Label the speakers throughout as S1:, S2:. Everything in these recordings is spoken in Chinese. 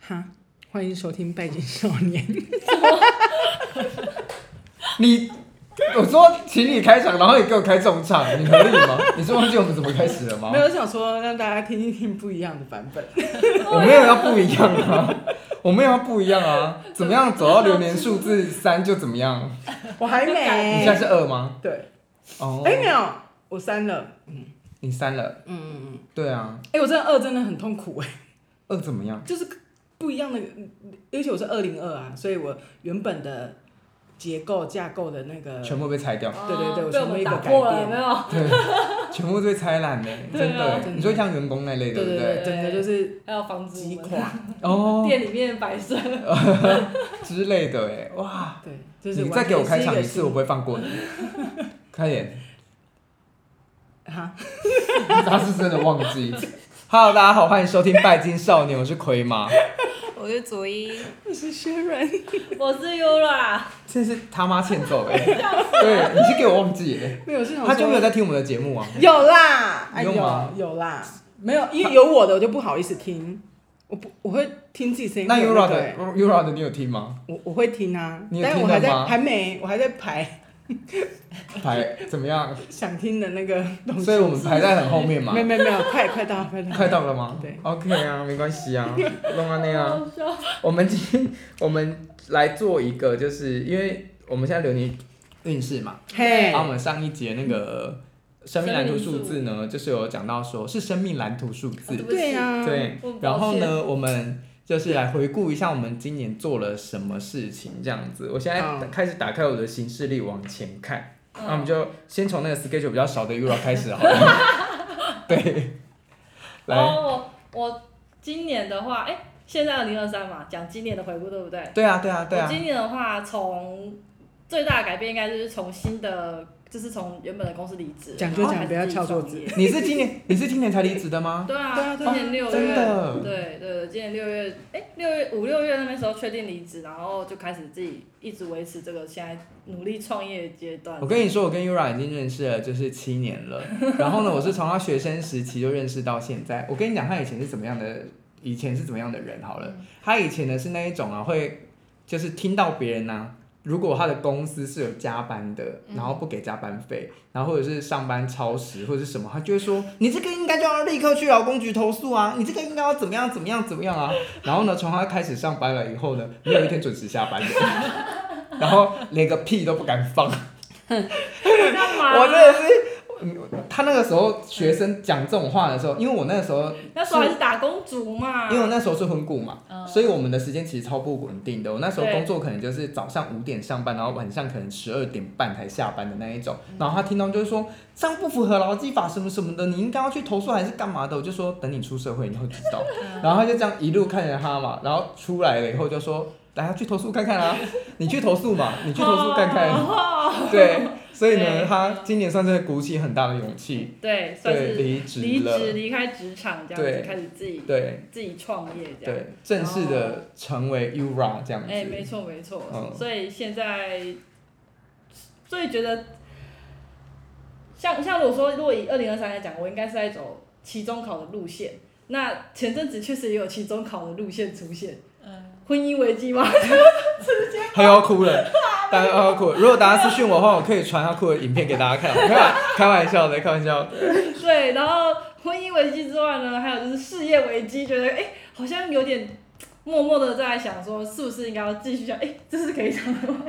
S1: 哈，欢迎收听《拜金少年》
S2: 你我说请你开场，然后你给我开中场，你合理吗？ 你是忘记我们怎么开始了吗
S1: 没？有想说让大家听一听不一样的版 本。
S2: 我没有要不一样啊，我没有要不一样啊，怎么样走到流年数字三就怎么样？
S1: 我还
S2: 你现在
S1: 没。
S2: 是二吗？
S1: 对，
S2: 哦，
S1: 哎哎、没有，我删了。
S2: 你三了，
S1: 嗯嗯嗯。
S2: 对啊，
S1: 哎、我真的二真的很痛苦哎、
S2: 二怎么样？
S1: 就是不一样的，而且我是二零二啊，所以我原本的结构架构的那个
S2: 全部被拆 掉，
S1: 对对对我
S3: 哦被
S1: 全
S3: 我
S1: 部
S3: 们
S1: 一个
S3: 打
S1: 改
S3: 破了，
S1: 变
S3: 有没有？
S2: 对，全部都被拆烂嘞，
S3: 对
S2: 真
S3: 啊
S2: 的欸
S1: 真。的
S2: 你说像员工那类
S1: 对
S2: 的，对不
S1: 对对，
S2: 对？
S1: 整个就是
S3: 还有房子
S1: 击
S3: 我们
S1: 垮，
S2: 哦，
S3: 店里面摆设，
S2: 之类的，哎，哇！
S1: 对，就是
S2: 你
S1: 完
S2: 再给我开场
S1: 全
S2: 一
S1: 是
S2: 次，
S1: 个
S2: 我不会 放过你。快点，
S1: 新 哈，
S2: 他是真的忘记。Hello，大家好，欢迎收听《拜金少年》，我是葵马。
S4: 我是佐伊，
S1: 我是 Sharon，
S3: 我是 Yura，
S2: 真是他妈欠揍 哎、对，你是给我忘记哎、
S1: 没有我是想
S2: 他就没有
S1: 说
S2: 在听我们的节目啊。
S1: 有啦，哎
S2: 有吗啊
S1: 有有啦，没有，因为有我的我就不好意思听，我不我会听自己声音。
S2: 那
S1: 会有个
S2: Yura 的
S1: 欸
S2: Yura 的你有听吗？
S1: 我我会听啊
S2: 你，有
S1: 但是我
S2: 听到
S1: 还在
S2: 吗
S1: 还没，我还在排
S2: 排怎么样？
S1: 想听的那个东西。
S2: 所以我们排在很后面嘛
S1: 没。有没有没有，快快到快到
S2: 快到了吗？
S1: 对
S2: ，OK 啊，没关系啊，弄啊那样。
S3: 好笑
S2: 我们今天我们来做一个，就是因为我们现在流年运势嘛，
S1: 嘿
S2: 啊，，我们上一节那个生命蓝图数字呢，就是有讲到说是生命蓝图数字，
S3: 对不起
S1: 对啊，
S2: 对
S3: 嗯我，
S2: 然后
S3: 抱
S2: 呢，我们就是来回顾一下我们今年做了什么事情，这样子。我现
S1: 好
S2: 在开始打开我的行事历往前看，那我们
S3: 嗯，
S2: 就先从那个 schedule 比较少的 Ura 开始好了。 对，来，
S3: 哦，我我今年的话，哎，现在二零二三嘛，讲今年的回顾对不对？
S2: 对啊，对啊，对
S3: 我
S2: 啊，
S3: 今年的话，从最大的改变应该就是从新的，就是从原本的公司离职，
S1: 讲就
S3: 然
S1: 讲
S3: 后开始
S1: 不要
S3: 自己
S1: 翘
S3: 创
S1: 桌子
S3: 业
S2: 你是今年你是今年才离职的吗？
S3: 对啊，
S1: 对啊对啊
S3: 今年六月，
S2: 真的
S3: 对对对，今年六月，哎，六月五六月那边时候确定离职，然后就开始自己一直维持这个现在努力创业的阶段。
S2: 我跟你说，我跟 Yura 已经认识了，就是七年了。然后呢，我是从他学生时期就认识到现在。我跟你讲，他以前是怎么样的，以前是怎么样的人好了。他以前呢是那一种啊，会就是听到别人呐、啊如果他的公司是有加班的，然后不给加班费，然后或者是上班超时或者是什么，他就会说你这个应该就要立刻去劳工局投诉啊，你这个应该要怎么样怎么样怎么样啊。 然后呢，从他开始上班了以后呢，没有一天准时下班的， 然后连个屁都不敢放。
S3: 你干嘛？
S2: 我真的是，嗯他那个时候学生讲这种话的时候，因为我那个时候，
S3: 那时候还是打工族嘛，
S2: 因为我那时候是婚顾嘛，
S3: 啊嗯
S2: 所以我们的时间其实超不稳定的。我那时候
S3: 对
S2: 工作可能就是早上五点上班，然后晚上可能十二点半才下班的那一种。然后他听到就是说这样不符合劳基法什么什么的，你应该要去投诉还是干嘛的？我就说等你出社会你会知道。然后他就这样一路看着他嘛，然后出来了以后就说。来啊，去投诉看看 啊！你去投诉嘛，你去投诉看看。
S3: 哦
S2: 对，所以呢，
S3: 对
S2: 他今年算是鼓起很大的勇气，
S3: 对，算
S2: 对，
S3: 是
S2: 离
S3: 离
S2: 职了，
S3: 职离开职场这样
S2: 对
S3: 子，开始自己
S2: 对
S3: 自己创业这样。
S2: 对，正式的成为 URA 这样子。
S3: 哎、没错没错、
S2: 嗯
S3: 所以现在，所以觉得，像像我说，如果以二零二三来讲，我应该是在走期中考的路线。那前阵子确实也有期中考的路线出现，
S4: 嗯，
S3: 婚姻危机吗？
S2: 他又要哭了，大家又要哭了。如果大家私讯我的话，我可以传他哭的影片给大家看。没有啊，开玩笑的，开玩笑的。
S3: 对，然后婚姻危机之外呢，还有就是事业危机，觉得哎、好像有点默默的在想说，是不是应该要继续想，哎、这是可以讲的吗？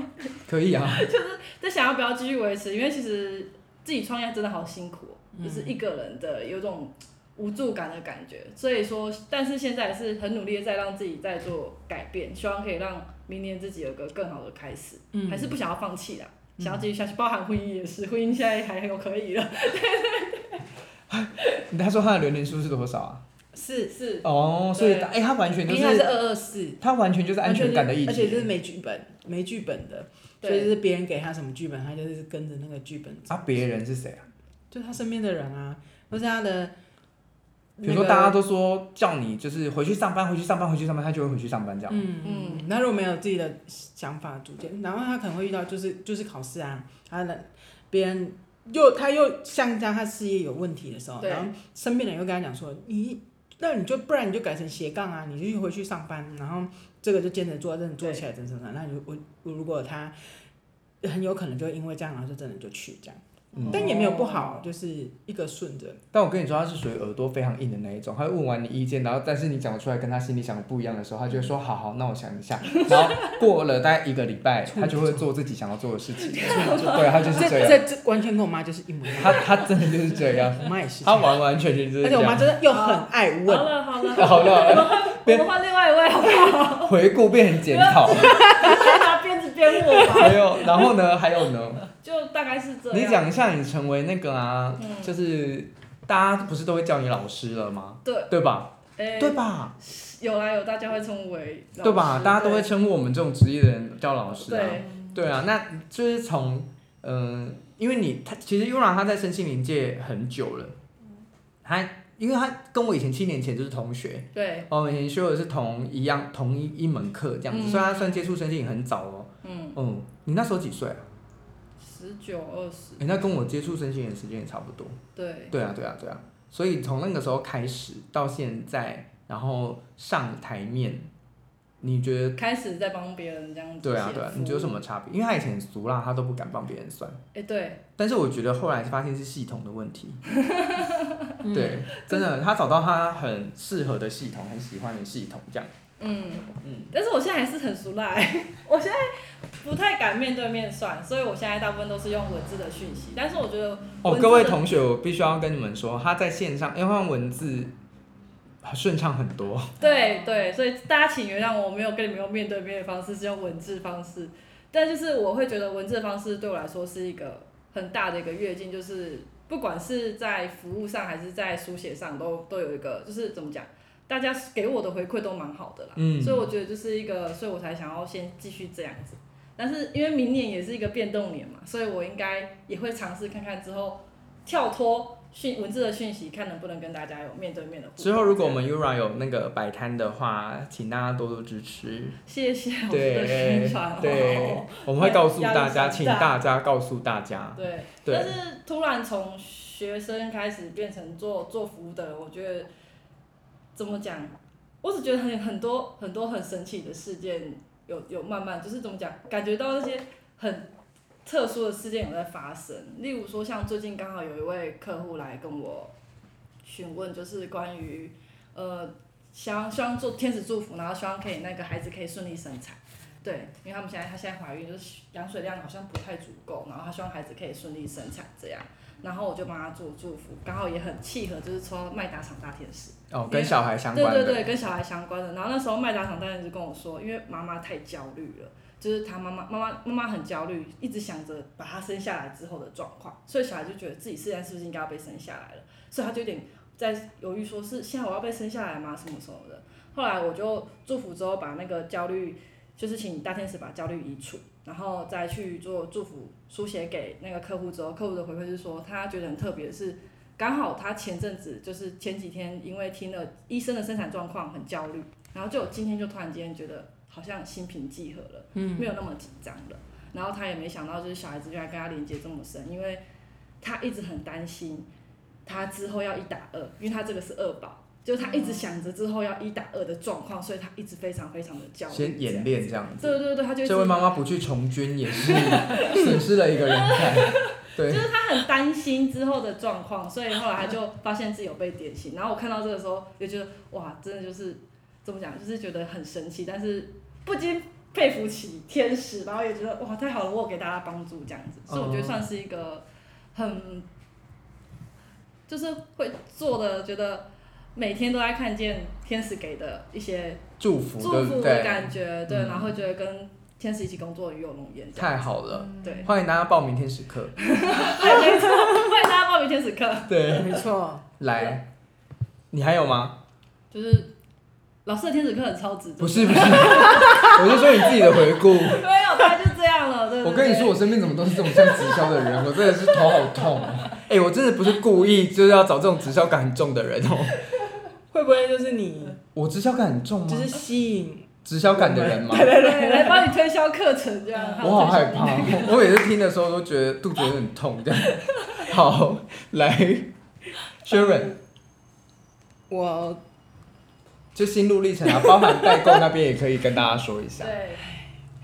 S2: 可以啊，
S3: 在想要不要继续维持，因为其实自己创业真的好辛苦、哦，
S2: 嗯
S3: 就是一个人的有种无助感的感觉。所以说，但是现在也是很努力的在让自己在做改变，希望可以让明年自己有个更好的开始，
S1: 嗯
S3: 还是不想要放弃啦。
S2: 嗯
S3: 想要继续下去，包含婚姻也是，婚姻现在还很有可 以了，
S2: 他说他的流年数是多少啊？
S1: 是，
S3: 是，
S2: 哦，所以
S3: 对
S2: 哎、他完全就
S1: 因为它是
S2: 是
S1: 二二四，
S2: 他完全就是安全感的议
S1: 而且就是
S2: 题。
S1: 没剧本，没剧本的，所以就
S3: 对，
S1: 是别人给他什么剧本，他就是跟着那个剧本走。
S2: 啊，别人是谁啊？
S1: 就他身边的人啊，或是他的
S2: 比如说大家都说叫你就是回去上班，回去上班，回去上班，他就会回去上班这样。
S1: 嗯嗯，那如果没有自己的想法主见，然后他可能会遇到就是就是考试啊，他的别人又他又像这样，他事业有问题的时候，
S3: 对
S1: 然后身边的人又跟他讲说，你那你就不然你就改成斜杠啊，你就去回去上班，然后这个就坚持做，真的做起来，真真真，那如我我如果他很有可能就因为这样，然后就真的就去这样，
S2: 嗯
S1: 但也没有不好，就是一个顺着，
S2: 但我跟你说，他是属于耳朵非常硬的那一种，他会问完你意见，然后但是你讲出来跟他心里想的不一样的时候，他就会说好好，那我想 一下。然后过了大概一个礼拜，他就会做自己想要做的事 情。对，他就是
S1: 这
S2: 这样，
S1: 这这完全跟我妈就是一模一样，
S2: 他他真的就是这 样，
S1: 我妈也是这
S2: 他
S1: 样，
S2: 完完全全就是
S1: 而
S2: 这
S1: 且我妈
S2: 样。
S1: 真的又很爱问
S3: 好。了好了，
S2: 好
S3: 我
S2: 了，
S3: 们换我们换另外一位好不好？
S2: 回顾变成检讨，
S3: 再拿鞭子鞭我吧。
S2: 还有然后呢，还有呢，
S3: 就大概是这样。
S2: 你讲一下你成为那个啊，
S3: 啊嗯
S2: 就是大家不是都会叫你老师了吗？
S3: 对，
S2: 对吧？
S3: 哎、
S2: 对吧？
S3: 有来有大家会称为老师，
S2: 对吧？大家都会称呼我们这种职业的人叫老师啊。
S3: 对
S2: 对啊，那就是从嗯、呃因为你他其实 Yura 他在身心灵界很久了，他因为他跟我以前七年前就是同学，
S3: 对，
S2: 哦，我们以前修的是同一样同一一门课这样子，
S3: 嗯
S2: 所以他算接触身心灵很早哦。
S3: 嗯，
S2: 嗯，你那时候几岁啊？
S3: 十九二十，
S2: 诶那跟我接触身心灵的时间也差不多。
S3: 对，
S2: 对啊，对啊，对啊。所以从那个时候开始到现在，然后上台面，你觉得？
S3: 开始在帮别人这样子。
S2: 对啊，对啊，你觉得有什？么差别？因为他以前很俗啦，他都不敢帮别人算。
S3: 哎、对，
S2: 但是我觉得后来发现是系统的问 题，对，
S3: 嗯
S2: 真的，他找到他很适合的系统，很喜欢的系统，这样，
S3: 嗯
S2: 嗯，
S3: 但是我现在还是很熟赖， 我现在不太敢面对面算，所以我现在大部分都是用文字的讯息。但是我觉得
S2: 哦，
S3: 文字的
S2: 各位同学，我必须要跟你们说，他在线上因为他文字顺畅很多，
S3: 对对，所以大家请原谅我没有跟你们用面对面的方式，是用文字方式。但就是我会觉得文字的方式对我来说是一个很大的一个跃进，就是不管是在服务上还是在书写上都，都有一个就是怎么讲，大家给我的回馈都蛮好的啦。
S2: 嗯
S3: 所以我觉得就是一个，所以我才想要先继续这样子。但是因为明年也是一个变动年嘛，所以我应该也会尝试看看之后跳脱讯文字的讯息，看能不能跟大家有面对面的互动。
S2: 之后如果我
S3: 这样
S2: 们 Ura 有那个摆摊的话，请大家多多支持，
S3: 谢谢老师的宣
S2: 对
S3: 传哦。
S2: 对，我们会告诉
S3: 压力
S2: 大家，
S3: 山
S2: 请
S3: 大
S2: 大家告诉大家，
S3: 对
S2: 对
S3: 但是突然从学生开始变成做做服务的人，我觉得怎么讲？我只觉得很很多很多很神奇的事件有有慢慢就是怎么讲，感觉到那些很特殊的事件有在发生。例如说，像最近刚好有一位客户来跟我询问，就是关于呃，希望希望做天使祝福，然后希望可以那个孩子可以顺利生产。对，因为他们现在她现在怀孕，就是羊水量好像不太足够，然后她希望孩子可以顺利生产这样。然后我就帮她做祝福，刚好也很契合，就是抽到麦达厂大天使。
S2: 哦，跟小孩相
S3: 对
S2: 关
S3: 对
S2: 的，
S3: 对，跟小孩相关的。然后那时候麦达厂当然就跟我说，因为妈妈太焦虑了，就是她妈妈妈妈妈妈很焦虑，一直想着把她生下来之后的状况，所以小孩就觉得自己现在是不是应该要被生下来了，所以她就有点在犹豫，说是现在我要被生下来吗？什么什么的。后来我就祝福之后，把那个焦虑，就是请大天使把焦虑移除，然后再去做祝福书写给那个客户之后，客户的回馈是说，他觉得很特别的是，刚好他前阵子就是前几天，因为听了医生的生产状况很焦虑，然后就今天就突然间觉得好像心平气和了，嗯，没有那么紧张了。然后他也没想到，就是小孩子原来跟他连接这么深，因为他一直很担心他之后要一打二，因为他这个是二宝，就是他一直想着之后要一打二的状况，所以他一直非常非常的焦虑。
S2: 先
S3: 这
S2: 演
S3: 样
S2: 练这样子。
S3: 对对对，他就一直
S2: 这位妈妈不去从军也是损失了一个人才，对，
S3: 他很担心之后的状况，所以后来他就发现自己有被点醒。然后我看到这个时候，就觉得哇，真的就是怎么讲，就是觉得很神奇，但是不禁佩服起天使，然后也觉得哇，太好了，我有给大家帮助这样子，所以我觉得算是一个很，就是会做的，觉得每天都在看见天使给的一些
S2: 祝福
S3: 祝
S2: 对不
S3: 福的
S2: 对？
S3: 感觉，对，
S2: 嗯
S3: 然后觉得跟天使一起工作与有容颜这样，
S2: 太好了，
S3: 对，
S2: 欢迎大家报名天使课，
S3: 对，没错，欢迎大家报名天使课。
S2: 对，
S1: 没错，
S2: 来，你还有吗？
S3: 就是老师的天使课很超值，
S2: 不是不是，我是说你自己的回顾。
S3: 没有，他哦就这样了，对
S2: 我跟你说，我，身边怎么都是这种像直销的人，我啊 真的是头好痛哦。哎、我真的不是故意，就是要找这种直销感很重的人哦。
S1: 会不会就是你
S2: 我直销感很重吗？
S1: 就是吸引？
S2: 直销感的 人吗？
S3: 对，来帮你推销课程这样。还
S2: 嗯
S3: 有
S2: 我好
S3: 推销
S2: 害 怕，我每次听的时候都觉得肚子有点痛， 这样。好，来，Sharon，
S4: 我
S2: 就心路历程啊，包含代购那边也可以跟大家说一下。
S3: 对，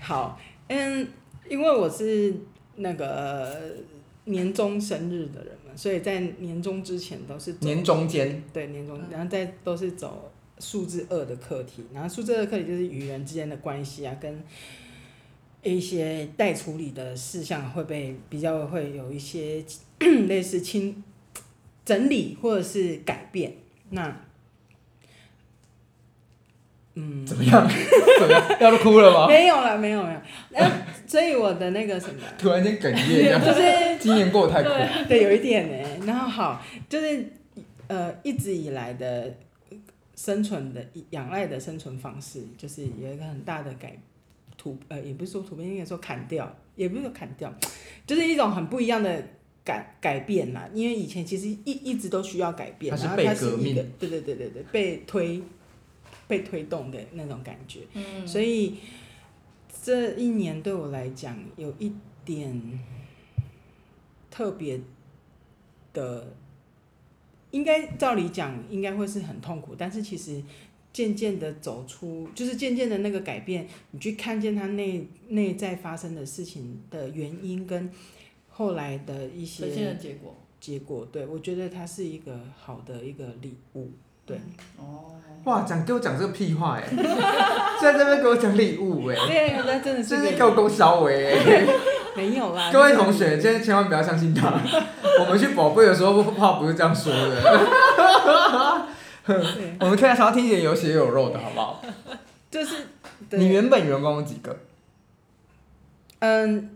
S1: 好，嗯，因为我是那个年终生日的人嘛，所以在年终之前都是走
S2: 年中间，
S1: 对年终，然后再都是走数字二的课题，然后数字二的课题就是与人之间的关系啊，跟一些待处理的事项会被比较会有一些 类似清整理或者是改变。那嗯，
S2: 怎么样？怎么样？要哭了吗？
S1: 没有了，没有没有。那所以我的那个什么，
S2: 突然间哽咽，这样。
S1: 就是
S2: 今年过得太苦。
S1: 对，有一点呢、然后好，就是呃，一直以来的生存的仰赖的生存方式，就是有一个很大的改突呃，也不是说突变，应该说砍掉，也不是说砍掉，就是一种很不一样的改改变啦。因为以前其实一一直都需要改变，
S2: 它是
S1: 然后
S2: 被
S1: 它是
S2: 革
S1: 一
S2: 命
S1: 个对对对对对，被推被推动的那种感觉。
S3: 嗯，
S1: 所以这一年对我来讲有一点特别的，应该照理讲应该会是很痛苦，但是其实渐渐的走出，就是渐渐的那个改变，你去看见它内内在发生的事情的原因跟后来的一些
S3: 呈现的结果。
S1: 结果，对我觉得它是一个好的一个礼物。对，
S3: 哦，
S2: 哇，讲给我讲这个屁话哎、现在在那边给我讲礼物哎、
S1: 对，那真的是
S2: 这
S1: 一
S2: 是给
S1: 个
S2: 我勾烧围 哎、
S1: 没有啦，
S2: 各位
S1: 那个
S2: 同学，今天千万不要相信 他。我们去宝贝的时候话不是这样说的。
S1: 对，
S2: 我们看想要听一点有血有肉的好不好？
S1: 就是对
S2: 你原本员工有几个？
S1: 嗯，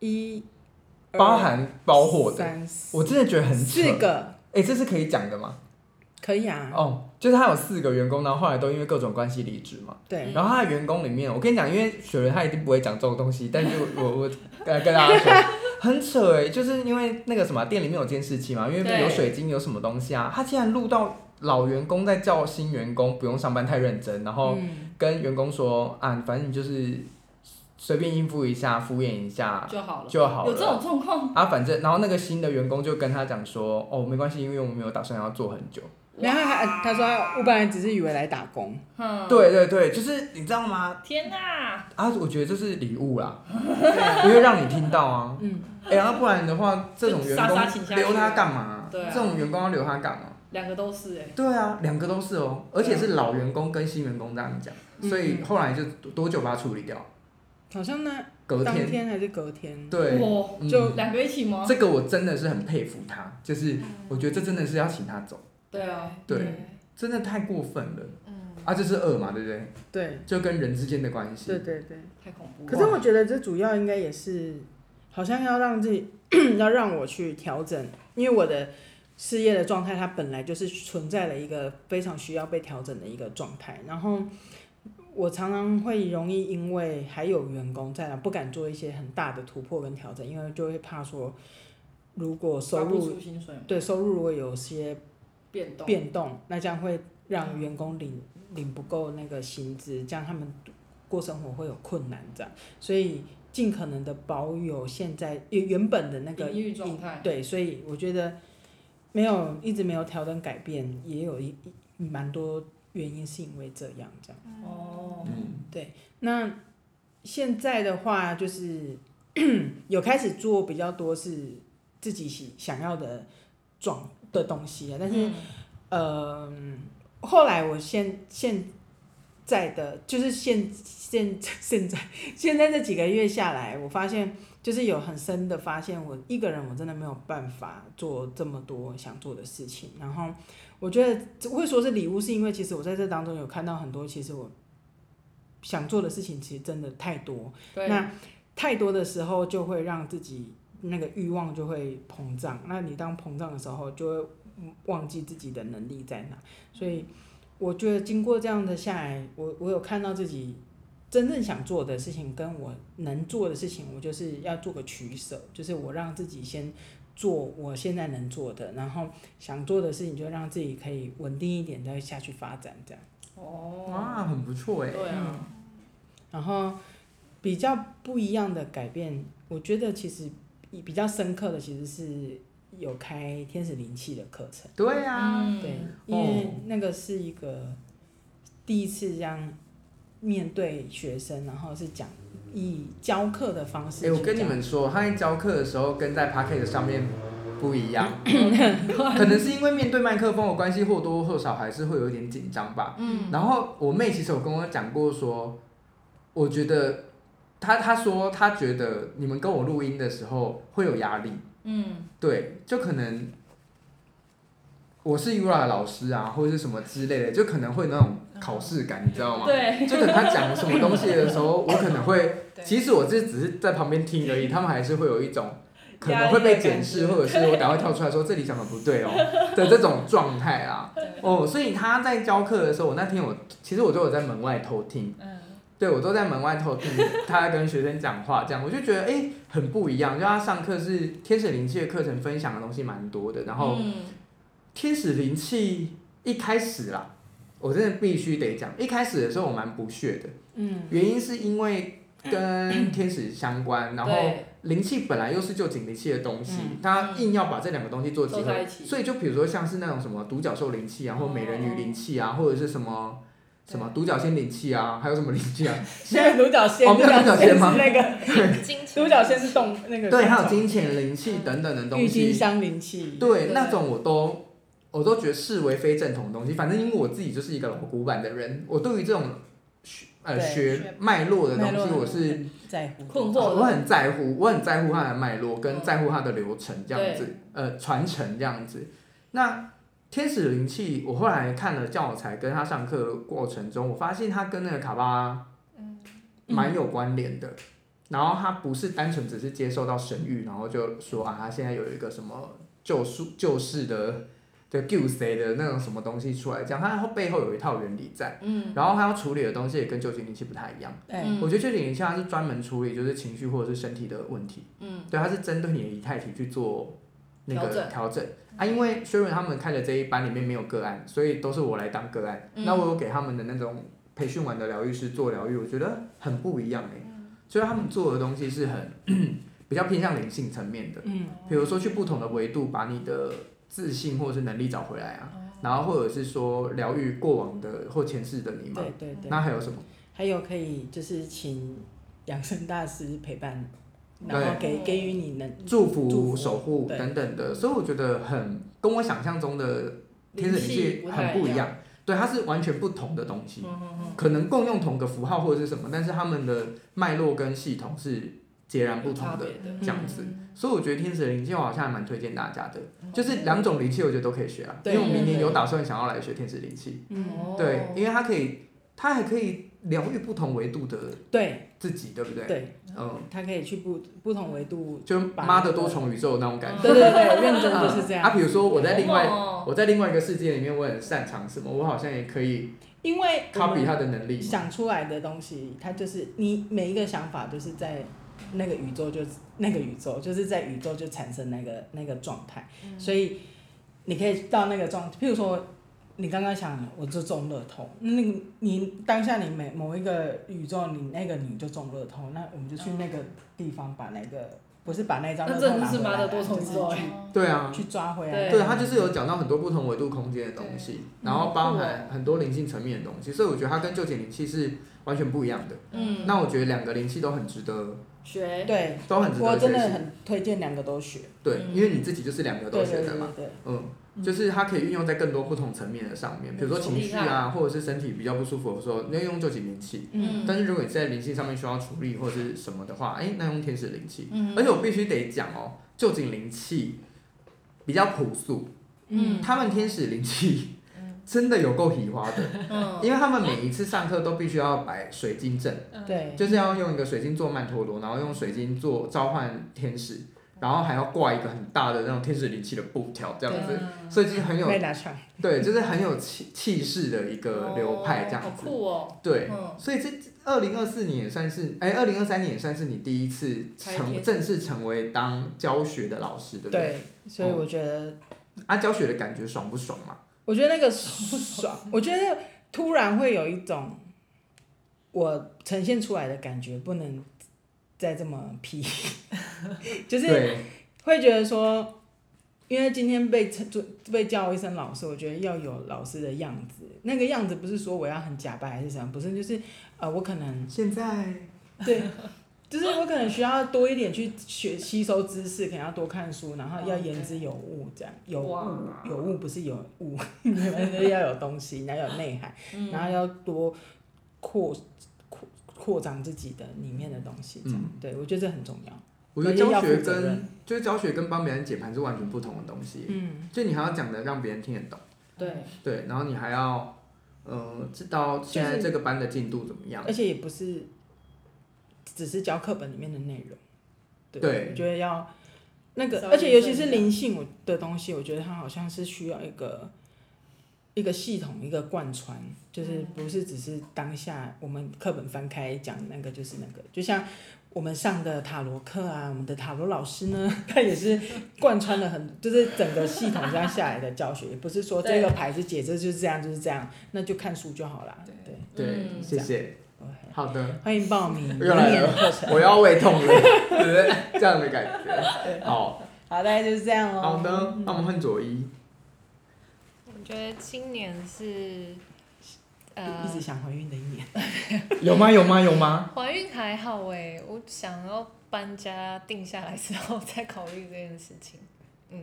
S1: 一，二
S2: 包含包货的，
S1: 三四
S2: 我真的觉得很扯
S1: 呃四。个
S2: 哎、这是可以讲的吗？
S1: 可以啊，
S2: 哦，就是他有四个员工，然后后来都因为各种关系离职嘛。
S1: 对，
S2: 然后他的员工里面，我跟你讲，因为雪人他一定不会讲这种东西，但是我我我跟跟大家说，很扯哎、就是因为那个什么店里面有监视器嘛，因为
S3: 对
S2: 有水晶有什么东西啊，他竟然录到老员工在叫新员工不用上班太认真，然后
S1: 嗯，
S2: 跟员工说啊，反正你就是随便应付一下，敷衍一下
S3: 就好了。
S2: 就好
S3: 有这种
S2: 了。
S3: 状况，
S2: 啊，反正然后那个新的员工就跟他讲说，哦，没关系，因为我们没有打算要做很久。
S1: 然后他他说他我本来只是以为来打工，
S3: 嗯，
S2: 对对对，就是你知道吗？
S3: 天哪，
S2: 啊，我觉得这是礼物啦，
S1: 对
S2: 不会让你听到啊。
S1: 嗯，
S2: 哎、要不然的话，这种员
S3: 就杀杀请
S2: 工
S3: 下去
S2: 留他干嘛？
S3: 对啊
S2: 这种员工要留他干嘛？
S3: 两个都是哎、
S2: 对啊，两个都是哦，而且是老员工跟新员工这样讲，
S1: 嗯
S2: 所以后来就多久把它处理掉？
S1: 好像呢，
S2: 隔
S1: 当
S2: 天，
S1: 天还是隔天，
S2: 对，
S3: 哇，
S2: 嗯
S1: 就
S3: 两个一起吗？
S2: 这个我真的是很佩服他，就是我觉得这真的是要请他走，
S3: 对啊，
S2: 对，真的太过分了
S4: 嗯，
S2: 啊！这是恶嘛，对不对？
S1: 对，
S2: 就跟人之间的关系，
S1: 对对对。
S3: 太恐怖了。
S1: 可是我觉得这主要应该也是，好像要让自己 要让我去调整，因为我的事业的状态它本来就是存在了一个非常需要被调整的一个状态，然后我常常会容易因为还有员工在那不敢做一些很大的突破跟调整，因为就会怕说如果收
S3: 发不
S1: 入
S3: 出薪水嘛
S1: 对收入如果有些
S3: 变动，
S1: 变动，那这样会让员工领领不够那个薪资，这样他们过生活会有困难这样，所以尽可能的保有现在原原本的那个
S3: 抑郁状态，
S1: 对，所以我觉得没有一直没有调整改变，也有一一蛮多原因是因为这样这样。
S3: 哦，
S2: 嗯，
S1: 那现在的话，就是 有开始做比较多是自己喜想要的状的东西啊，但是。嗯，后来我现现在的就是现现 现在现在这几个月下来，我发现就是有很深的发现，我一个人我真的没有办法做这么多想做的事情。然后我觉得会说是礼物，是因为其实我在这当中有看到很多，其实我想做的事情其实真的太多，
S3: 对，
S1: 那太多的时候就会让自己那个欲望就会膨胀，那你当膨胀的时候，就会忘记自己的能力在哪。所以我觉得经过这样的下来，我我有看到自己真正想做的事情跟我能做的事情，我就是要做个取舍，就是我让自己先做我现在能做的，然后想做的事情就让自己可以稳定一点，再下去发展这样。
S3: 哦，
S2: 哇，很不错哎。
S3: 对啊，
S1: 嗯然后比较不一样的改变，我觉得其实比比较深刻的其实是有开天使灵气的课程。
S2: 对啊，
S3: 嗯
S1: 对，因
S2: 哦
S1: 为那个是一个第一次这样面对学生，然后是讲以教课的方式
S2: 哎，
S1: 去
S2: 我
S1: 讲。
S2: 跟你们说，他在教课的时候跟在 p a c k a g e 上面不一 样，可能是因为面对麦克风的关系，或多或少还是会有一点紧张吧。
S3: 嗯，
S2: 然后我妹其实有跟我讲过说，我觉得她她说她觉得你们跟我录音的时候会有压力，
S3: 嗯，
S2: 对，就可能我是 Ura 的老师啊，或者是什么之类的，就可能会有那种考试感，你知道吗？，
S3: 对，
S2: 就可能他讲什么东西的时候，我可能会，
S3: 对
S2: 其实我这只是在旁边听而已，他们还是会有一种。可能会被检视，
S3: 压力的感
S2: 或
S3: 觉
S2: 者是我等下会跳出来说这里讲的不对 哦的这种状态啊。哦，所以他在教课的时候，我那天我其实我都有在门外偷听，
S3: 嗯，
S2: 对我都在门外偷 听他在跟学生讲话，这样我就觉得哎、诶很不一样。就他上课是天使灵气的课程，分享的东西蛮多的。然后
S3: 嗯
S2: 天使灵气一开始啦，我真的必须得讲，一开始的时候我蛮不屑的，
S1: 嗯，
S2: 原因是因为跟天使相关，然后
S3: 对
S2: 灵气本来又是就紧灵气的东西
S1: 嗯，
S2: 它硬要把这两个东西做结
S3: 都在
S2: 合，
S3: 一起
S2: 所以就比如说像是那种什么独角兽灵气啊，或美人鱼灵气啊，或者是什么什么独角仙灵气啊，还有什么灵气啊？
S1: 现在独角仙，
S2: 哦没有独角仙
S1: 是
S2: 吗
S1: 那个
S4: 金钱
S1: 独角仙是动那个
S2: 对，还有金钱灵气等等的东
S1: 郁金
S2: 西，
S1: 香灵气，
S2: 对
S3: 对
S2: 那种我都我都觉得视为非正统的东西。反正因为我自己就是一个老古板的人，我对于这种学呃
S1: 对
S2: 学脉络的东
S1: 脉络
S2: 西，我是
S1: 很在乎的
S3: 困惑
S2: 哦我很在乎，我很在乎它的脉络，跟在乎它的流程这样子，呃，传承这样子。那天使灵气，我后来看了教材，跟他上课的过程中，我发现它跟那个卡巴蛮有关联的。然后他不是单纯只是接受到神谕，然后就说啊，他现在有一个什么救赎救世的的救谁的那种什么东西出来，这样它背后有一套原理在。
S3: 嗯，
S2: 然后他要处理的东西也跟旧型灵气不太一样。
S1: 对，
S3: 嗯
S2: 我觉得这点像是专门处理就是情绪或者是身体的问题，
S3: 嗯，
S2: 对，它是针对你的仪态体去做那
S3: 调
S2: 个
S3: 整
S2: 调整啊。因为 Sharon 他们开的这一班里面没有个案，所以都是我来当个案。
S3: 嗯
S2: 那我有给他们的那种培训完的疗愈师做疗愈，我觉得很不一样哎、
S3: 嗯
S2: 所以他们做的东西是很比较偏向灵性层面的，
S1: 嗯，
S2: 比如说去不同的维度把你的自信或者是能力找回来
S3: 哦
S2: 啊，然后或者是说疗愈过往的或前世的你嘛
S1: 对。对对
S2: 那，还有什么？
S1: 还有可以就是请养生大师陪伴，然
S2: 对
S1: 后给给予你能
S2: 祝福、
S1: 祝福
S2: 守护
S1: 对
S2: 等等的，所以我觉得很跟我想象中的天使灵
S3: 气
S2: 气
S3: 不
S2: 很
S3: 太
S2: 不
S3: 一
S2: 一，样。对，它是完全不同的东西，
S3: 嗯嗯
S2: 可能共用同个符号或者是什么，但是它们的脉络跟系统是截然
S3: 嗯，
S2: 不同的
S3: 有差别的
S2: 这样子。所以我觉得天使灵气我好像还蛮推荐大家的，就是两种灵气我觉得都可以学啊，因
S1: 对
S2: 为我明年
S3: 哦对
S2: 有
S3: 对
S2: 打算想要来学天使灵气，
S1: 嗯，
S3: 哦
S2: 对，因为它可以，它还可以疗愈不同维度的
S1: 对
S2: 自己，对不对？
S1: 对，
S2: 嗯，
S1: 他可以去不不同维度，
S2: 就妈的多重宇宙那种感觉。
S1: 对对对，认真就是这
S2: 啊，
S1: 样，
S2: 比如说我在另外
S3: 好猛哦
S2: 我在另外一个世界里面，我很擅长什么，我好像也可以
S1: 因为我
S2: copy
S1: 们
S2: 他的能力。
S1: 想出来的东西，它就是你每一个想法就是在那个宇宙就那个宇宙就是在宇宙就产生那个那个状态，
S3: 嗯
S1: 所以你可以到那个状，譬如说你刚刚想我就中乐透，那你你当下你每某一个宇宙你那个你就中乐透，那我们就去那个地方把那个不是把那张乐
S3: 那
S1: 透拿
S3: 真的是
S1: 回来
S3: 妈
S1: 啦，
S3: 的多重宇宙
S1: 就是
S3: 哎，
S2: 对啊，
S1: 去去抓回来，
S3: 对
S2: 对，他就是有讲到很多不同维度空间的东西，
S1: 嗯
S2: 然后包含很多灵性层面的东西，所以我觉得它跟旧解灵气是完全不一样的。
S3: 嗯，
S2: 那我觉得两个灵气都很值得，
S3: 学，
S1: 对，
S2: 都很值
S1: 我
S2: 得
S1: 真
S2: 学
S1: 的
S2: 习。
S1: 很推荐两个都学，
S2: 对，
S3: 嗯
S2: 因为你自己就是两个
S1: 对对
S2: 都学
S1: 对
S2: 的嘛，
S1: 对，
S2: 嗯。
S1: 嗯
S2: 就是它可以运用在更多不同层面的上面，比如说情绪
S3: 没
S2: 啊，或者是身体比较不舒服的时候，你要用旧解灵气。
S1: 嗯
S2: 但是如果你在灵性上面需要处理或者是什么的话，哎、那用天使灵气。
S3: 嗯
S2: 而且我必须得讲哦，旧景灵气比较朴素，
S3: 嗯
S2: 他们天使灵气 真的有够喜花的，
S3: 嗯，
S2: 因为他们每一次上课都必须要摆水晶阵，
S1: 对，
S3: 嗯
S2: 就是要用一个水晶做曼陀罗，然后用水晶做召唤天使。然后还要挂一个很大的那种天使灵气的布条这样子，
S3: 嗯
S2: 所以就是很有
S1: 被拿出来，
S2: 对，就是很有气气势的一个流派这样
S3: 哦好
S2: 子。
S3: 酷哦。
S2: 对，
S3: 嗯，
S2: 所以这二零二四年也算是，哎，二零二三年也算是你第一次
S3: 开
S2: 成
S3: 店
S2: 正式成为当教学的老师，对不对？哦
S1: 对，所以我觉得，
S2: 啊，教学的感觉爽不爽嘛？
S1: 我觉得那个爽，我觉得突然会有一种我呈现出来的感觉不能再这么皮， 就是
S2: 对，
S1: 会觉得说，因为今天被称作被叫一声老师，我觉得要有老师的样子，那个样子不是说我要很假扮还是什么，不是，就是呃，我可能
S2: 现在
S1: 对，就是我可能需要多一点去学吸收知识，可能要多看书，然后要言之有物，这样有物
S3: 哇
S1: 有物不是有物，你们就是要有东西，然后有内涵，然后要多扩扩扩张自己的里面的东西，这样、
S2: 嗯
S1: 对我觉得这很重要。
S2: 我觉得
S1: 而且
S2: 教
S1: 要
S2: 学
S1: 负责
S2: 跟
S1: 任
S2: 就是教学跟帮别人解盘是完全不同的东西，
S1: 嗯，
S2: 就你还要讲的让别人听得懂，
S3: 对，
S2: 对，然后你还要呃知道现在
S1: 就是哎
S2: 这个班的进度怎么样
S1: 而，且也不是只是教课本里面的内容，对，
S2: 对
S1: 我觉得要那
S3: 稍
S1: 个，
S3: 微
S1: 而且尤其
S3: 认
S1: 是
S3: 真一
S1: 灵性我的东西，我觉得它好像是需要一个一个系统，一个贯穿，就是不是只是当下我们课本翻开讲那个就是那个，就像。我们上的塔罗课啊，我们的塔罗老师呢， 他也是贯穿了很，就是整个系统这样下来的教学，也不是说这个
S3: 对
S1: 牌子解这就是这样就是这样，那就看书就好啦。
S4: 对
S1: 对
S2: 对，
S3: 嗯
S2: 谢谢，
S1: ，OK。
S2: 好的，
S1: 欢迎报名
S2: 又来了
S1: 明年的课程。
S2: 我要胃痛了， 对不对？这样的感觉，好，
S1: 好，大概就是这样哦。
S2: 好的，那我们换左一，
S4: 我觉得今年是呃
S1: 一直想怀孕的一年，
S2: 有吗？有吗？有吗？
S4: 怀孕还好哎、我想要搬家定下来之后再考虑这件事情。嗯，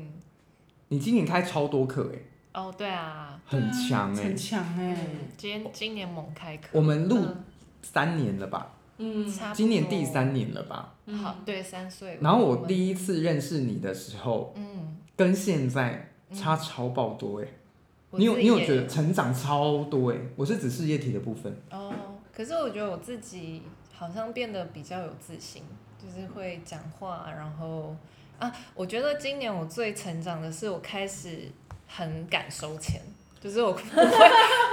S2: 你今年开超多课哎、
S4: 哦对啊，
S2: 很强哎、
S1: 很强哎、
S4: 嗯，今天今年猛开课，
S2: 我们录
S4: 嗯
S2: 三年了吧？
S3: 嗯，
S4: 差不多
S2: 今年第，三年了吧？
S3: 嗯
S4: 好对三岁。
S2: 然后我
S4: 们
S2: 第一次认识你的时候，
S4: 嗯，
S2: 跟现在
S4: 嗯
S2: 差超爆多哎、
S4: 我
S2: 你有
S4: 自
S2: 你
S4: 己
S2: 有
S4: 也
S2: 觉得成长超多哎、我是指事业体的部分，
S4: 哦，可是我觉得我自己好像变得比较有自信，就是会讲话，然后啊，我觉得今年我最成长的是我开始很敢收钱，就是我 不会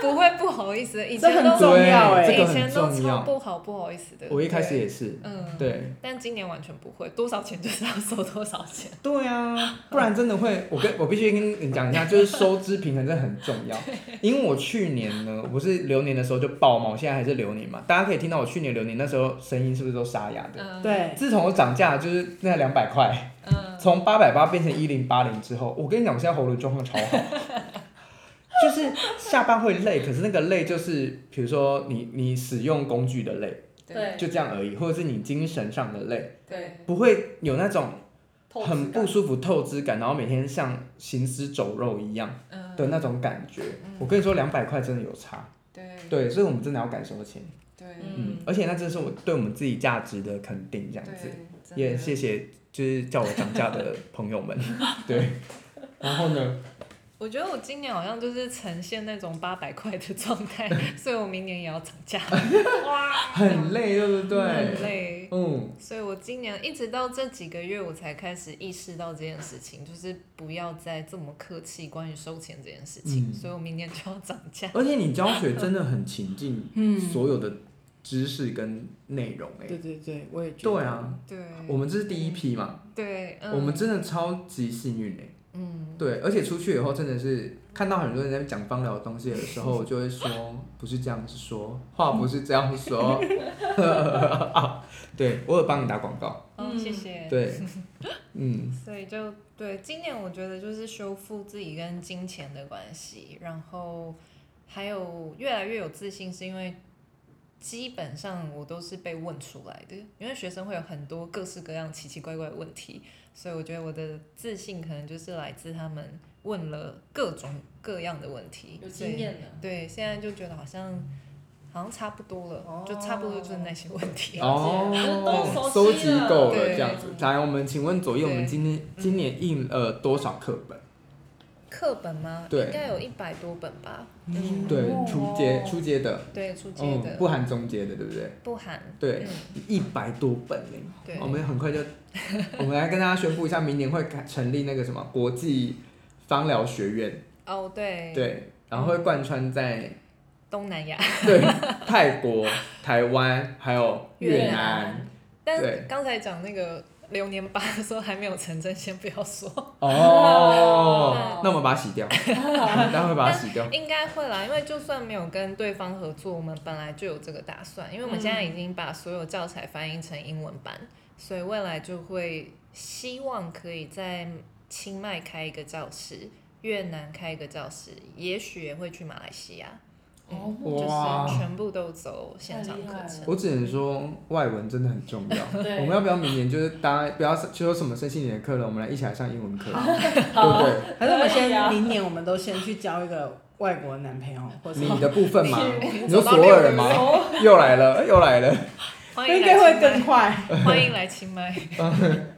S4: 不会不好意思的，以
S1: 这
S4: 前
S1: 很
S4: 都
S1: 重要哎、
S2: 对这
S4: 欸以
S2: 个很
S4: 前都
S2: 重
S4: 超
S2: 要
S4: 不好不好意思的，
S2: 我一开始
S4: 对
S2: 也是，
S4: 嗯，
S2: 对
S4: 但今年完全不会，多少钱就是要收多少钱，
S2: 对 啊，不然真的会，我跟我必须跟你讲一 下，就是收支平衡真的很重 要，因为我去年呢，我不是流年的时候就爆嘛，我现在还是流年嘛，大家可以听到我去年流年那时候声音是不是都沙哑的？
S4: 嗯，，
S1: 对，
S2: 自从我涨价就是那两百块，
S4: 嗯，
S2: 从八百八变成一零八零之后，我跟你讲，我现在喉咙状况超 好，就是下班会累，可是那个累就是比如说你你使用工具的累，
S3: 对
S2: 就这样而已，或者是你精神上的累，
S3: 对，
S2: 不会有那种
S3: 透
S2: 很
S3: 支
S2: 不
S3: 感
S2: 舒服、透支感，然后每天像行尸走肉一样
S4: 嗯，
S2: 的那种感觉。我跟你说，两百块真的有差，
S4: 对
S2: 对，所以我们真的要感受钱，
S4: 对
S2: 嗯
S3: 嗯，
S2: 而且那真的是我对我们自己价值的肯定，这样子。
S4: 对，
S2: 也
S4: 真的
S2: 谢谢就是叫我涨价的朋友们，对。然后呢？
S4: 我觉得我今年好像就是呈现那种八百块的状 态，所以我明年也要涨价，
S2: 很累，对不
S4: 很
S2: 对？
S4: 累。
S2: 嗯，
S4: 所以我今年一直到这几个月，我才开始意识到这件事情，就是不要再这么客气关于收钱这件事情。
S2: 嗯
S4: 所以我明年就要涨价。
S2: 而且你教学真的很情境，
S1: 嗯，
S2: 所有的知识跟内容、哎，
S1: 对对对，我也觉得。
S2: 对啊，，
S4: 对，嗯
S2: 我们这是第一批嘛，
S4: 对，嗯、
S2: 我们真的超级幸运哎、
S4: 嗯，
S2: 对，而且出去以后真的是看到很多人在讲芳疗的东西的时候，我就会说不是这样子说，话不是这样说， 啊对我有帮你打广告，
S4: 哦，谢谢。
S2: 对，嗯。
S4: 所以就对，今年我觉得就是修复自己跟金钱的关系，然后还有越来越有自信，是因为基本上我都是被问出来的，因为学生会有很多各式各样奇奇怪怪的问题，所以我觉得我的自信可能就是来自他们问了各种各样的问题，
S3: 有
S4: 所以
S3: 经验的，
S4: 对，现在就觉得好像好像差不多了，
S3: 哦
S4: 就差不多就是那些问题。
S2: 哦收
S3: 哦，都
S2: 集
S3: 集
S2: 够
S3: 够
S2: 了
S4: 了
S2: 这样子。来，我们请问左右，我
S4: 对
S2: 们今天今年印了多少课本？
S4: 课本吗？
S2: 对
S4: 应该有一百多本吧。
S1: 嗯
S4: 嗯，
S2: 对，
S3: 哦
S2: 初阶初阶的，
S4: 对，出街
S2: 嗯，
S4: 的
S2: 不含中阶的，对不对？
S4: 不含。
S2: 对，
S4: 嗯，
S2: 一百多本呢。
S4: 对
S2: 我，们很 快就，我们来跟大家宣布一下，明年会改成立那个什么国际芳疗学院，
S4: 哦，对，，
S2: 对，然后会贯穿在
S4: 东南亚。
S2: 对泰国、台湾还有越
S4: 越
S2: 南
S4: 南但
S2: 对
S4: 刚才讲那个流年八的时候还没有成真，先不要说。
S2: 哦，那我们把它洗 掉，待会把它洗掉。
S4: 应该会啦，因为就算没有跟对方合作，我们本来就有这个打算，因为我们现在已经把所有教材翻译成英文版，所以未来就会希望可以在清迈开一个教室，越南开一个教室，也许也会去马来西亚，嗯
S3: 哦
S2: 哇
S4: 就是全部都走线上
S3: 太
S4: 课
S3: 厉害
S4: 程。
S2: 我只能说外文真的很重要。
S3: 对
S2: 我们要不要明年就是大家不要就说什么身心灵的课了，我们来一起来上英文课，对不
S3: 好，
S2: 对？
S1: 还是我们
S3: 可以啊
S1: 先明年我们都先去交一个外国男朋友，或是
S2: 你的部分 嘛，你说
S4: 走到
S2: 所有人
S4: 六
S2: 吗？ 又来了，又来了，
S4: 欢迎
S1: 应
S4: 来
S1: 该会
S4: 清
S1: 更
S4: 迈，
S1: 快。
S4: 欢迎来清迈，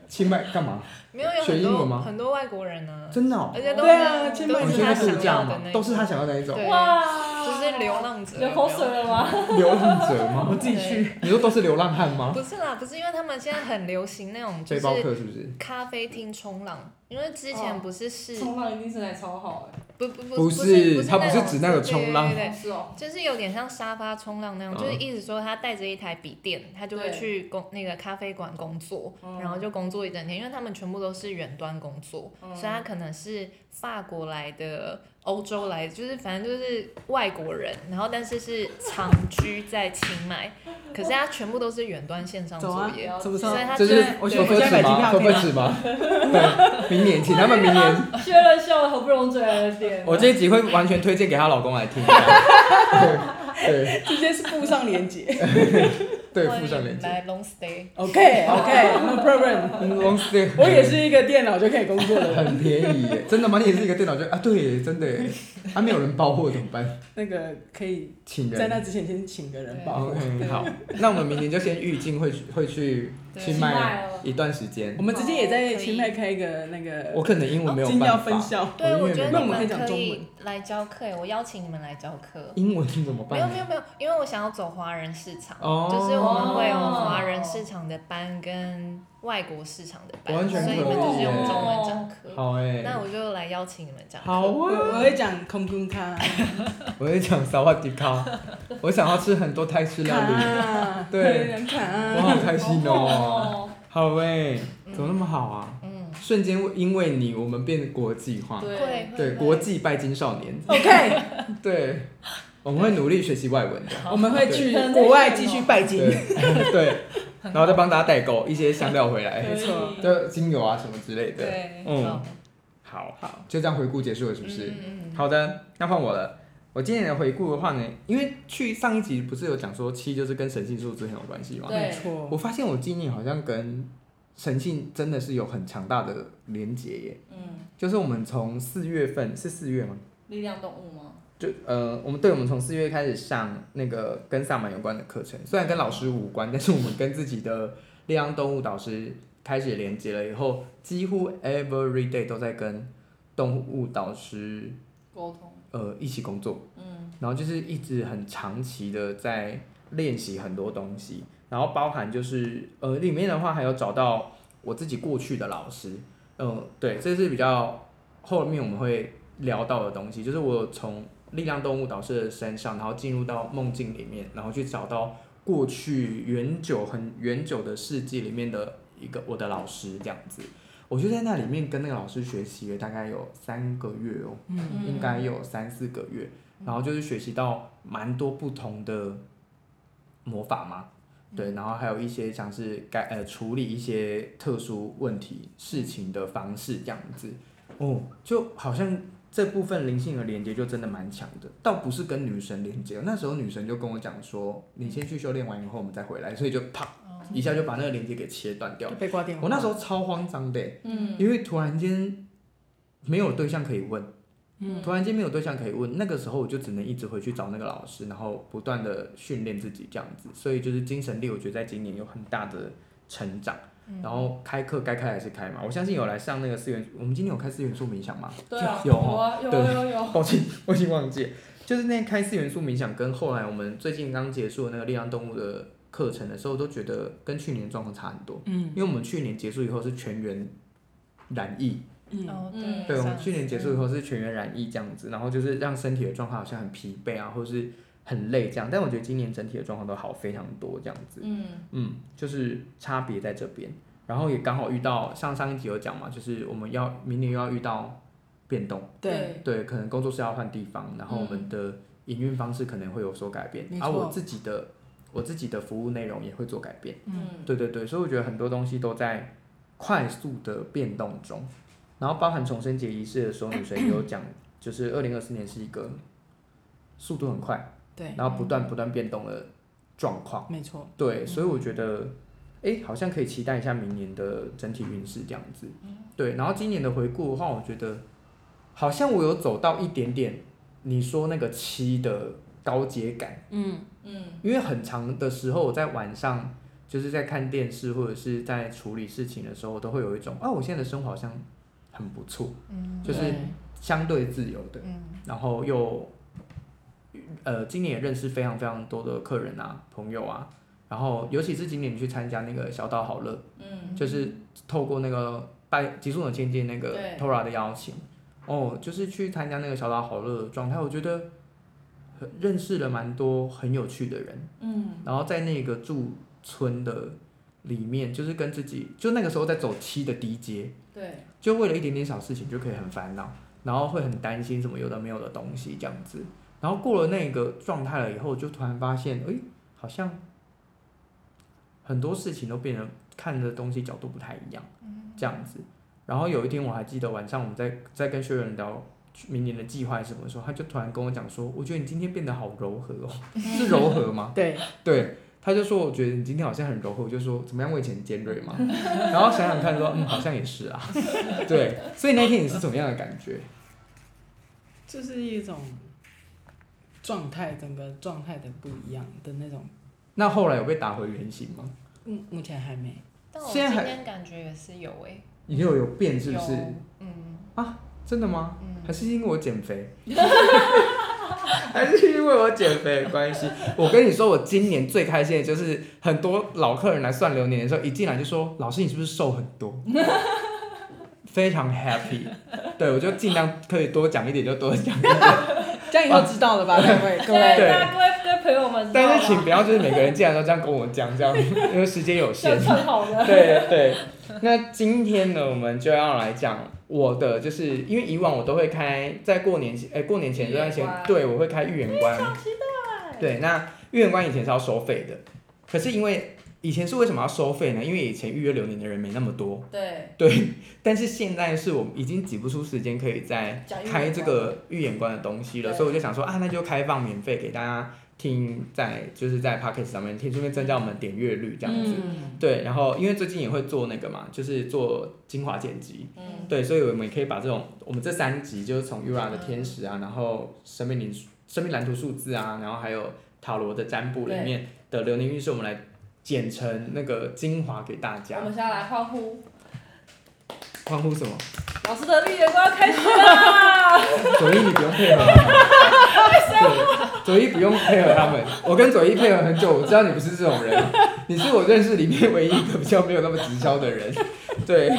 S2: 清迈干嘛？
S4: 没有有
S2: 学
S4: 很
S2: 英文
S4: 多
S2: 吗
S4: 很多外国人呢、
S2: 真的哦
S4: 而，且都
S1: 对啊
S4: 是
S1: 清
S4: 都
S1: 迈
S2: 我
S4: 是
S2: 现
S4: 他
S2: 在
S4: 想
S2: 度假
S4: 要的
S2: 嘛
S4: 那，
S2: 都是他
S4: 种
S2: 想要的那一种
S4: 对
S3: 哇，
S4: 就是流浪者，
S3: 流口水了吗？
S2: 流浪者吗？
S1: 我自己去，
S2: 你说都是流浪汉吗？
S4: 不是啦，不是因为他们现在很流行那种就
S2: 背包
S4: 是
S2: 客是不是？
S4: 咖啡厅冲浪，因为之
S3: 哦
S4: 前不是是、
S3: 冲浪一定身材超好
S4: 不不不
S2: 不
S4: 是
S2: 是
S4: 不是
S2: 他不
S4: 那
S2: 是
S4: 种
S2: 指那个冲浪
S4: 对
S3: 哎，
S4: 对对
S3: 是哦，
S4: 对，就是有点像沙发冲浪那样，
S2: 嗯
S4: 就是一直说他带着一台笔电，他就会
S3: 对
S4: 去工那个咖啡馆工作，
S3: 嗯
S4: 然后就工作一整天，因为他们全部都是远端工作，
S3: 嗯
S4: 所以他可能是法国来的、欧洲来的，就是反正就是外国人，然后但是是长居在清迈，可是他全部都是远端线上
S1: 走
S4: 作
S1: 啊
S4: 业，，
S1: 是不是
S4: 所以？他
S2: 这
S4: 就是会
S1: 我
S2: 我
S1: 觉得
S2: 分
S1: 现在买
S2: 子
S1: 机
S2: 吗？
S1: 票
S2: 分
S1: 可以吗
S2: 分子吗？对，明年请他们明 年，
S3: 削了笑了，合不拢嘴的脸。
S2: 我这一集会完全推荐给她老公来听。对
S1: 直接是附上连 接。
S2: 对对，
S4: 欢
S2: 附上链
S4: 迎
S2: 接。
S4: 来 long stay，
S1: OK OK No problem。
S2: 嗯公司对
S1: 我也是一个电脑就可以工作的人，
S2: 很便宜耶，真的吗？你也是一个电脑就啊？对耶，真的耶，还没有人包货怎么办？
S1: 那个可以
S2: 请
S1: 在那
S2: 人。
S1: 之前先请个人保护。
S2: OK，好，嗯那我们明年就先预定会去会去
S4: 对
S2: 清
S3: 清迈
S2: 迈
S3: 哦
S2: 一段时间
S1: 我。们直接也在清迈开一个那个
S2: 我可能英文没有
S1: 金耀
S2: 办
S1: 哦分
S2: 法，
S1: 校，
S4: 对，
S2: 我
S4: 我
S2: 因为
S4: 觉
S2: 没
S4: 得你
S1: 那我们可以
S4: 们
S1: 讲
S4: 可
S1: 中
S4: 以
S1: 文
S4: 来教课，我邀请你们来教课。
S2: 英文怎么
S4: 没有
S2: 办
S4: 没？有没有，因为我想要走华人市场，
S2: 哦
S4: 就是我们会有
S1: 哦
S4: 华人市场的班跟外国市场的
S2: 完
S4: 班，
S2: 全
S4: 所以你们
S3: 可以
S4: 就是用
S3: 耶
S4: 中文讲课。
S2: 好哎，
S4: 那我就来邀请你们讲课。
S2: 好
S1: 我
S2: 啊。
S1: 我会讲空空卡
S2: 我也讲萨瓦迪卡， 我想要吃很多泰式料理，
S1: 卡，
S2: 对
S1: 人
S2: 我
S1: 卡。
S2: 好开心 哦！，好喂、怎么那么好啊？
S4: 嗯，
S2: 瞬间因为你，我们变国际化，
S3: 对
S4: 会，
S2: 对，国际拜金少年，
S1: OK，
S2: 对，我们会努力学习外文的，
S1: 我们会去国外继续拜金。
S2: 对 对，然后再帮大家代购一些香料回来，
S1: 没错
S2: 就精油啊什么之类的。
S4: 对，
S2: 嗯
S4: 好
S2: 好，
S1: 好，
S2: 就这样回顾结束了，是不是？
S4: 嗯嗯
S2: 好的，那换我了。我今年的回顾的话呢，因为去上一集不是有讲说七就是跟神性数字很有关系吗？
S3: 对
S1: 没错。
S2: 我发现我今年好像跟神性真的是有很强大的连结耶，
S3: 嗯，
S2: 就是我们从四月份是四月吗？
S3: 力量动物吗？
S2: 就呃，我们对我们从四月开始上那个跟萨满有关的课程，虽然跟老师无关，但是我们跟自己的力量动物导师开始连接了以后，几乎 every day 都在跟动物导师
S3: 沟通，
S2: 呃一起工作，
S3: 嗯，
S2: 然后就是一直很长期的在练习很多东西，然后包含就是呃里面的话还有找到我自己过去的老师，嗯、对，这是比较后面我们会聊到的东西，就是我有从力量动物导师的身上，然后进入到梦境里面，然后去找到过去远久很远久的世纪里面的一个我的老师这样子。我就在那里面跟那个老师学习了大概有三个月哦，
S1: 嗯，
S2: 应该有三四个月，然后就是学习到蛮多不同的魔法嘛，对，
S1: 嗯
S2: 然后还有一些像是该呃处理一些特殊问题事情的方式这样子，哦，就好像这部分灵性的连接就真的蛮强的，倒不是跟女神连接，那时候女神就跟我讲说，你先去修炼完以后我们再回来，所以就啪一下就把那个连接给切断掉
S1: 哦就，被挂电话。
S2: 我那时候超慌张的欸、
S3: 嗯，
S2: 因为突然间没有对象可以问。
S3: 嗯
S2: 突然间没有对象可以问，那个时候我就只能一直回去找那个老师，然后不断的训练自己这样子，所以就是精神力，我觉得在今年有很大的成长。然后开课该开还是开嘛，我相信有来上那个四元，我们今天有开四元素冥想吗？
S3: 对啊，
S2: 有哦
S3: 啊，有
S2: 对
S3: 有有有，
S2: 抱歉，我已经忘记了。就是那开四元素冥想跟后来我们最近刚结束的那个力量动物的课程的时候，我都觉得跟去年的状况差很多。
S1: 嗯
S2: 因为我们去年结束以后是全员染疫，
S1: 嗯
S4: 哦，
S3: 嗯
S2: 对，我们
S4: 上
S2: 去年结
S4: 次
S2: 束以后是全员染疫这样子，然后就是让身体的状况好像很疲惫啊，或是很累这样。但我觉得今年整体的状况都好非常多这样子。
S3: 嗯
S2: 嗯，就是差别在这边。然后也刚好遇到上上一集有讲嘛，就是我们要明年又要遇到变动，
S1: 对，
S2: 对，可能工作室要换地方，然后我们的营运方式可能会有所改变，
S1: 没
S2: 而、
S1: 错
S2: 我自己的我自己的服务内容也会做改变。
S3: 嗯，
S2: 对对对，所以我觉得很多东西都在快速的变动中，然后包含重生节仪式的时候，女神也有讲，就是二零二四年是一个速度很快，
S1: 对
S2: 然后不断不断变动的状况。
S1: 没错，
S2: 对，所以我觉得，哎、好像可以期待一下明年的整体运势这样子。对，然后今年的回顾的话，我觉得好像我有走到一点点你说那个七的高阶感，
S1: 嗯
S3: 嗯
S2: 因为很长的时候我在晚上就是在看电视或者是在处理事情的时候，我都会有一种啊，我现在的生活好像很不错，
S4: 嗯
S2: 就是
S1: 对
S2: 相对自由的，
S4: 嗯
S2: 然后又，呃，今年也认识非常非常多的客人啊、朋友啊，然后尤其是今年去参加那个小岛好乐，
S3: 嗯
S2: 就是透过那个拜极速的渐进那个
S3: 对
S2: Tora 的邀请，哦，就是去参加那个小岛好乐的状态，我觉得很认识了蛮多很有趣的人，
S3: 嗯
S2: 然后在那个驻村的里面，就是跟自己，就那个时候在走七的低阶，
S3: 对，
S2: 就为了一点点小事情就可以很烦恼，然后会很担心什么有的没有的东西这样子。然后过了那个状态了以后，就突然发现，诶，好像很多事情都变得看的东西角度不太一样，这样子。然后有一天我还记得晚上我们在在跟学员聊明年的计划是什么的时候，他就突然跟我讲说，我觉得你今天变得好柔和哦，是柔和吗？
S1: 对，
S2: 对，他就说我觉得你今天好像很柔和，我就说怎么样，我以前尖锐嘛， 然后想想看说，嗯，好像也是啊， 对，所以那天你是怎么样的感觉？
S1: 就是一种状态，整个状态的不一样的那种。
S2: 那后来有被打回原形吗？
S1: 嗯，目前还没。
S4: 但我
S2: 现在
S4: 今
S2: 还
S4: 天感觉也是有诶、
S2: 你有有变是不是？
S4: 有嗯
S2: 真的吗？
S4: 嗯
S2: 还是因为我减肥？ 还是因为我减肥的关系？我跟你说，我今年最开心的就是很多老客人来算流年的时候，一进来就说：“老师，你是不是瘦很多？”非常 happy，对我就尽量可以多讲一点就多讲一点。
S1: 这样以后知道了吧，各位各
S3: 现在
S1: 位。
S2: 对
S3: 大
S4: 啊
S3: 家各位各位朋友们知道吗，
S2: 但是请不要就是每个人进来都这样跟我讲，这样因为时间有限
S3: 要。串好的，
S2: 对对，那今天呢，我们就要来讲我的，就是因为以往我都会开，在过年前，哎、过年前这段时间
S3: 预言，官
S2: 对我会开预言官。对，那预言官以前是要收费的，可是因为以前是为什么要收费呢？因为以前预约流年的人没那么多，
S3: 对，
S2: 对。但是现在是我们已经挤不出时间可以再
S3: 讲预言
S2: 开这个预言官的东西了，
S3: 对
S2: 所以我就想说啊，那就开放免费给大家听在，就是在 p o c k e t 上面听，顺便增加我们的点阅率这样子。
S1: 嗯
S2: 对，然后因为最近也会做那个嘛，就是做精华剪辑，
S3: 嗯
S2: 对，所以我们也可以把这种我们这三集就是从 Ura 的天使啊，然后生命灵生命蓝图数字啊，然后还有塔罗的占卜里
S3: 对
S2: 面的流年运势，我们来剪成那个精华给大
S3: 我
S2: 家
S3: 们。现在来欢呼
S2: 欢呼什么？
S3: 老师的预言官要开始啦！
S2: 左一，你不用配合他们。对，左一不用配合他们。我跟左一配合很久，我知道你不是这种人，你是我认识里面唯一一个比较没有那么直销的人。对，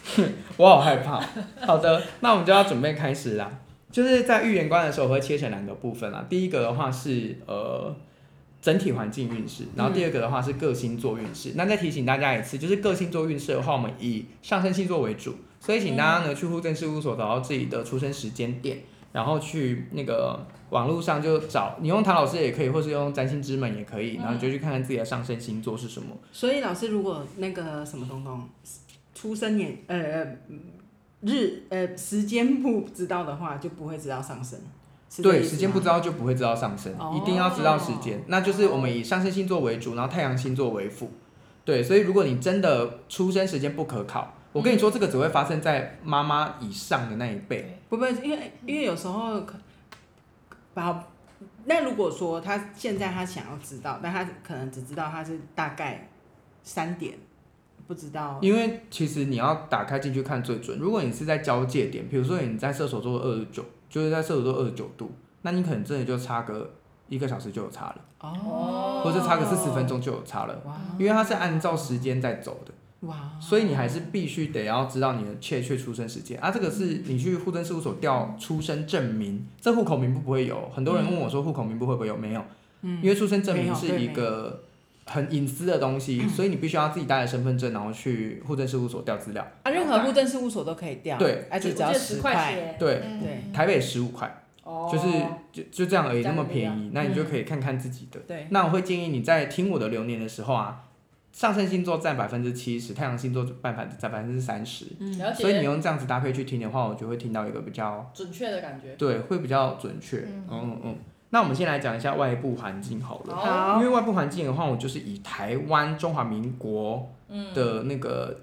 S2: 我好害怕。好的，那我们就要准备开始啦。就是在预言观的时候，我会切成两个部分啦。第一个的话是呃整体环境运势，然后第二个的话是各星座运势。那再提醒大家一次，就是各星座运势的话，我们以上升星座为主，所以请大家呢去户政事务所找到自己的出生时间点，然后去那个网络上就找，你用唐老师也可以，或是用占星之门也可以，然后你就去看看自己的上升星座是什么。
S1: 所以老师，如果那个什么东东，出生年呃呃日呃时间不知道的话，就不会知道上升。是这个
S2: 对，
S1: 意思
S2: 时间
S1: 吗
S2: 不知。道就不会知道上升，
S1: 哦
S2: 一定要知道时间。那就是我们以上升星座为主，然后太阳星座为辅。对，所以如果你真的出生时间不可考，我跟你
S1: 嗯
S2: 说，这个只会发生在妈妈以上的那一辈。
S1: 不不，因为因为有时候可，把那如果说他现在他想要知道，但他可能只知道他是大概三点不知道，
S2: 因为其实你要打开进去看最准。如果你是在交界点，比如说你在射手座二十九，就是在射手座二十九度，那你可能真的就差个一个小时就有差了，
S1: 哦，
S2: 或者差个四十分，钟就有差了，
S1: 哇
S2: 因为它是按照时间在走的，
S1: 哇，
S2: 所以你还是必须得要知道你的确切出生时间啊。这个是你去户政事务所调出生证明，这户口名簿不会有。很多人问我说户口名簿会不会有？没有，
S1: 嗯
S2: 因为出生证
S1: 没
S2: 明
S1: 有
S2: 是
S1: 对
S2: 一
S1: 没
S2: 个很隐私的东西，所以你必须要自己带着身份证，然后去户政事务所调资料。
S1: 啊，任何户政事务所都可以调，
S2: 对
S1: 而且只
S3: 我
S1: 要
S3: 记得十块
S1: 块，
S3: 钱，
S2: 对，
S4: 嗯
S1: 对
S2: 台北十五块，
S3: 哦，
S2: 就是就就这样而已，
S3: 这
S2: 那
S3: 样
S1: 啊
S2: 么
S3: 不一
S2: 便
S3: 样
S2: 宜，那
S1: 嗯
S2: 你就可以看看自己的。
S1: 对，
S2: 那我会建议你在听我的流年的时候啊，上升星座占百分之七十，太阳星座占百占百分之三十，
S1: 嗯，
S3: 了
S2: 所以你
S3: 解
S2: 用这样子搭配去听的话，我就会听到一个比较
S3: 准确的感觉。
S2: 对，会比较准确。嗯
S4: 嗯
S2: 嗯嗯。那我们先来讲一下外部环境好了。
S1: 好
S2: 因为外部环境的话，我就是以台湾中华民国的那个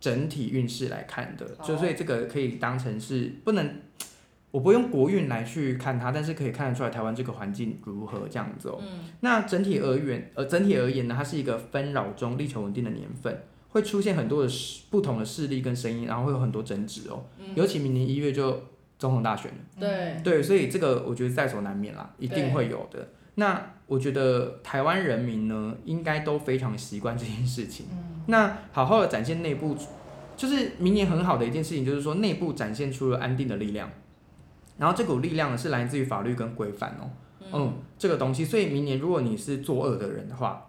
S2: 整体运势来看的，
S3: 好
S2: 就所以这个可以当成是不能，我不用国运来去看它，但是可以看得出来台湾这个环境如何这样子哦。
S3: 嗯
S2: 那整体而言，呃，整体而言呢，它是一个纷扰中力求稳定的年份，会出现很多的势不同的势力跟声音，然后会有很多争执哦。
S3: 嗯
S2: 尤其明年一月就总统大选了。
S3: 对，
S2: 对，所以这个我觉得在所难免啦，一定会有的。那我觉得台湾人民呢，应该都非常习惯这件事情。 那好好的展现内部，就是明年很好的一件事情，就是说内部展现出了安定的力量。然后这股力量呢，是来自于法律跟规范哦，嗯这个东西。所以明年如果你是作恶的人的话，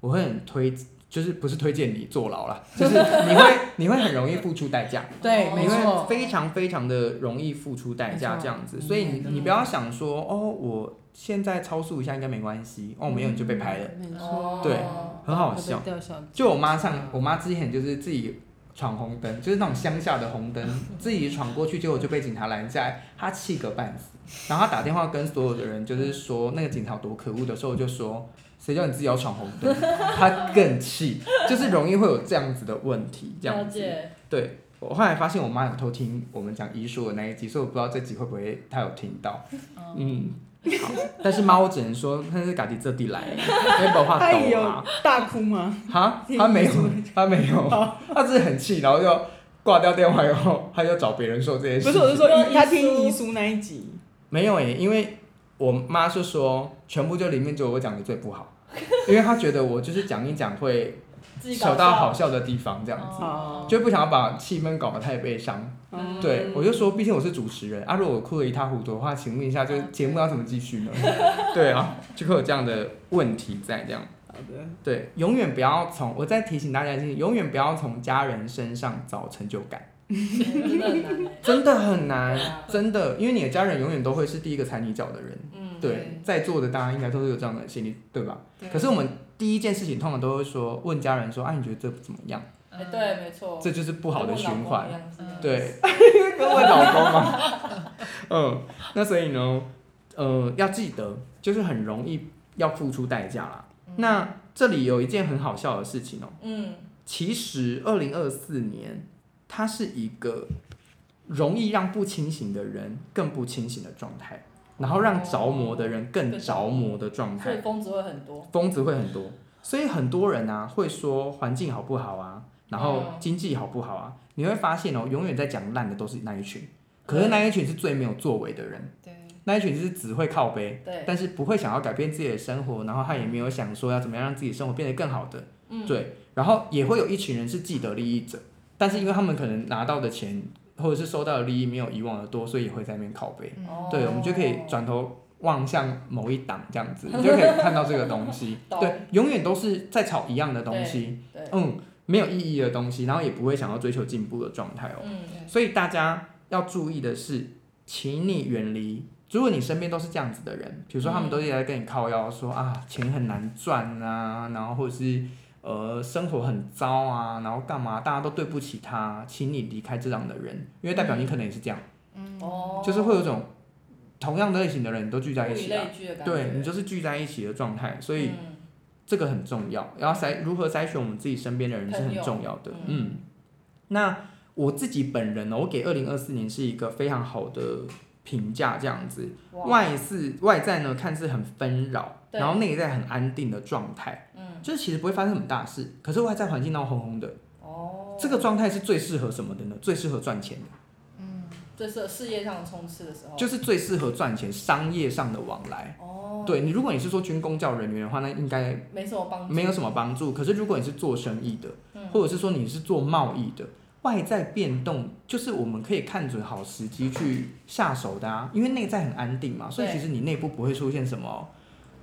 S2: 我会很推，就是不是推荐你坐牢啦，就是你会你会很容易付出代价。
S1: 对，没
S2: 你会
S1: 错，
S2: 非常非常的容易付出代价
S1: 没错
S2: 这样子，
S1: 嗯
S2: 所以你
S1: 对
S2: 你不要想说哦，我现在超速一下应该没关系，哦，没有你
S1: 嗯
S2: 就被拍了，
S1: 没
S3: 哦
S1: 错，
S2: 对很好
S1: 会被
S2: 笑。
S1: 吊小指
S2: 就我妈上，我妈之前就是自己闯红灯，就是那种乡下的红灯，自己闯过去，结果就被警察拦下来，她气个半死。然后她打电话跟所有的人就是说那个警察有多可恶的时候，就说谁叫你自己要闯红灯，她更气，就是容易会有这样子的问题，这
S3: 了
S2: 样子。
S3: 解，
S2: 对我后来发现我妈有偷听我们讲医术的那一集，所以我不知道这集会不会她有听到。嗯，好，但是妈，我只能说她是家己这地来的，因为不话
S1: 她
S2: 抖
S1: 有
S2: 啊，
S1: 大哭吗？
S2: 哈，她没有，她没有，她只是很气，然后就挂掉电话以后， 她就找别人说这件
S1: 不
S2: 事
S1: 是，我是
S2: 情。
S1: 说
S3: 说
S1: 遗他
S3: 遗
S1: 听
S3: 书
S1: 遗书那一集，
S2: 没有诶、因为我妈是说全部就里面只有我讲的最不好， 因为她觉得我就是讲一讲会
S3: 自己搞
S2: 小到
S3: 笑
S2: 好笑的地方这样子，
S1: 哦
S2: 就不想要把气氛搞得太悲伤。
S1: 嗯
S2: 对
S3: 嗯，
S2: 我就说，毕竟我是主持人啊，如果我哭得一塌糊涂的话，请问一下，就是节目要怎么继续呢？ 对啊，就会有这样的问题在这样。
S1: 好的，
S2: 对，永远不要从我再提醒大家一件事，永远不要从家人身上找成就感，
S3: 真的很难
S2: 真
S3: 欸。
S2: 的很难
S3: 对啊，
S2: 真的，因为你的家人永远都会是第一个踩你脚的人。
S3: 嗯，
S2: 对，在座的大家应该都是有这样的心理，对吧？
S4: 对
S2: 可是我们第一件事情通常都会说，问家人说，啊，你觉得这怎么样？
S4: 嗯
S3: 哎，对，没错，
S2: 这就是不好的循环。
S3: 嗯
S2: 对，跟我老公嘛， 嗯，那所以呢，呃，要记得就是很容易要付出代价啦。那这里有一件很好笑的事情哦、
S3: 嗯，
S2: 其实二零二四年它是一个容易让不清醒的人更不清醒的状态，然后让着魔的人更着魔的状
S3: 所以
S2: 态，
S3: 疯子会很多。
S2: 疯子会很多。所以很多人啊会说环境好不好啊，然后
S3: 嗯
S2: 经济好不好啊，你会发现哦，永远在讲烂的都是那一群，可是那一群是最没有作为的人，
S4: 对，
S2: 那一群就是只会靠背，
S3: 对，
S2: 但是不会想要改变自己的生活，然后他也没有想说要怎么样让自己生活变得更好的，
S3: 嗯
S2: 对。然后也会有一群人是既得利益者，但是因为他们可能拿到的钱或者是收到的利益没有以往的多，所以也会在那边靠背。
S4: 嗯
S3: 哦
S2: 对，我们就可以转头望向某一档这
S3: 。
S2: 样子，你就可以看到这个东西
S3: 懂
S2: 对，永远都是在炒一样的东西，
S3: 对，
S2: 嗯，没有意义的东西，然后也不会想要追求进步的状态哦。
S3: 嗯，
S2: 所以大家要注意的是，请你远离。如果你身边都是这样子的人，比如说他们都一直在跟你靠腰说、啊，钱很难赚啊，然后或者是呃生活很糟啊，然后干嘛，大家都对不起他，请你离开这样的人，因为代表你可能也是这样。
S3: 哦，
S2: 就是会有一种同样的类型的人都聚在一
S3: 物以
S2: 起啊
S3: 类，聚的感觉。
S2: 对你就是聚在一起的状态，所以
S3: 嗯
S2: 这个很重要。然后筛如何筛选我们自己身边的人是很重要的
S3: 朋友，嗯
S2: 嗯。那我自己本人呢，我给二零二四年是一个非常好的评价，这样子。
S3: 哇
S2: 外是外在呢，看似很纷扰，
S3: 对
S2: 然后内在很安定的状态，
S3: 嗯，
S2: 就是其实不会发生什么大事，可是外在环境闹哄哄的，
S3: 哦，
S2: 这个状态是最适合什么的呢？最适合赚钱的，
S3: 最适合事业上的冲刺的时候，
S2: 就是最适合赚钱，商业上的往来。
S3: 哦，
S2: 对你，如果你是做军工教人员的话，那应该
S3: 没什么帮助，嗯
S2: 没有什么帮助。可是如果你是做生意的，或者是说你是做贸易的，外在变动就是我们可以看准好时机去下手的啊，因为内在很安定嘛，所以
S3: 对
S2: 其实你内部不会出现什么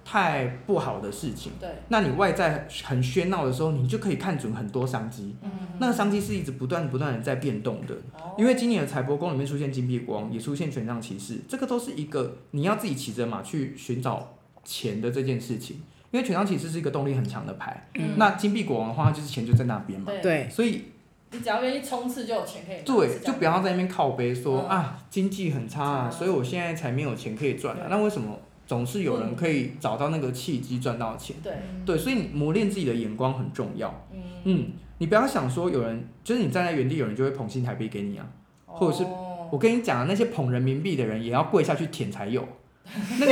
S2: 太不好的事情。
S3: 对，
S2: 那你外在很喧闹的时候，你就可以看准很多商机。
S3: 嗯，
S2: 那个商机是一直不断不断的在变动的，
S3: 哦
S2: 因为今年的财帛宫里面出现金币光，也出现权杖骑士，这个都是一个你要自己骑着马去寻找钱的这件事情。因为权杖骑士是一个动力很强的牌，
S3: 嗯
S2: 那金币国王的话就是钱就在那边嘛，
S3: 对，
S1: 对，
S2: 所以
S3: 你只要愿意冲刺就有钱可以拿，
S2: 对，
S3: 是这
S2: 就
S3: 样
S2: 不要在那边靠背说、
S3: 嗯
S2: 啊经济很差啊，
S3: 嗯
S2: 所以我现在才没有钱可以赚啊
S3: 对。嗯
S2: 那为什么总是有人可以找到那个契机赚到钱？
S3: 对，
S4: 嗯
S2: 对，所以你磨练自己的眼光很重要。
S3: 嗯，
S2: 嗯，你不要想说有人就是你站在原地，有人就会捧新台币给你啊。或者是
S3: 哦
S2: 我跟你讲啊，那些捧人民币的人也要跪下去舔才 有，
S3: 是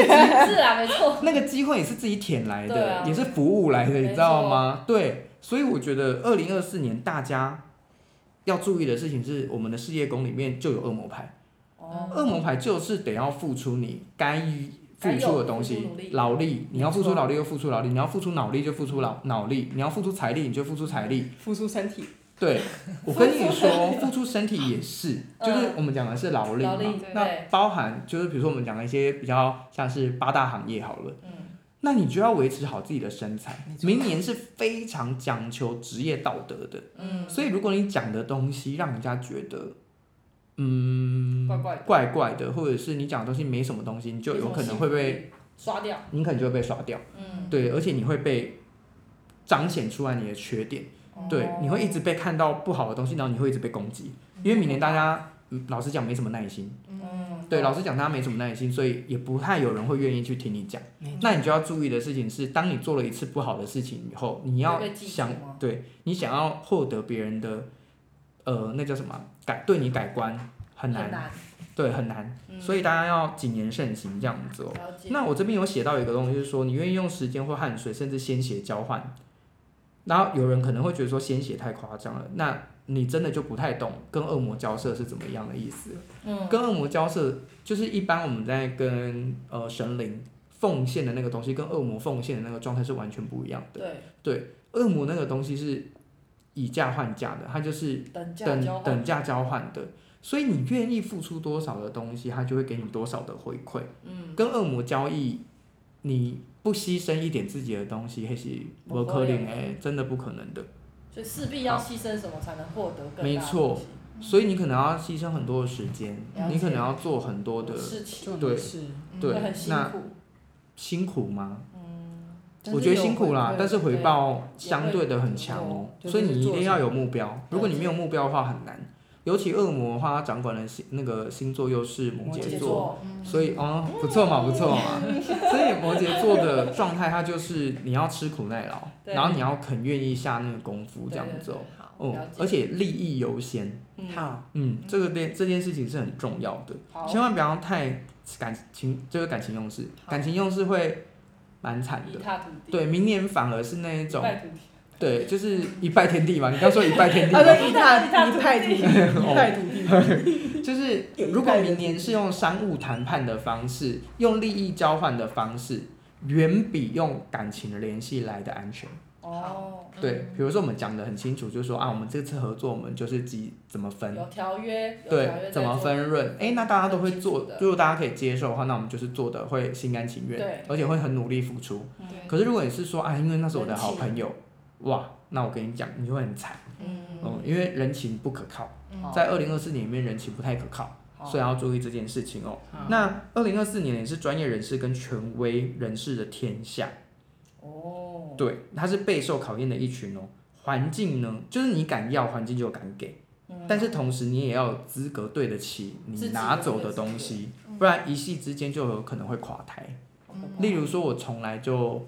S3: 啊，没错，
S2: 那个机会也是自己舔来
S3: 对
S2: 的，
S3: 啊
S2: 也是服务来的，
S3: 没
S2: 你知道吗？对，所以我觉得二零二四年大家要注意的事情是，我们的事业宫里面就有恶魔牌，
S3: 哦，
S2: 恶魔牌就是得要付出你该
S3: 该
S2: 付
S3: 有
S2: 出的东
S3: 付
S2: 西
S3: 出努力，
S2: 劳力，你要付
S1: 没
S2: 出
S1: 错
S2: 劳力就付出劳力，你要付出脑力就付出脑脑力，你要付出财力你就付出财力。
S1: 付出身体，
S2: 对，我跟你说，付出身体也是，就是我们讲的是劳力嘛
S3: 劳力，
S2: 那
S3: 对
S2: 包含就是比如说我们讲的一些比较像是八大行业好了，
S3: 嗯，
S2: 那你就要维持好自己的身材
S1: 没。错
S2: 明年是非常讲求职业道德的，
S3: 嗯
S2: 所以如果你讲的东西让人家觉得
S3: 嗯怪怪的，
S2: 怪怪的，或者是你讲的东西没什么东西，你就有可能会被，
S3: 刷掉，
S2: 你可能就会被刷掉。
S3: 嗯，
S2: 对，而且你会被彰显出来你的缺点。对
S3: 哦，
S2: 你会一直被看到不好的东西，然后你会一直被攻击，因为明年大家。嗯老实讲，没什么耐心。
S3: 嗯，
S2: 对，老实讲，大家没什么耐心，所以也不太有人会愿意去听你讲
S1: 没错。
S2: 那你就要注意的事情是，当你做了一次不好的事情以后，你要
S3: 会被记住
S2: 想
S3: 吗，
S2: 对你想要获得别人的，呃，那叫什么啊改对你改观很难，
S3: 很难，
S2: 对，很难。
S3: 嗯
S2: 所以大家要谨言慎行这样子哦。
S3: 了解，
S2: 那我这边有写到一个东西，就是说你愿意用时间或汗水，甚至鲜血交换。然后有人可能会觉得说鲜血太夸张了，那你真的就不太懂跟恶魔交涉是怎么样的意思。
S3: 嗯，
S2: 跟恶魔交涉就是一般我们在跟呃神灵奉献的那个东西，跟恶魔奉献的那个状态是完全不一样的。
S3: 对，
S2: 恶魔那个东西是以价换价的，它就是
S3: 等价交
S2: 等
S3: 换
S2: 等价交换的。所以你愿意付出多少的东西，它就会给你多少的回馈。
S3: 嗯，
S2: 跟恶魔交易，你不牺牲一点自己的东西，还是不可能哎，真的不可能的。
S3: 所以势必要牺牲什么才能获得更大的
S2: 没错
S3: 东西
S2: 所以你可能要牺牲很多的时间
S3: 了，解
S2: 你可能要做很多的
S3: 事情，
S1: 重
S2: 对
S1: 点是，嗯
S2: 对
S3: 会很辛
S2: 那
S3: 苦，
S2: 辛苦吗？
S3: 嗯，
S2: 我觉得辛苦啦，但是回报
S3: 对
S2: 相对的很强哦，
S1: 对
S2: 所以你一定要有目标。
S3: 对
S2: 如果你没有目标的话，很难。尤其恶魔的话，它掌管的星那个星座又是摩
S1: 摩
S2: 羯
S1: 羯
S2: 座，
S3: 座，
S4: 嗯
S2: 所以哦，不错嘛，不错 嘛。所以摩羯座的状态，它就是你要吃苦耐劳，
S3: 对
S2: 然后你要肯愿意下那个功夫，这样子哦。
S4: 好，
S2: 哦
S3: 了解，
S2: 而且利益优先，
S3: 嗯，
S1: 好，
S2: 嗯，这个件这件事情是很重要的，
S3: 好，
S2: 千万不要太感情，就是感情用事，
S4: 好
S2: 感情用事会蛮惨
S3: 一
S2: 的。
S3: 塌涂地，
S2: 对，明年反而是那一种
S3: 一，败涂地，
S2: 对，就是一拜天地嘛。你刚哦说一拜 天地
S1: 啊，
S2: 嘛，
S1: 对，一大一派土地，一派土地，
S2: 就是如果明年是用商务谈判的方式，用利益交换的方式，远比用感情的联系来的安全。
S3: 哦，
S4: 嗯
S2: 对，比如说我们讲的很清楚，就是说啊，我们这次合作，我们就是几怎么分，
S3: 有条约，有条约
S2: 对，
S3: 在
S2: 怎么
S3: 做？
S2: 分润，哎，那大家都会做
S3: 很清楚的，
S2: 如果大家可以接受的话，那我们就是做的会心甘情
S3: 对嗯
S2: 愿，而且会很努力付出。
S4: 对，
S2: 可是如果你是说啊，因为那是我的好
S3: 人情
S2: 朋友，哇，那我跟你讲，你会很惨，
S3: 嗯哦
S2: 嗯，，因为人情不可靠，
S3: 好
S2: 嗯在二零二四年里面，人情不太可靠。
S3: 好
S2: 所以要注意这件事情哦
S1: 好。
S2: 那二零二四年也是专业人士跟权威人士的天下，
S3: 哦，
S2: 对，它是备受考验的一群哦。环境呢，就是你敢要，环境就敢给，
S3: 嗯
S2: 但是同时你也要有资格对得起你拿走的东
S3: 自己
S2: 西，不然一夕之间就有可能会垮台。例如说，我从来就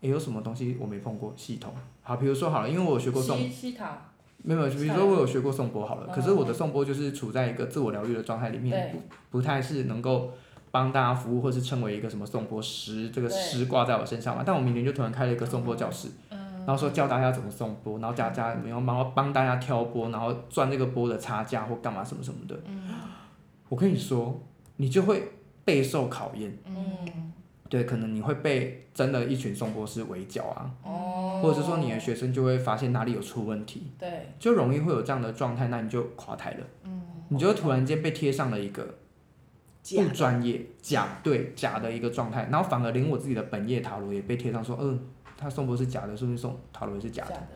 S2: 也、有什么东西我没碰过系统，好，比如说好了，因为我有学过宋，
S3: 西西塔，
S2: 没有，比如说我有学过颂钵好了，可是我的颂钵就是处在一个自我疗愈的状态里面，
S3: 对
S2: 不不太是能够帮大家服务，或是称为一个什么颂钵师，这个
S3: 对
S2: 师挂在我身上嘛。但我明年就突然开了一个颂钵教室，
S4: 嗯
S2: 然后说教大家怎么送钵，然后教大家然后帮帮大家挑钵，然后赚这个钵的差价或干嘛什么什么的。
S4: 嗯
S2: 我跟你说，你就会备受考验。
S4: 嗯
S2: 对，可能你会被真的一群送钵师围剿啊，
S3: 哦，
S2: 或者是说你的学生就会发现哪里有出问题，
S3: 对，
S2: 就容易会有这样的状态，那你就垮台了，
S4: 嗯，
S2: 你就会突然间被贴上了一个
S1: 假
S2: 不专业、假对假的一个状态，然后反而连我自己的本业塔罗也被贴上说，嗯、他送钵是假的，说不定送塔罗也是假
S3: 假
S2: 的，
S3: 的，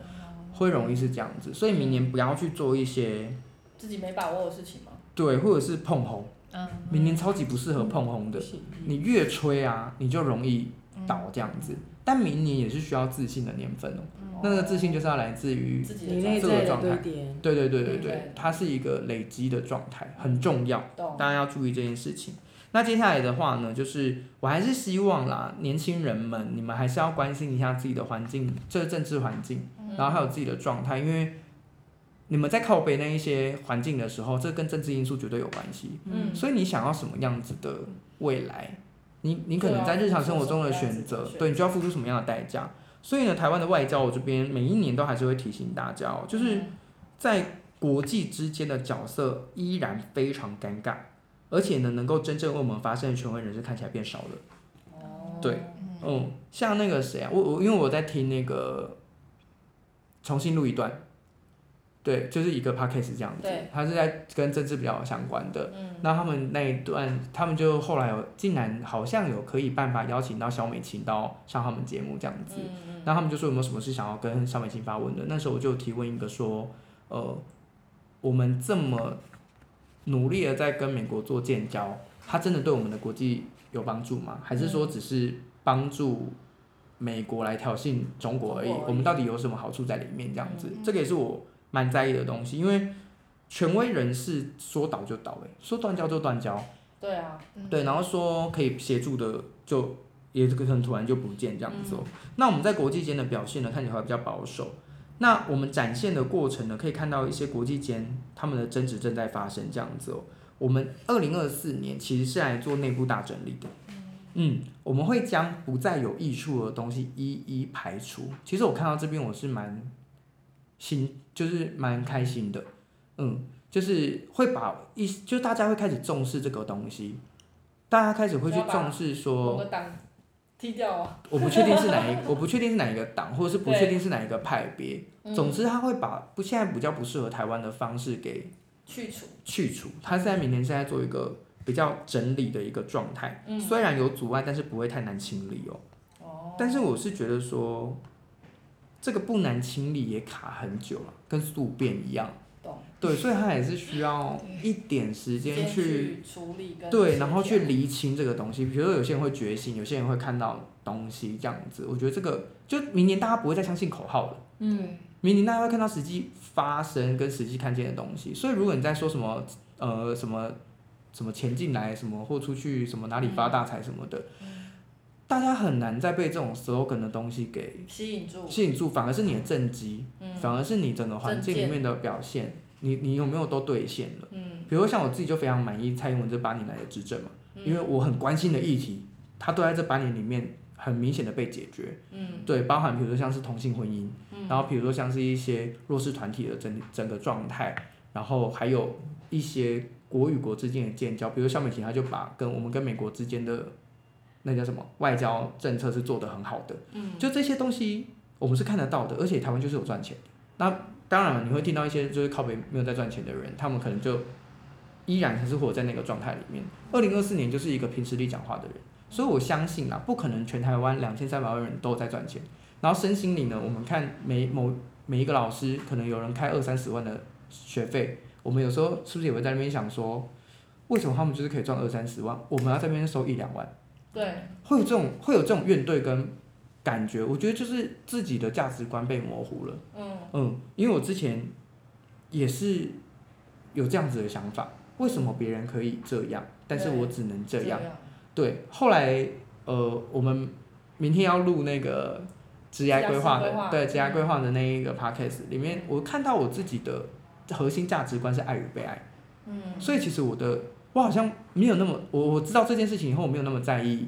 S2: 会容易是这样子，所以明年不要去做一些
S3: 自己没把握的事情吗？
S2: 对，或者是碰红，
S4: 嗯
S2: 明年超级不适合碰红的，
S1: 性
S2: 你越吹啊，你就容易倒这样子。但明年也是需要自信的年份哦、
S4: 嗯
S2: 那个自信就是要来自于，
S3: 自己
S1: 你
S3: 的
S1: 内
S3: 状
S1: 在
S2: 这
S1: 的
S2: 个状
S1: 堆
S2: 态
S1: 叠，
S2: 对对对对
S3: 对
S2: 对，它是一个累积的状态，很重要，
S3: 态懂，
S2: 大家要注意这件事情。那接下来的话呢，就是我还是希望啦，年轻人们，你们还是要关心一下自己的环境，这政治环境，然后还有自己的状态，因为你们在靠北那一些环境的时候，这跟政治因素绝对有关系。
S3: 嗯，
S2: 所以你想要什么样子的未来，你你可
S3: 对
S2: 能
S3: 啊
S2: 在日常生活中的
S3: 什么
S2: 选
S3: 样子的
S2: 择
S3: 选，择
S2: 对你就要付出什么样的代价。所以呢，台湾的外交我这边每一年都还是会提醒大家哦，就是
S3: 嗯
S2: 在国际之间的角色依然非常尴尬，而且呢，能够真正为我们发声的权威人士看起来变少了。
S3: 哦
S2: 对，嗯，像那个谁啊，我我因为我在听那个重新录一段，对，就是一个 podcast 这样子
S3: 对，
S2: 他是在跟政治比较相关的。
S3: 嗯，
S2: 那他们那一段，他们就后来有竟然好像有可以办法邀请到小美琴到上他们节目这样子。
S3: 嗯
S2: 那他们就说有没有什么事想要跟小美琴发问的？那时候我就提问一个说，呃，我们这么努力的在跟美国做建交，它真的对我们的国际有帮助吗？还是
S3: 嗯
S2: 说只是帮助美国来挑衅中国而已
S3: 中国而已？
S2: 我们到底有什么好处在里面？这样子
S4: 嗯，
S2: 这个也是我蛮在意的东西，因为权威人士说倒就倒、欸，说断交就断交，
S3: 对啊，
S4: 嗯
S2: 对，然后说可以协助的就也可能突然就不见这样子、哦。那我们在国际间的表现呢，看起来会比较保守。那我们展现的过程呢，可以看到一些国际间他们的争执正在发生这样子哦。我们二零二四年其实是来做内部大整理的，嗯，我们会将不再有益处的东西一一排除。其实我看到这边我是蛮心，就是蛮开心的，嗯，就是会把一，就大家会开始重视这个东西，大家开始会去重视说
S3: 某个党踢掉啊，
S2: 我不确定是哪一， 我不确定是哪一个党，或者是不确定是哪一个派别。总之，他会把不现在比较不适合台湾的方式给
S3: 去除，
S2: 去除。他在明年是在做一个比较整理的一个状态，
S3: 嗯
S2: 虽然有阻碍，但是不会太难清理哦。
S3: 哦，
S2: 但是我是觉得说，这个不难清理也卡很久了，跟宿便一样。
S3: 懂，
S2: 对，所以它也是需要一点时间去
S3: 去处理跟
S2: 对，然后去
S3: 理，
S2: 厘清这个东西。比如说，有些人会觉醒，有些人会看到东西这样子。我觉得这个就明年大家不会再相信口号了，
S1: 嗯，
S2: 明年大家会看到实际发生跟实际看见的东西。所以，如果你在说什么呃什么什么钱进来什么或出去什么哪里发大财什么的，大家很难再被这种 slogan 的东西给
S3: 吸引住，
S2: 吸引住，反而是你的政绩，
S3: 嗯
S2: 反而是你整个环境里面的表现，你你有没有都兑现了？
S3: 嗯，
S2: 比如像我自己就非常满意蔡英文这八年来的执政嘛，因为我很关心的议题，它都在这八年里面很明显的被解决。
S3: 嗯，
S2: 对，包含比如说像是同性婚姻，然后比如说像是一些弱势团体的整整个状态，然后还有一些国与国之间的建交，比如肖美琴她就把跟我们跟美国之间的那叫什么外交政策是做得很好的，
S3: 嗯，
S2: 就这些东西我们是看得到的，而且台湾就是有赚钱的。那当然了，你会听到一些就是靠北没有在赚钱的人，他们可能就依然还是活在那个状态里面。二零二四年就是一个凭实力讲话的人，所以我相信啦，不可能全台湾两千三百万人都在赚钱。然后身心灵呢，我们看每某每一个老师，可能有人开二三十万的学费，我们有时候是不是也会在那边想说，为什么他们就是可以赚二三十万，我们要在那边收一两万？
S3: 对，
S2: 会有这种会有这种怨怼跟感觉，我觉得就是自己的价值观被模糊了。
S3: 嗯，
S2: 嗯，因为我之前也是有这样子的想法，为什么别人可以这样，但是我只能这样？对，后来呃，我们明天要录那个职
S3: 职
S2: 业
S3: 涯
S2: 规划
S3: 规
S2: 的
S3: 划，
S2: 对职业规划的那一个 podcast 里面，我看到我自己的核心价值观是爱与被爱，
S3: 嗯，
S2: 所以其实我的我好像没有那么，我我知道这件事情以后，我没有那么在意，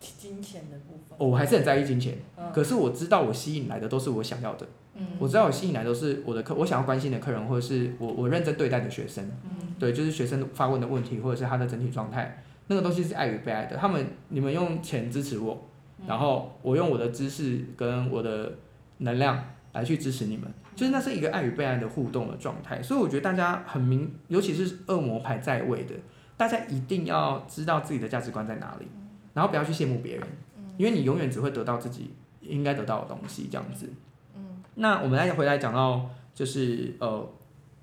S5: 金钱的部分。
S2: 哦我还是很在意金钱。
S5: 嗯
S2: 可是我知道我吸引来的都是我想要的，
S3: 嗯
S2: 我知道我吸引来都是我的客，我想要关心的客人，或者是我我认真对待的学生。
S3: 嗯
S2: 对，就是学生发问的问题，或者是他的整体状态，那个东西是爱与被爱的。他们你们用钱支持我，然后我用我的知识跟我的能量来去支持你们，就是那是一个爱与被爱的互动的状态。所以我觉得大家很明，尤其是恶魔牌在位的，大家一定要知道自己的价值观在哪里，然后不要去羡慕别人，因为你永远只会得到自己应该得到的东西，这样子。嗯，那我们来回来讲到就是呃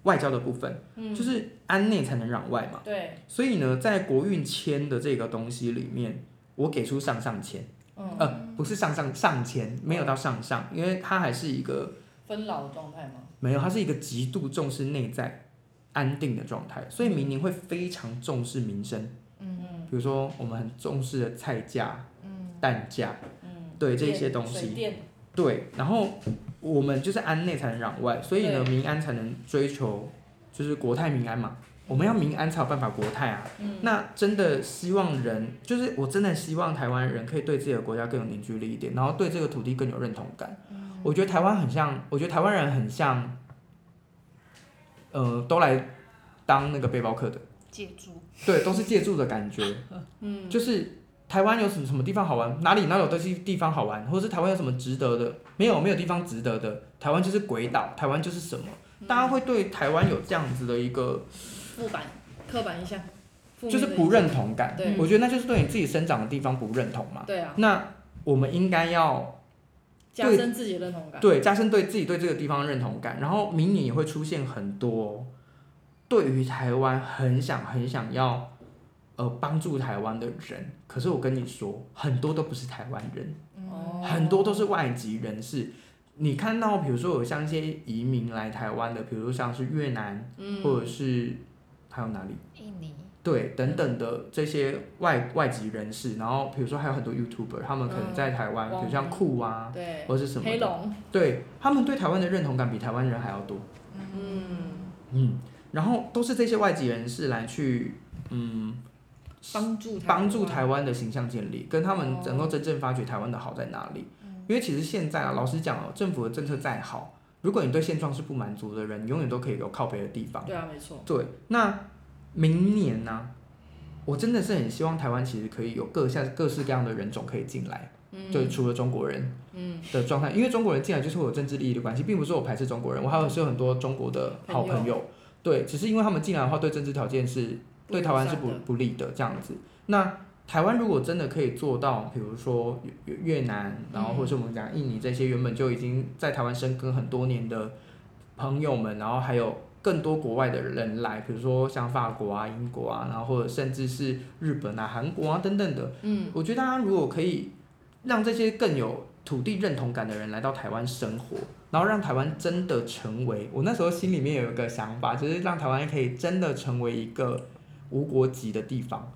S2: 外交的部分。
S3: 嗯
S2: 就是安内才能攘外嘛。
S5: 对，
S2: 所以呢，在国运签的这个东西里面，我给出上上签，
S5: 嗯，
S2: 呃，不是上上上签，没有到上上，因为它还是一个
S5: 分老的状态吗？
S2: 没有，它是一个极度重视内在安定的状态，所以明年会非常重视民生，
S5: 嗯
S2: 比如说我们很重视的菜价、
S5: 嗯
S2: 蛋价，
S5: 嗯，
S2: 对这
S5: 电
S2: 些东西
S5: 水电
S2: 对，然后我们就是安内才能攘外，所以呢，
S5: 对
S2: 民安才能追求就是国泰民安嘛。我们要民安才有办法国泰啊。
S5: 嗯
S2: 那真的希望人，就是我真的希望台湾人可以对自己的国家更有凝聚力一点，然后对这个土地更有认同感。
S5: 嗯
S2: 我觉得台湾很像，我觉得台湾人很像，呃，都来当那个背包客的，
S4: 借住，
S2: 对，都是借住的感觉。
S3: 嗯
S2: 就是台湾有什么什么地方好玩，哪里哪有东西地方好玩，或者是台湾有什么值得的，没有没有地方值得的，台湾就是鬼岛，台湾就是什么，
S3: 嗯
S2: 大家会对台湾有这样子的一个
S3: 副板刻板印象，负面
S2: 就
S3: 的
S2: 是不认同感，
S3: 对
S2: 我觉得那就是对你自己生长的地方不认同嘛。
S3: 对啊，
S2: 那我们应该要
S3: 加深自己的认同感。
S2: 对加深对自己对这个地方的认同感，然后明年也会出现很多对于台湾很想很想要呃帮助台湾的人，可是我跟你说，很多都不是台湾人。
S5: 哦，
S2: 很多都是外籍人士。你看到，比如说有像一些移民来台湾的，比如说像是越南，
S5: 嗯
S2: 或者是还有哪里，
S4: 印尼，
S2: 对，等等的这些外外籍人士，然后比如说还有很多 YouTuber，他们可能在台湾，
S5: 嗯
S2: 比如像酷啊，
S5: 对，
S2: 或是什么
S3: 黑
S2: 的，
S3: 龙，
S2: 对他们对台湾的认同感比台湾人还要多，
S5: 嗯，
S2: 嗯，然后都是这些外籍人士来去，嗯，
S3: 帮助台湾
S2: 帮助台湾的形象建立，跟他们能够真正发掘台湾的好在哪里。因为其实现在啊，老实讲哦，政府的政策再好，如果你对现状是不满足的人，你永远都可以有靠北的地方。
S3: 对啊，没错，
S2: 对，那明年呢、我真的是很希望台湾其实可以有各项各式各样的人种可以进来，
S3: 嗯
S2: 就除了中国人
S3: 嗯
S2: 的状态，因为中国人进来就是我有政治利益的关系，并不是我排斥中国人，我还有是有很多中国的好朋
S3: 朋
S2: 友，对，只是因为他们进来的话，对政治条件是对台湾是不
S3: 不友善的
S2: 不利的这样子。那台湾如果真的可以做到，比如说越越南，然后或者是我们讲印尼这些原本就已经在台湾生根很多年的朋友们，然后还有更多国外的人来，比如说像法国啊、英国啊，然后或者甚至是日本啊、韩国啊等等的，
S3: 嗯
S2: 我觉得大家如果可以让这些更有土地认同感的人来到台湾生活，然后让台湾真的成为我那时候心里面有一个想法，就是让台湾可以真的成为一个无国籍的地方，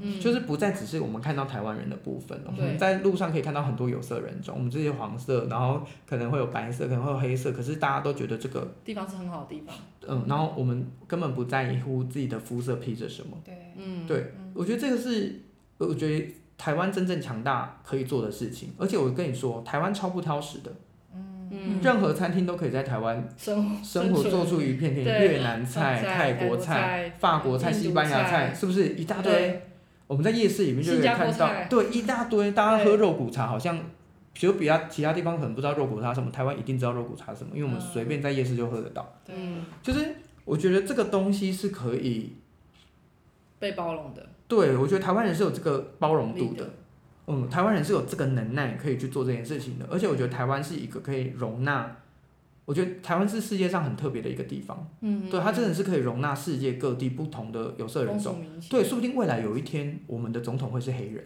S3: 嗯，
S2: 就是不再只是我们看到台湾人的部分，我们
S3: 对
S2: 在路上可以看到很多有色人种，我们这些黄色，然后可能会有白色，可能会有黑色，可是大家都觉得这个，
S3: 地方是很好的地方，
S2: 嗯，然后我们根本不在乎自己的肤色披着什么。
S4: 对，
S3: 嗯，
S2: 对，我觉得这个是呃我觉得台湾真正强大可以做的事情。而且我跟你说，台湾超不挑食的，
S3: 嗯，
S2: 任何餐厅都可以在台湾
S3: 生活
S2: 生活
S3: 存
S2: 做出一片天。
S3: 对
S2: 越南嗯菜、
S3: 泰
S2: 国菜、
S3: 菜、
S2: 法国菜、
S3: 印度
S2: 西班牙菜，
S3: 菜
S2: 是不是一大堆？
S3: 对，
S2: 我们在夜市里面就可以
S3: 新加坡
S2: 看到
S3: 菜，
S2: 对，一大堆。大家
S3: 对
S2: 喝肉骨茶好像。就比较其他地方可能不知道肉骨茶什么，台湾一定知道肉骨茶什么，因为我们
S4: 嗯
S2: 随便在夜市就喝得到。
S3: 嗯，
S2: 就是我觉得这个东西是可以，
S3: 被包容的，
S2: 对我觉得台湾人是有这个包容度
S3: 力
S2: 的
S3: 的，
S2: 嗯，台湾人是有这个能耐可以去做这件事情的，而且我觉得台湾是一个可以容纳，我觉得台湾是世界上很特别的一个地方，
S3: 嗯，
S2: 对，它真的是可以容纳世界各地不同的有色人
S3: 风俗
S2: 种，
S3: 民情，
S2: 对，说不定未来有一天我们的总统会是黑人，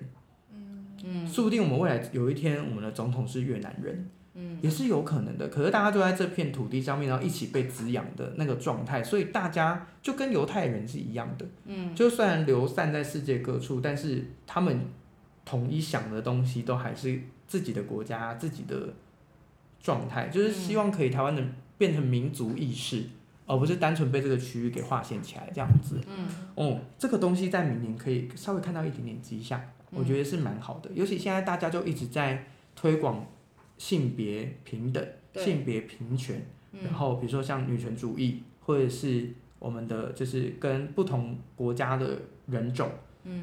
S3: 嗯
S2: 说不定我们未来有一天我们的总统是越南人，
S3: 嗯，
S2: 也是有可能的。可是大家都在这片土地上面，然后一起被滋养的那个状态，所以大家就跟犹太人是一样的，
S3: 嗯，
S2: 就虽然流散在世界各处，但是他们统一想的东西都还是自己的国家、自己的状态，就是希望可以台湾的变成民族意识，而不是单纯被这个区域给划线起来这样子。
S5: 嗯
S2: 哦，这个东西在明年可以稍微看到一点点迹象，我觉得是蛮好的。尤其现在大家就一直在推广性别平等、
S3: 对
S2: 性别平权，然后比如说像女权主义，或者是我们的就是跟不同国家的人种。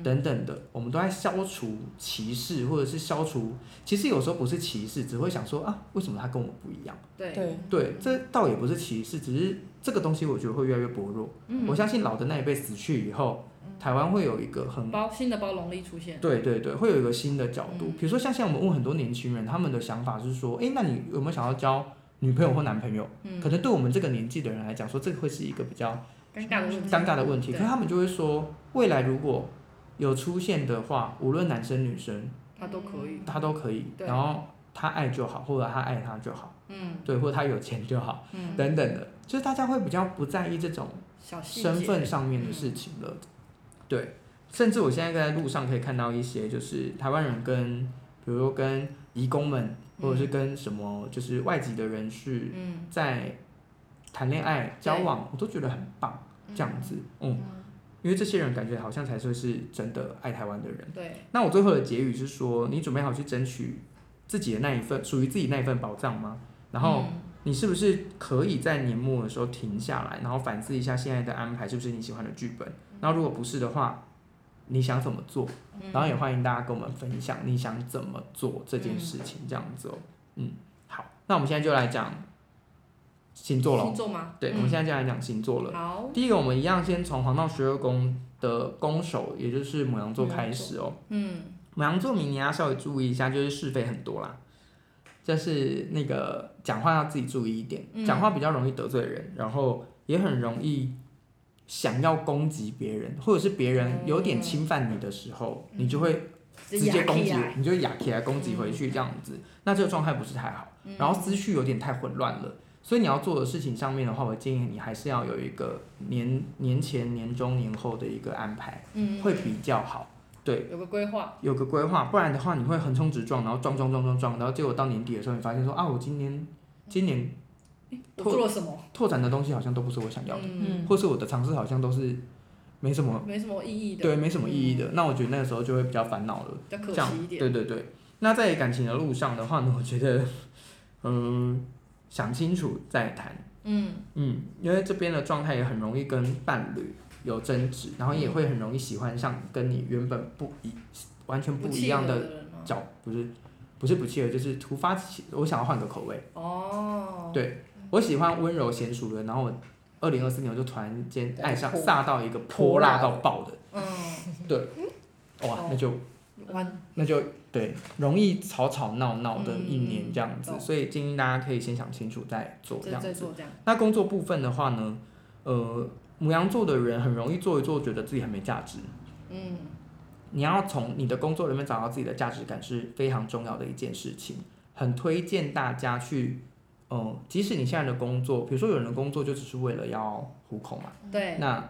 S2: 等等的，我们都在消除歧视，或者是消除。其实有时候不是歧视，只会想说啊，为什么他跟我不一样？
S3: 对
S1: 对，
S2: 对，这倒也不是歧视，只是这个东西我觉得会越来越薄弱。
S3: 嗯
S2: 我相信老的那一辈死去以后，台湾会有一个很
S3: 包新的包容力出现，
S2: 对对对，会有一个新的角度
S5: 嗯。
S2: 比如说像现在我们问很多年轻人，他们的想法是说，诶，那你有没有想要交女朋友或男朋友？
S3: 嗯
S2: 可能对我们这个年纪的人来讲，说这会是一个比较
S3: 尴尬的问题，
S2: 尴尬的问题。
S3: 嗯对
S2: 可是他们就会说，未来如果有出现的话，无论男生女生，
S3: 他都可以，
S2: 他都可以，
S3: 对
S2: 然后他爱就好，或者他爱他就好，
S3: 嗯
S2: 对，或者他有钱就好，
S3: 嗯，
S2: 等等的，就是大家会比较不在意这种
S3: 小细节嗯
S2: 身份上面的事情了。对，甚至我现在在路上可以看到一些，就是台湾人跟，比如说跟移工们，或者是跟什么，就是外籍的人士
S3: 嗯
S2: 在谈恋爱、交往，我都觉得很棒，这样子，嗯。因为这些人感觉好像才说是真的爱台湾的人，
S3: 对，
S2: 那我最后的结语是说，你准备好去争取自己的那一份属于自己那一份宝藏吗？然后
S3: 嗯
S2: 你是不是可以在年末的时候停下来，然后反思一下现在的安排是不是你喜欢的剧本？然后如果不是的话，你想怎么做？
S3: 嗯
S2: 然后也欢迎大家跟我们分享你想怎么做这件事情，这样子哦。嗯，好，那我们现在就来讲星座
S3: 星
S2: 喽。
S3: 座吗？
S2: 对，
S3: 嗯
S2: 我们现在就来讲星座了。
S3: 好，
S2: 第一个，我们一样先从黄道十二宫的宫守，也就是母羊座开始哦。
S3: 嗯，
S2: 母羊座明年要稍微注意一下，就是是非很多啦，就是那个讲话要自己注意一点，
S3: 嗯
S2: 讲话比较容易得罪人，然后也很容易想要攻击别人，或者是别人有点侵犯你的时候，你就会直接攻击嗯
S3: 压起来，
S2: 你就哑起来攻击回去这样子，那这个状态不是太好，然后思绪有点太混乱了。所以你要做的事情上面的话，我建议你还是要有一个年年前、年中、年后的一个安排，
S3: 嗯，
S2: 会比较好。对，
S3: 有个规划，
S2: 有个规划，不然的话你会横冲直撞，然后撞撞撞撞撞，然后结果到年底的时候，你发现说啊，我今年今年
S3: 我
S2: 拓
S3: 做了什么？
S2: 拓展的东西好像都不是我想要的，
S3: 嗯，
S2: 或是我的尝试好像都是没什么
S3: 没什么意义的，
S2: 对没嗯什么意义的，那我觉得那个时候就会比较烦恼了。
S3: 比较
S2: 这
S3: 可
S2: 样
S3: 惜一点，
S2: 对对对，那在感情的路上的话呢，我觉得嗯想清楚再谈，
S3: 嗯
S2: 嗯，因为这边的状态也很容易跟伴侣有争执，然后也会很容易喜欢上跟你原本不一完全不一样
S3: 契合
S2: 的
S3: 的人啊吗
S2: 脚不是不是不契合，就是突发奇，我想要换个口味。
S3: 哦，
S2: 对我喜欢温柔娴熟的，然后我二零二四年我就突然间爱上
S5: 对泼
S2: 飒到一个泼辣到爆的，
S3: 嗯，
S2: 哇
S3: 哦，
S2: 那就
S3: 完，
S2: 那就对，容易吵吵闹闹的
S3: 嗯
S2: 一年这样子，
S3: 懂
S2: 所以建议大家可以先想清楚再做这
S3: 再
S2: 样
S3: 再
S2: 子
S3: 做。这样，
S2: 那工作部分的话呢，呃，母羊座的人很容易做一做，觉得自己很没价值。
S3: 嗯
S2: 你要从你的工作里面找到自己的价值感是非常重要的一件事情，很推荐大家去，呃，即使你现在的工作，比如说有人的工作就只是为了要糊口嘛，
S3: 对，
S2: 那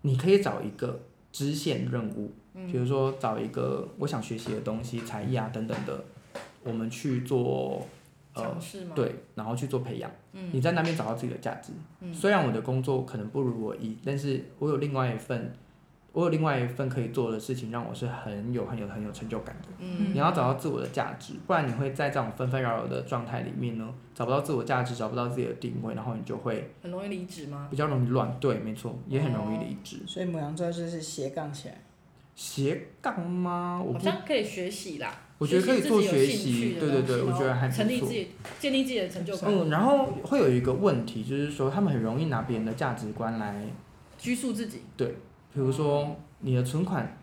S2: 你可以找一个支线任务，比如
S3: 嗯
S2: 说找一个我想学习的东西、才艺啊等等的，我们去做，呃
S3: 尝，试吗？，
S2: 对，然后去做培养。
S3: 嗯
S2: 你在那边找到自己的价值。
S3: 嗯
S2: 虽然我的工作可能不如我意，但是我有另外一份，我有另外一份可以做的事情，让我是很有很有很有成就感的。
S3: 嗯
S2: 你要找到自我的价值，不然你会在这种纷纷扰扰的状态里面呢，找不到自我价值，找不到自己的定位，然后你就会
S3: 很容易离职吗？
S2: 比较容易乱。对，没错，也很容易离职。
S1: 所以母羊座就是斜杠起来，
S2: 斜杠吗？我
S3: 好
S2: 不，
S3: 像可以学习啦，
S2: 我觉得可以做学
S3: 自
S2: 习。
S3: 己有兴趣的
S2: 对对对，
S3: 东西
S2: 我觉得还不
S3: 成立
S2: 错
S3: 自。己，建立自己的成就感，
S2: 嗯，然后会有一个问题，就是说他们很容易拿别人的价值观来
S3: 拘束自己，
S2: 比如
S3: 哦
S2: 说你的存款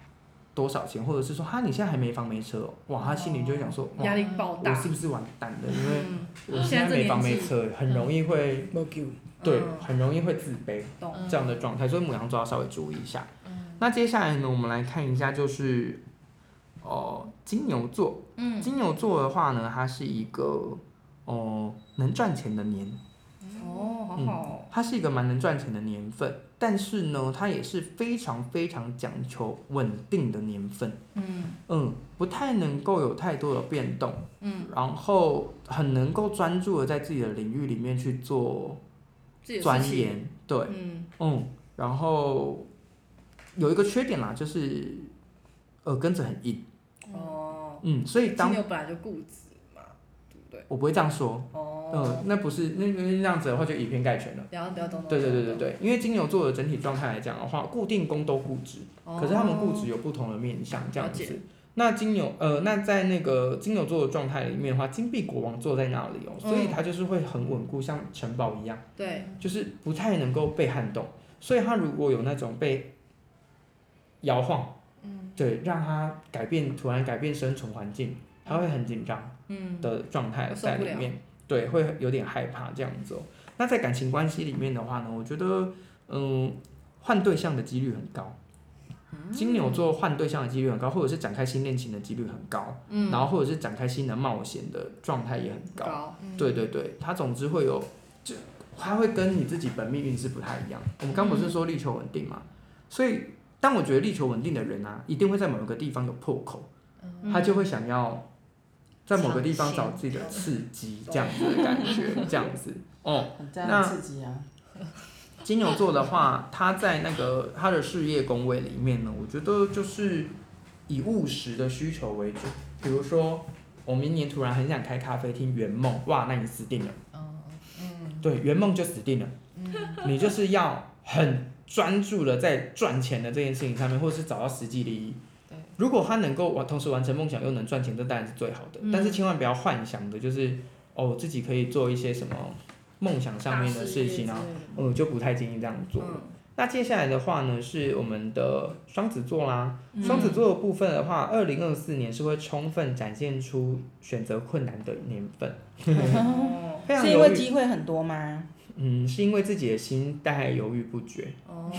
S2: 多少钱，或者是说哈你现在还没房没车哦、哇，他心里就会想说，
S3: 压
S2: 哇，
S3: 力爆
S2: 我
S3: 大
S2: 是，不是完蛋了？因为
S3: 嗯，
S2: 我现在没房没车，很容易会
S1: 没救。
S2: 对，
S3: 嗯
S2: 很容易会自卑
S3: 懂，
S4: 嗯
S2: 这样的状态，所以母羊座要稍微注意一下。
S3: 嗯
S2: 那接下来呢，我们来看一下就是。哦，金牛座，
S3: 嗯，
S2: 金牛座的话呢，它是一个哦能赚钱的年，嗯
S3: 哦，好好哦，
S2: 它是一个蛮能赚钱的年份，但是呢，它也是非常非常讲求稳定的年份。
S3: 嗯
S2: 嗯，不太能够有太多的变动，
S3: 嗯，
S2: 嗯然后很能够专注的在自己的领域里面去做
S3: 自己的
S2: 钻
S3: 事情，
S2: 研，对，
S3: 嗯，
S2: 嗯，然后有一个缺点啦，就是耳根子很硬，
S3: 哦，
S2: 嗯，所以
S3: 金
S2: 当
S3: 牛本来就固执嘛，对不对？
S2: 我不会这样说，
S3: 哦，
S2: 嗯，那不是那那那样子的话就以偏概全了。
S3: 了解了懂懂，
S2: 对对对
S3: 懂
S2: 对，对，因为金牛座的整体状态来讲的话，固定宫都固执，
S3: 懂
S2: 可是他们固执有不同的面向这样
S3: 哦了解
S2: 子。那金牛呃，那在那个金牛座的状态里面的话，金币国王坐在那里哦，所以
S3: 嗯
S2: 他就是会很稳固，像城堡一样。
S3: 哦对，
S2: 就是不太能够被撼动，所以他如果有那种被摇晃，嗯，对，让他改变突然改变生存环境，他会很紧张
S3: 嗯，
S2: 的状态
S3: 我受
S2: 在
S3: 不
S2: 里
S3: 了
S2: 面，对，会有点害怕这样子哦。那在感情关系里面的话呢，我觉得，嗯，换对象的几率很高。
S3: 嗯
S2: 金牛座换对象的几率很高，或者是展开新恋情的几率很高，
S3: 嗯，
S2: 然后或者是展开新的冒险的状态也很高。
S3: 高，
S4: 嗯
S2: 对对对，它总之会有，就它会跟你自己本命运是不太一样。我们刚不是说力求稳定嘛，所以当我觉得力求稳定的人啊，一定会在某个地方有破口，他就会想要在某个地方找自己的刺激，这样子的感觉，这样子。哦、
S5: 很
S2: 样那
S5: 刺激啊！
S2: 金牛座的话，他在那个他的事业宫位里面呢，我觉得就是以务实的需求为主。比如说，我明年突然很想开咖啡厅，圆梦，哇，那你死定了。嗯，对，圆梦就死定了。你就是要很专注的在赚钱的这件事情上面，或者是找到实际利益
S4: 对。
S2: 如果他能够完同时完成梦想又能赚钱，这当然是最好的。
S3: 嗯
S2: 但是千万不要幻想的，就是哦，我自己可以做一些什么梦想上面的事情啊，我就不太建议这样做。
S3: 嗯，
S2: 那接下来的话呢，是我们的双子座啦。
S3: 嗯
S2: 双子座的部分的话，二零二四年是会充分展现出选择困难的年份，
S3: 哦
S2: 非常
S1: 是因为
S2: 犹豫。
S1: 机会很多 吗？
S2: 嗯，是因为自己的心态犹豫不决，
S3: 哦，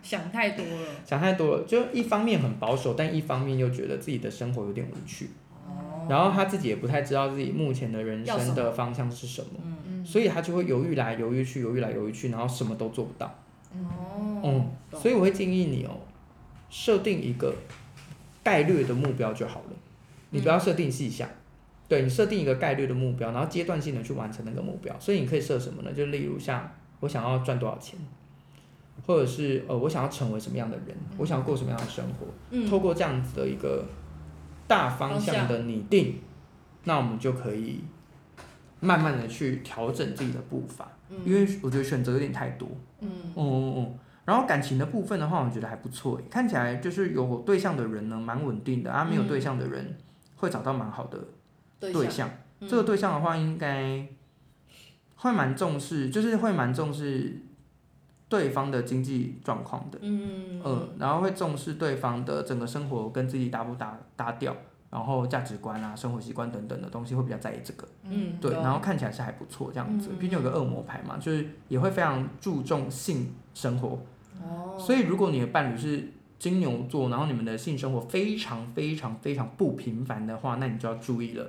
S3: 想太多了，
S2: 想太多了。就一方面很保守，但一方面又觉得自己的生活有点无趣，
S3: 哦，
S2: 然后他自己也不太知道自己目前的人
S3: 要什
S2: 生
S3: 么
S2: 的方向是什么，
S3: 嗯，
S2: 所以他就会犹豫来犹豫去，犹豫来犹豫去，然后什么都做不到。
S3: 哦
S2: 嗯，
S3: 懂
S2: 所以我会建议你哦，设定一个概率的目标就好了，你不要设定细项。对你设定一个概率的目标，然后阶段性的去完成那个目标。所以你可以设什么呢？就例如像我想要赚多少钱，或者是呃我想要成为什么样的人，我想要过什么样的生活。
S3: 嗯
S2: 透过这样子的一个大方向的拟定，那我们就可以慢慢的去调整自己的步伐，因为我觉得选择有点太多。
S5: 嗯，
S2: 哦哦哦。然后感情的部分的话，我觉得还不错诶，看起来就是有对象的人呢，蛮稳定的啊；没有对象的人会找到蛮好的
S5: 对
S2: 对
S5: 象
S2: 象。
S3: 嗯
S2: 这个对象的话，应该会蛮重视，就是会蛮重视对方的经济状况的。
S3: 嗯
S2: 嗯，然后会重视对方的整个生活跟自己搭不搭搭调，然后价值观啊、生活习惯等等的东西会比较在意这个。
S3: 嗯，
S2: 对，
S3: 懂
S2: 然后看起来是还不错这样子
S3: 嗯，
S2: 毕竟有个恶魔牌嘛，就是也会非常注重性生活。
S5: 哦，
S2: 所以如果你的伴侣是金牛座，然后你们的性生活非常非常非常不平凡的话，那你就要注意了，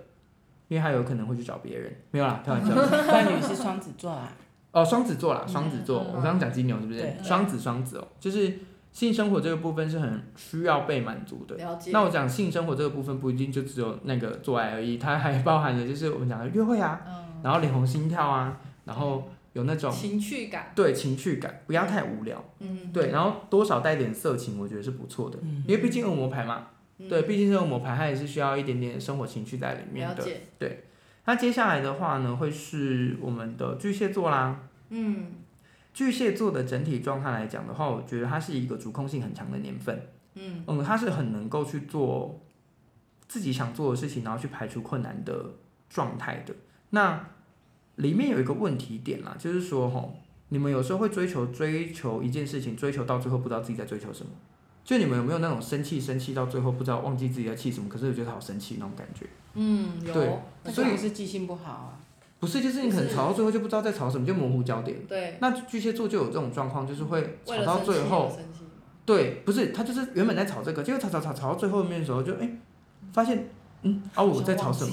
S2: 因为他有可能会去找别人。没有啦，开玩笑。
S1: 伴侣是双子座啊，
S2: 哦，双子座啦，双子座，
S5: 嗯
S2: 我刚刚讲金牛是不是
S1: 对？
S2: 双子，双子哦，就是性生活这个部分是很需要被满足的。
S5: 了解。
S2: 那我讲性生活这个部分不一定就只有那个做爱而已，它还包含了就是我们讲的约会啊，
S5: 嗯
S2: 然后脸红心跳啊，然后有那种
S3: 情趣感，
S2: 对情趣感，不要太无聊，
S3: 嗯，
S2: 对，然后多少带点色情，我觉得是不错的，
S1: 嗯
S2: 因为毕竟恶魔牌嘛，
S3: 嗯
S2: 对，毕竟是恶魔牌，它也是需要一点点生活情趣在里面
S3: 了
S2: 的。
S3: 解，
S2: 那接下来的话呢，会是我们的巨蟹座啦，
S3: 嗯
S2: 巨蟹座的整体状态来讲的话，我觉得它是一个主控性很强的年份。
S3: 嗯
S2: 嗯，它是很能够去做自己想做的事情，然后去排除困难的状态的。那里面有一个问题点啦，就是说哈，你们有时候会追求追求一件事情，追求到最后不知道自己在追求什么。就你们有没有那种生气生气到最后不知道忘记自己在气什么，可是我觉得好生气那种感觉？
S3: 嗯，
S2: 对
S3: 有，
S1: 那
S2: 所
S1: 所
S2: 以
S1: 以是记性不好啊。
S2: 不是，就是你可能吵到最后就不知道在吵什么，就模糊焦点了。
S3: 对，
S2: 那巨蟹座就有这种状况，就是会
S3: 为
S2: 吵
S3: 了
S2: 到
S3: 生气
S2: 最
S3: 而
S2: 后，
S3: 生气嘛，
S2: 对，不是他就是原本在吵这个，结果吵吵吵吵到最后面的时候就，哎发现嗯啊我在吵什么，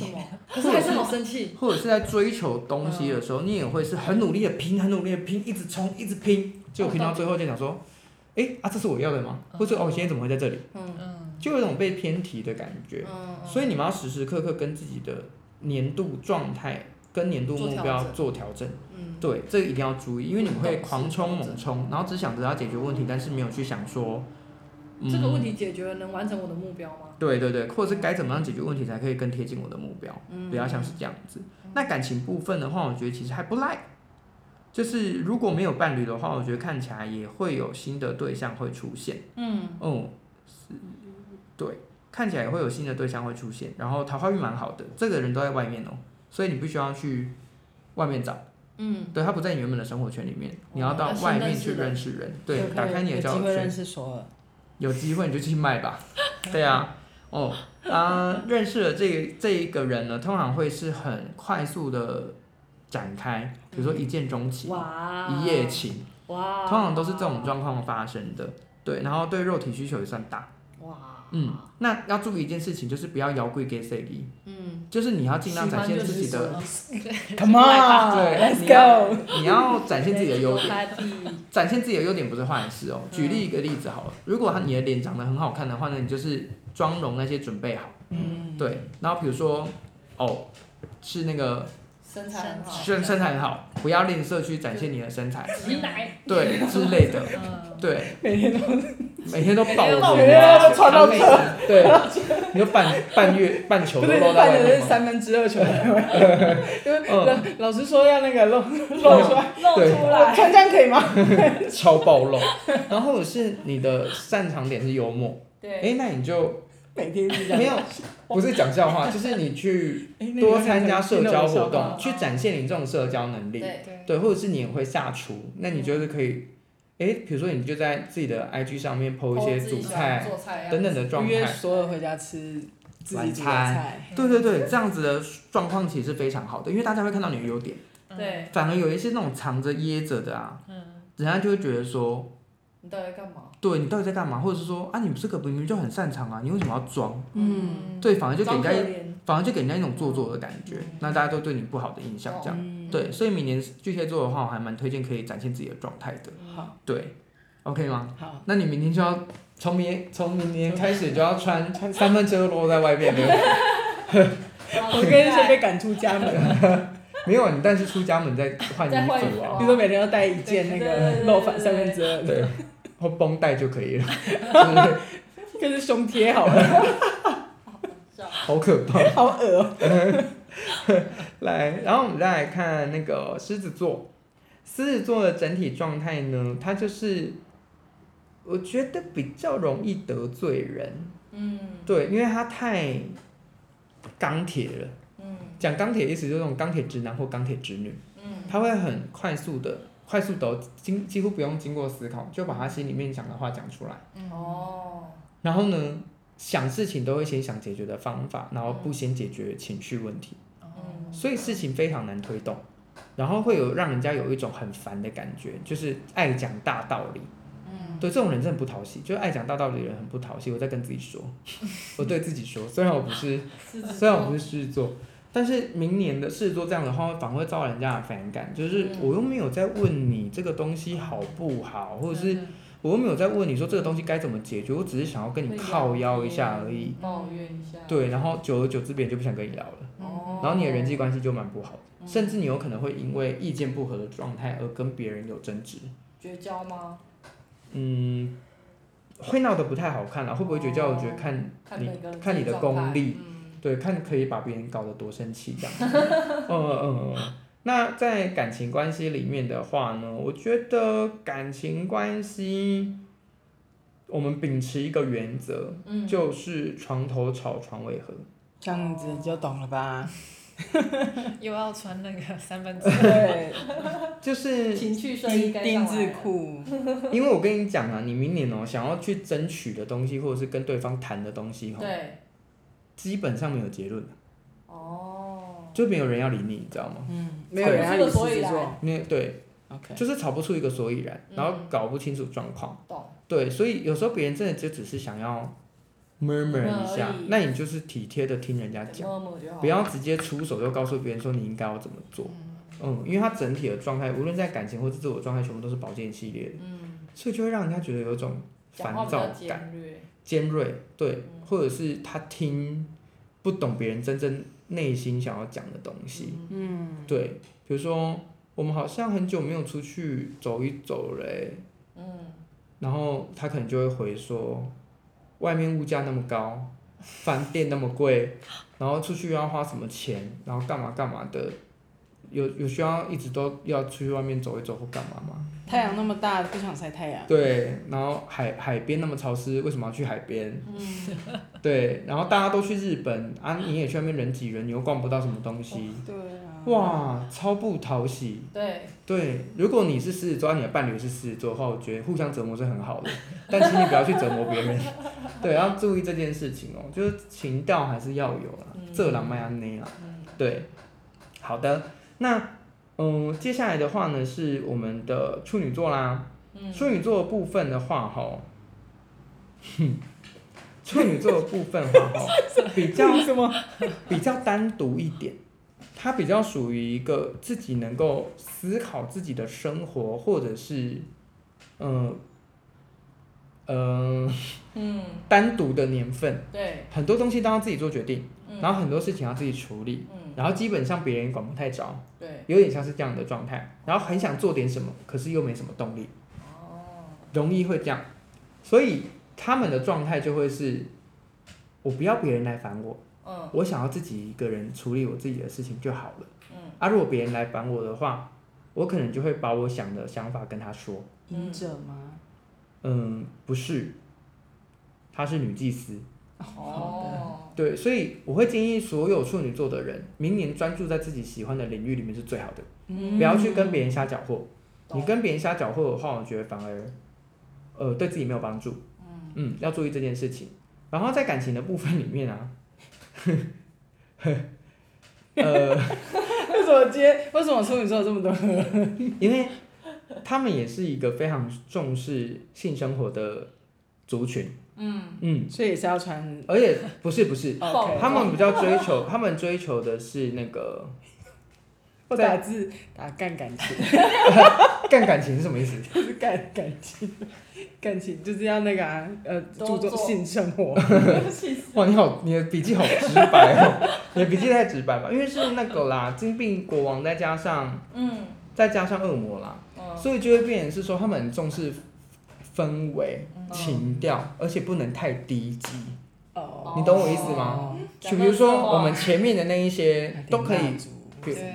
S3: 可是还是好生气，
S2: 或者是在追求东西的时候，你也会是很努力的拼，很努力的拼，一直冲，一直拼，结果拼到最后就想说，哎、啊这是我要的吗？或者哦我今天怎么会在这里？
S3: 嗯
S2: 就有一种被偏题的感觉。
S3: 嗯，
S2: 所以你们要时时刻刻跟自己的年度状态跟年度目标做调整。
S5: 嗯，
S2: 对，这个一定要注意，因为你们会
S5: 懂事
S2: 狂冲
S5: 调整
S2: 猛冲，然后只想着要解决问题，但是没有去想说、嗯、
S3: 这个问。题解决了，能完成我的目标吗？
S2: 对对对，或者是该怎么样解决问题才可以更贴近我的目标，不要像是这样子。那感情部分的话，我觉得其实还不赖，就是如果没有伴侣的话，我觉得看起来也会有新的对象会出现。
S3: 嗯，
S2: 嗯，是，对，看起来也会有新的对象会出现，然后桃花运蛮好的，这个人都在外面哦，所以你必须要去外面找，
S3: 嗯，
S2: 对他不在你原本的生活圈里面，你要
S5: 哦
S2: 到
S5: 要先
S2: 外面
S5: 认识
S2: 去
S5: 人
S2: 认识人，对
S1: 有，
S2: 打开你的
S1: 有机
S2: 交友
S1: 会认
S2: 圈，
S1: 识索尔，
S2: 有机会你就去卖 吧，对啊，哦，啊，认识了这个这一个人呢，通常会是很快速的展开，比如说一见钟情、
S3: 哇，
S2: 一夜，情，
S3: 哇，
S2: 通常都是这种状况发生的，对，然后对肉体需求也算大。
S5: 哇，
S2: 嗯，那要注意一件事情，就是不要摇柜给谁离，
S5: 嗯，
S2: 就是你要尽量展现自己的，
S1: Come on，
S2: 对
S1: let's
S2: 你要
S1: go。
S2: 你要展现自己的优 点，
S3: 点，
S2: 展现自己的优点不是坏事哦。举例一个例子好了，如果他你的脸长得很好看的话呢，你就是妆容那些准备好，
S1: 嗯，
S2: 对，然后比如说哦。是那个
S5: 身材很好，
S2: 身身材很好，不要吝啬去展现你的身材，
S3: 挤奶，
S2: 对之类的，
S4: 嗯，
S2: 对，
S1: 每天都
S2: 每天都抱着
S1: 每天
S2: 你
S1: 都穿到这，
S2: 对，你就半半月半球
S1: 不
S2: 都
S1: 是
S2: 露在
S1: 半
S2: 外
S1: 的
S2: 面
S1: 是
S2: 吗，
S1: 三分之二球，因为
S2: 嗯
S1: 老老师说要那个露露出来，
S4: 露
S2: 对
S4: 出来，
S1: 穿这样可以吗？
S2: 超暴露，然后或者是你的擅长点是幽默，
S5: 对，
S2: 哎，那你就
S1: 每天是这样，
S2: 没有不是讲笑话，就是你去
S1: 哎那个
S2: 多参加社交
S1: 那
S2: 活
S1: 个笑话
S2: 动，去展现你这种社交能力，
S5: 对，
S4: 对，
S2: 对，或者是你也会下厨，那你就是可以，哎，比如说你就在自己的 IG 上面 po 一些
S5: 自己
S2: 煮
S5: 喜欢
S2: 菜
S5: 做菜呀，
S2: 等等的状
S1: 约
S2: 态，
S1: 所有回家吃自己
S2: 晚
S1: 煮的
S2: 餐
S1: 菜，
S2: 对对对，这样子的状况其实是非常好的，因为大家会看到你的优点，
S4: 嗯，
S3: 对，
S2: 反而有一些那种藏着掖着的啊，
S4: 嗯，
S2: 人家就会觉得说，
S5: 你到底在干嘛？
S2: 对你到底在干嘛，或者是说啊，你这个明明就很擅长啊，你为什么要装？
S1: 嗯，
S2: 对，反而就给
S3: 装
S2: 人
S3: 可
S2: 家一，
S3: 怜，
S2: 反而就给人家一种做作的感觉，那大家都对你不好的印象，这样。
S1: 嗯，
S2: 对，所以明年巨蟹座的话，我还蛮推荐可以展现自己的状态的。
S5: 嗯
S1: 好，
S2: 对，OK 吗？
S1: 好，
S2: 那你明天就要从明从明年开始就要穿三分车落在外面，没 有？
S1: 我
S5: 我
S1: 跟谁被赶出家门？
S2: 没有，你但是出家门再换
S5: 再换
S2: 衣
S5: 衣
S2: 服
S5: 服
S2: 啊
S5: 啊，
S1: 比如说每天要带一件那个露反三分之二，
S2: 对，或绷带就可以 了，真的
S1: 就是胸贴好了，
S2: 好可怕。
S1: 好恶哦。
S2: 来，然后我们再来看那个狮子座，狮子座的整体状态呢，它就是我觉得比较容易得罪人，
S5: 嗯
S2: 对，因为他太钢铁了。
S5: 嗯
S2: 讲钢铁的意思就是那种钢铁直男或钢铁直女，
S5: 嗯
S2: 他会很快速的、快速的经几乎不用经过思考，就把他心里面想的话讲出来。
S4: 嗯，
S5: 哦，
S2: 然后呢，想事情都会先想解决的方法，然后不先解决情绪问题。
S4: 嗯，
S2: 所以事情非常难推动，然后会有让人家有一种很烦的感觉，就是爱讲大道理。
S5: 嗯
S2: 对，这种人真的不讨喜，就是爱讲大道理的人很不讨喜。我在跟自己说， 我对自己说，虽然我不是， 虽然我不是狮子座，但是明年的狮子座这样的话，反而会遭人家的反感。就是
S4: 啊
S5: 嗯
S2: 我又没有在问你这个东西好不好，或者是
S4: 嗯
S2: 我又没有在问你说这个东西该怎么解决，我只是想要跟你靠腰一下而已。
S5: 抱怨一下，，
S2: 对，然后久而久之，别人就不想跟你聊了。
S5: 哦，
S2: 然后你的人际关系就蛮不好的，
S4: 哦
S5: 嗯
S2: 甚至你有可能会因为意见不合的状态而跟别人有争执，
S5: 绝交吗？
S2: 嗯，会闹得不太好看了。会不会绝交？
S5: 哦
S2: 我觉得看
S5: 看
S2: 你
S5: 每个人
S2: 看你的
S5: 状态
S2: 功力，
S5: 嗯
S2: 对，看可以把别人搞得多生气这样。 嗯嗯嗯嗯。那在感情关系里面的话呢，我觉得感情关系，我们秉持一个原则，
S5: 嗯，
S2: 就是床头吵，床尾和。
S1: 这样子就懂了吧？
S4: 又要穿那 个三分之二，
S1: 对，
S2: 就是
S5: 情趣睡衣
S1: 丁
S5: 该
S1: 丁
S5: 上来
S1: 字
S5: 了，
S1: 裤，
S2: 因为我跟你讲啊，你明年哦、想要去争取的东西，或者是跟对方谈的东西、哦，
S5: 对，
S2: 基本上没有结论，
S5: 哦，
S2: 就没有人要理你，你知道吗？
S1: 嗯，没有人要理狮子座。
S2: 因为对，
S1: OK，
S2: 就是吵不出一个所以然，
S5: 嗯
S2: 然后搞不清楚状况。
S5: 懂，
S2: 对，所以有时候别人真的就只是想要 murmur 一下
S5: 而已，哦
S2: 那你就是体贴的听人家讲，
S5: 摸摸就好，
S2: 不要直接出手就告诉别人说你应该要怎么做。嗯，因为他整体的状态，无论在感情或是自我状态，全部都是保健系列的，
S5: 嗯，
S2: 所以就会让人家觉得有一种
S5: 讲
S2: 烦
S5: 话比
S2: 躁
S5: 较
S2: 感。
S5: 尖锐，
S2: 尖锐，对
S5: 嗯，
S2: 或者是他听不懂别人真正内心想要讲的东西。
S1: 嗯，
S2: 对，比如说我们好像很久没有出去走一走了欸、
S5: 嗯，
S2: 然后他可能就会回说，外面物价那么高，饭店那么贵，然后出去又要花什么钱，然后干嘛干嘛的，有有需要一直都要出去外面走一走或干嘛吗？
S1: 太阳那么大，不想晒太阳。
S2: 对，然后海海边那么潮湿，为什么要去海边？对，然后大家都去日本啊，你也去那边人挤人，你又逛不到什么东西，
S1: 对啊，
S2: 哇，超不讨喜。
S5: 对，
S2: 对，如果你是狮子座，啊你的伴侣是狮子座的话，我觉得互相折磨是很好的，但请你不要去折磨别人。 对，要注意这件事情哦，就是情调还是要有啦，这狼麦安内啦。
S5: 嗯
S2: 对，好的，那嗯，接下来的话呢，是我们的处女座啦。
S5: 嗯
S2: 处女座的部分的话，哈， 处女座的部分的话，哈， 比较什么？比较单独一点，他比较属于一个自己能够思考自己的生活，或者是，嗯、呃，
S5: 嗯，
S2: 单独的年份，
S5: 对，
S2: 很多东西都要自己做决定，
S5: 嗯
S2: 然后很多事情要自己处理，
S5: 嗯，
S2: 然后基本上别人也管不太着，
S5: 对，
S2: 有点像是这样的状态，然后很想做点什么，可是又没什么动力。
S5: 哦，
S2: 容易会这样，所以他们的状态就会是，我不要别人来烦我，
S5: 嗯
S2: 我想要自己一个人处理我自己的事情就好了。
S5: 嗯
S2: 啊，如果别人来烦我的话，我可能就会把我想的想法跟他说。
S1: 隐者吗？
S2: 嗯，不是，她是女祭司。
S5: 哦，
S2: 对，所以我会建议所有处女座的人，明年专注在自己喜欢的领域里面是最好的，
S1: 嗯，
S2: 不要去跟别人瞎搅和。
S5: 懂
S2: 你跟别人瞎搅和的话，我觉得反而，呃，对自己没有帮助。
S5: 嗯
S2: 嗯，要注意这件事情。然后在感情的部分里面啊，呃，
S1: 为什么今天为什么处女座有这么多？
S2: 因为他们也是一个非常重视性生活的族群，
S5: 嗯，
S2: 嗯，
S1: 所以也是要穿。
S2: 而且不是不是，
S5: 哦
S1: OK，
S2: 他们比较追求，他们追求的是那个
S1: 我打字打干感情，
S2: 干感情是什么意思？
S1: 就是干感情，感情就是要那个啊，呃，注
S5: 多
S1: 重
S5: 做
S1: 性生 活。
S5: 气死，
S2: 哇，你好，你的笔记好直白哦，你的笔记太直白吧？因为是那个啦，金币国王再加上
S5: 嗯
S2: 再加上恶魔啦，
S5: 嗯，
S2: 所以就会变成是说他们很重视氛围、
S5: 嗯
S2: 情调，而且不能太低级。
S1: 哦，
S2: 你懂我意思吗？
S1: 哦，
S2: 就
S5: 讲
S2: 比
S5: 到
S2: 如说
S5: 这话
S2: 我们前面的那一些都
S5: 哦
S2: 可
S1: 蜡
S2: 以，
S1: 烛
S2: 对
S1: 什么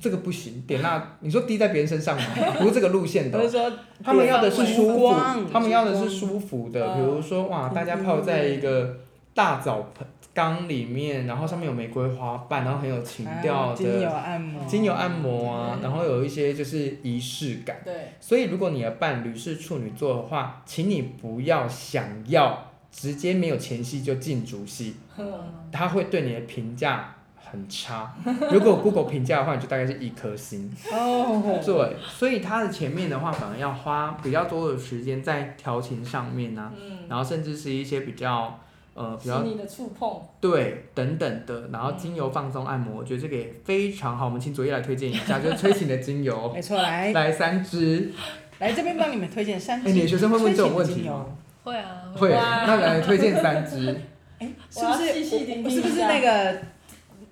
S2: 这个不行，点蜡，你说滴在别人身上吗？不是这个路线
S1: 的。我是
S2: 的。哦
S1: 说，啊
S2: 他们要的是舒
S1: 烛
S2: 服
S1: 光，
S2: 他们要的是舒服
S5: 嗯
S2: 的，比如说哇，大家泡在一个大澡盆缸里面，然后上面有玫瑰花瓣，然后很有情调
S1: 啊精油
S2: 的
S1: 按摩，
S2: 精油按摩啊，然后有一些就是仪式感。
S5: 对，
S2: 所以，如果你的伴侣是处女座的话，请你不要想要直接没有前戏就进主戏，
S5: 哼，
S4: 嗯
S2: 他会对你的评价很差。如果 Google 评价的话，你就大概是一颗星。
S1: 哦，
S2: 对，所以他的前面的话，反而要花比较多的时间在调情上面呢、
S5: 嗯，
S2: 然后甚至是一些比较呃比
S5: 是
S2: 较
S5: 你的触碰，
S2: 对等等的，然后精油放松按
S1: 嗯
S2: 摩，我觉得这个也非常好。我们请左一来推荐一 下，就是催情的精油，
S1: 没错，来
S2: 来三支。
S1: 来这边帮你们推荐三
S2: 哎你的
S1: 支
S2: 学生会问这种
S1: 催
S2: 问
S1: 情
S2: 题
S1: 精油
S2: 吗
S4: 会啊，
S2: 会，
S5: 哇
S2: 那来推荐三支。
S1: 哎，
S5: 我
S1: 是不
S5: 要
S1: 是
S5: 细细聆听
S1: 是不
S5: 一
S1: 是
S5: 下
S1: 那个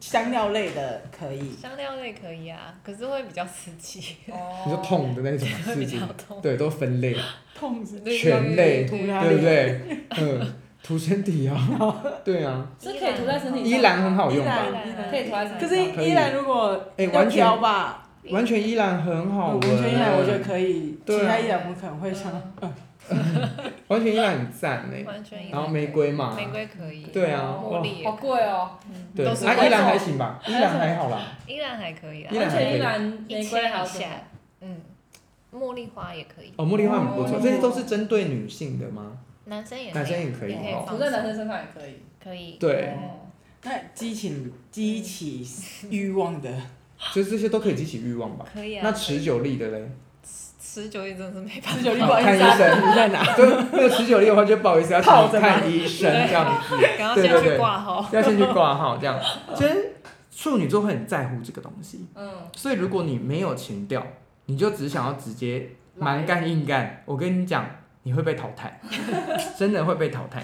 S1: 香料类的可以？
S4: 香料类可以啊，可是会比较刺激，
S5: 哦
S2: 你说痛的那种
S4: 会
S2: 刺
S4: 比
S2: 激
S4: 较，痛。
S2: 对，都分类，
S1: 痛死
S4: 对
S2: 全类
S4: 对
S1: 涂
S4: 对
S1: 鸦
S2: 对不
S1: 类，
S2: 对？嗯，涂身体 啊，对啊，
S5: 是可以涂在身体上，
S2: 依兰很好
S1: 依
S2: 用吧？
S1: 兰依兰
S5: 可以涂在身体
S1: 可
S5: 上，
S1: 是
S2: 可以
S1: 依然如果
S2: 哎
S1: 要
S2: 完全哦
S1: 挑吧，
S2: 完全依兰很好
S1: 完
S2: 闻，
S1: 全依然我觉得可以，
S2: 对啊
S1: 其他依然我可能会想，
S2: 完全依兰很赞欸
S4: 嗯
S2: 呢。
S4: 完全一
S2: 然后
S4: 样
S2: 玫瑰嘛，
S4: 玫瑰可以，
S2: 对啊，
S4: 茉
S2: 哇，
S4: 莉也
S5: 哦好
S4: 可以
S5: 贵哦，
S2: 对，
S4: 都是
S2: 啊
S5: 贵
S2: 依兰
S5: 重
S2: 还行吧，依兰还好啦，
S4: 依然还可以啊
S2: 依，兰
S5: 而且依兰
S4: 一
S5: 玫瑰
S4: 千
S5: 还
S4: 以
S5: 有什么
S4: 下，嗯，茉莉花也可以，
S2: 哦，茉莉花很不错，
S5: 哦
S2: 这些都是针对女性的吗？
S4: 男生也
S2: 男生也可以
S4: 也可以
S2: 哦
S5: 涂
S4: 放
S5: 在男
S4: 松
S5: 生身上也可以，
S4: 可以，
S2: 对，
S5: 哦
S1: 那激起激起欲望的，
S2: 就是这些都可以激起欲望吧。
S4: 可以啊。
S2: 那
S4: 可以
S2: 持久力的嘞？哦
S4: 持久力真的是没办
S1: 持
S4: 法，
S1: 久力不好意
S2: 看
S1: 思
S2: 医
S1: 啊，
S2: 生在哪？ 就那个持久力的话，就不好意思要请
S1: 泡
S2: 你
S1: 着吗
S2: 看医生这样子。
S4: 然后
S2: 对
S4: 先
S2: 对
S4: 去
S2: 对
S4: 挂号。
S2: 要先去挂号，这样。其实处女座会很在乎这个东西，
S5: 嗯，
S2: 所以如果你没有情调，你就只想要直接蛮干硬干，我跟你讲， 你会被淘汰，真的会被淘汰。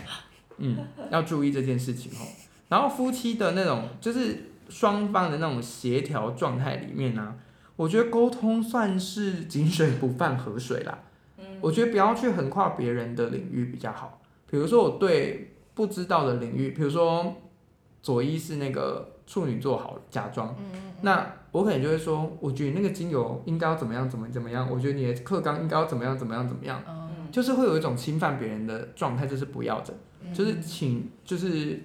S2: 嗯，要注意这件事情哦。然后夫妻的那种就是双方的那种协调状态里面呢、我觉得沟通算是井水不犯河水啦。
S3: 嗯，
S2: 我觉得不要去横跨别人的领域比较好。比如说我对不知道的领域，比如说佐伊是那个处女座好了假装，那我可能就会说，我觉得那个精油应该要怎么样怎么怎么样，我觉得你的课纲应该要怎么样怎么样怎么样，
S4: 嗯，
S2: 就是会有一种侵犯别人的状态，就是不要的，
S4: 嗯
S2: 就是请就是，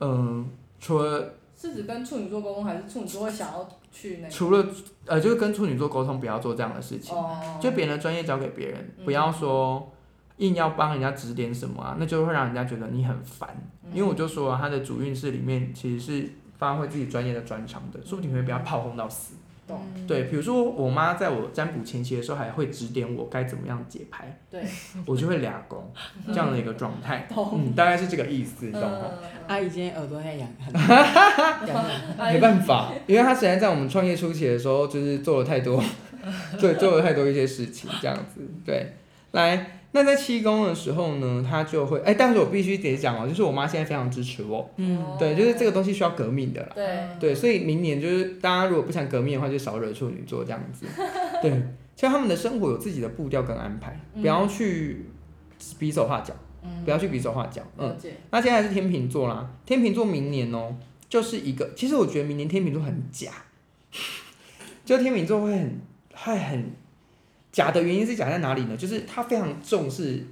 S2: 嗯、除了
S3: 是指跟处女座沟通，还是处女座会想要去那个？
S2: 除了呃，就是跟处女座沟通，不要做这样的事情。
S3: 哦，
S2: 就别人的专业交给别人，
S3: 嗯
S2: 不要说硬要帮人家指点什么啊，那就会让人家觉得你很烦。
S3: 嗯
S2: 因为我就说、啊、他的主运势里面其实是发挥自己专业的专长的，说不定会被他炮轰到死。
S3: 懂，
S2: 对，比如说我妈在我占卜前期的时候，还会指点我该怎么样解牌，
S3: 对，
S2: 我就会俩攻这样的一个状态。
S3: 懂，
S2: 嗯，大概是这个意思，你懂吗？
S3: 嗯，
S1: 阿姨今天耳朵在痒，很 痒嗯痒
S2: 没办法，因为他实在在我们创业初期的时候，就是做了太多，对，做了太多一些事情，这样子。对，来，那在七宫的时候呢，他就会，哎、但是我必须得讲哦，就是我妈现在非常支持我，
S4: 哦
S1: 嗯，
S2: 对，就是这个东西需要革命的啦。
S3: 对，
S2: 对，所以明年就是大家如果不想革命的话，就少惹处女座这样子。对，像他们的生活有自己的步调跟安排，不要去比手画脚，不要去比手画脚，嗯
S3: 了。解，
S2: 那接下来是天秤座啦，天秤座明年哦、就是一个，其实我觉得明年天秤座很假， 就天秤座会很会很假的原因是假在哪里呢？就是他非常重视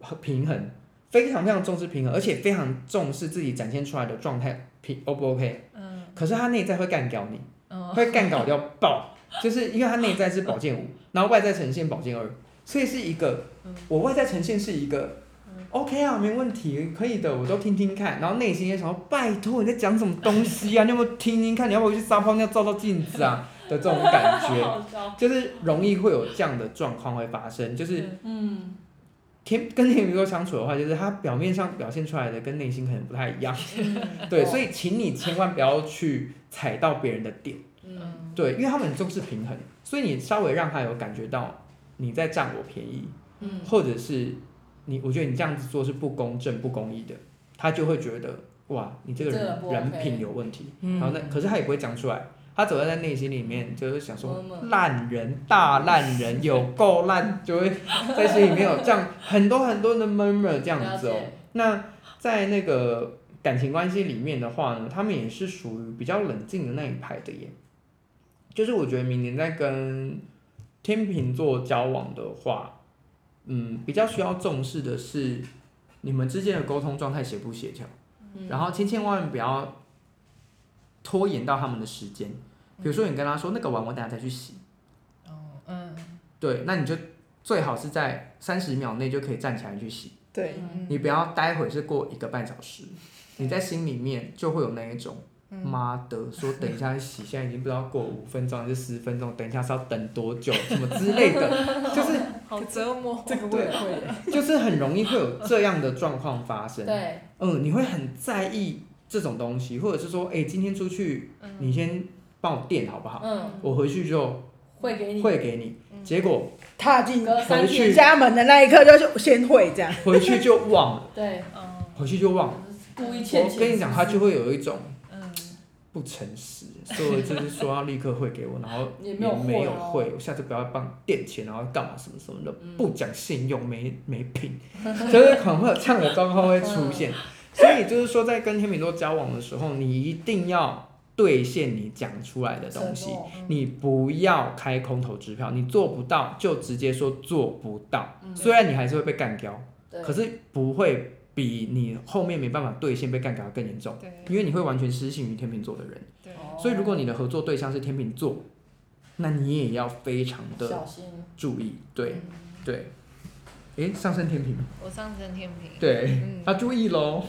S2: 和平衡，非常非常重视平衡，而且非常重视自己展现出来的状态平 O 不 OK？
S4: 嗯
S2: 可是他内在会干掉你，
S4: 哦
S2: 会干 搞掉爆，就是因为他内在是宝剑五，然后外在呈现宝剑二，所以是一个
S4: 嗯
S2: 我外在呈现是一个 OK 啊，没问题，可以的，我都听听看，然后内心也想说，拜托你在讲什么东西啊？你有没有听听看？你要不要去撒泡尿照照镜子啊？的这种感觉，
S5: 好笑，
S2: 就是容易会有这样的状况会发生，就是
S3: 嗯，
S2: 天跟天秤座相处的话，就是他表面上表现出来的跟内心可能不太一 样，对，
S3: 哦
S2: 所以请你千万不要去踩到别人的点。
S3: 嗯，
S2: 对，因为他们很重视平衡，所以你稍微让他有感觉到你在占我便宜，
S3: 嗯，
S2: 或者是你，我觉得你这样子做是不公正、不公义的，他就会觉得哇，你这个
S3: 这
S2: 人、
S3: 个不
S2: 人
S3: OK
S2: 品有问题。
S1: 嗯
S2: 然后那可是他也不会讲出来，他只会在内心里面就是想说
S3: 默默
S2: 烂人、大烂人、有够烂，就会在心里面有这样很多很多的 murmur 这样
S3: 了
S2: 子哦、
S3: 解，
S2: 那在那个感情关系里面的话呢，他们也是属于比较冷静的那一派的耶。就是我觉得明年在跟天秤座交往的话，嗯，比较需要重视的是你们之间的沟通状态协不协调，
S3: 嗯
S2: 然后千千万万不要拖延到他们的时间。比如说你跟他说那个碗我等下再去洗，
S4: 嗯哦嗯，
S2: 对，那你就最好是在三十秒内就可以站起来去洗。
S1: 对，
S4: 嗯
S2: 你不要待会是过一个半小时，你在心里面就会有那一种，
S3: 嗯
S4: 嗯
S2: 妈的，说等一下洗，现在已经不知道过五分钟还是十分钟，等一下是要等多久，什么之类 的，就是
S4: 好折磨，
S1: 这个我也会，
S2: 就是很容易会有这样的状况发生。
S3: 对，
S2: 嗯，你会很在意这种东西，或者是说，哎、今天出去
S4: 嗯
S2: 你先帮我垫好不好？
S3: 嗯，
S2: 我回去就
S3: 会给你，
S2: 会给你。结果
S1: 踏进
S3: 隔三
S2: 回去
S3: 天，
S1: 家门的那一刻就先会这样，
S2: 回去就忘了，
S3: 对，
S4: 嗯
S2: 回去就忘了。
S3: 故意 欠
S2: 我
S3: 钱，
S2: 跟你讲，他就会有一种。
S4: 嗯
S2: 不诚实，所以就是说要立刻汇给我，然后
S3: 也没有汇
S2: 没有
S3: 哦
S2: 汇，我下次不要帮你垫钱，然后干嘛什么什么的，
S3: 嗯
S2: 不讲信用，没没品，就是可能会有这样的状况会出 现。所以就是说，在跟天秤座交往的时候，你一定要兑现你讲出来的东西
S3: 承，诺
S2: 你不要开空头支票，你做不到就直接说做不到，
S3: 嗯
S2: 虽然你还是会被干掉，
S3: 对，
S2: 可是不会比你后面没办法兑现被干掉更严重，
S4: 对
S2: 因为你会完全失信于天秤座的人。
S4: 对
S3: 哦
S2: 所以如果你的合作对象是天秤座，那你也要非常的
S3: 小心，
S2: 注意，对
S4: 嗯
S2: 对。诶，上升天平，
S4: 我上升天平，
S2: 对，
S4: 嗯
S2: 要注意喽。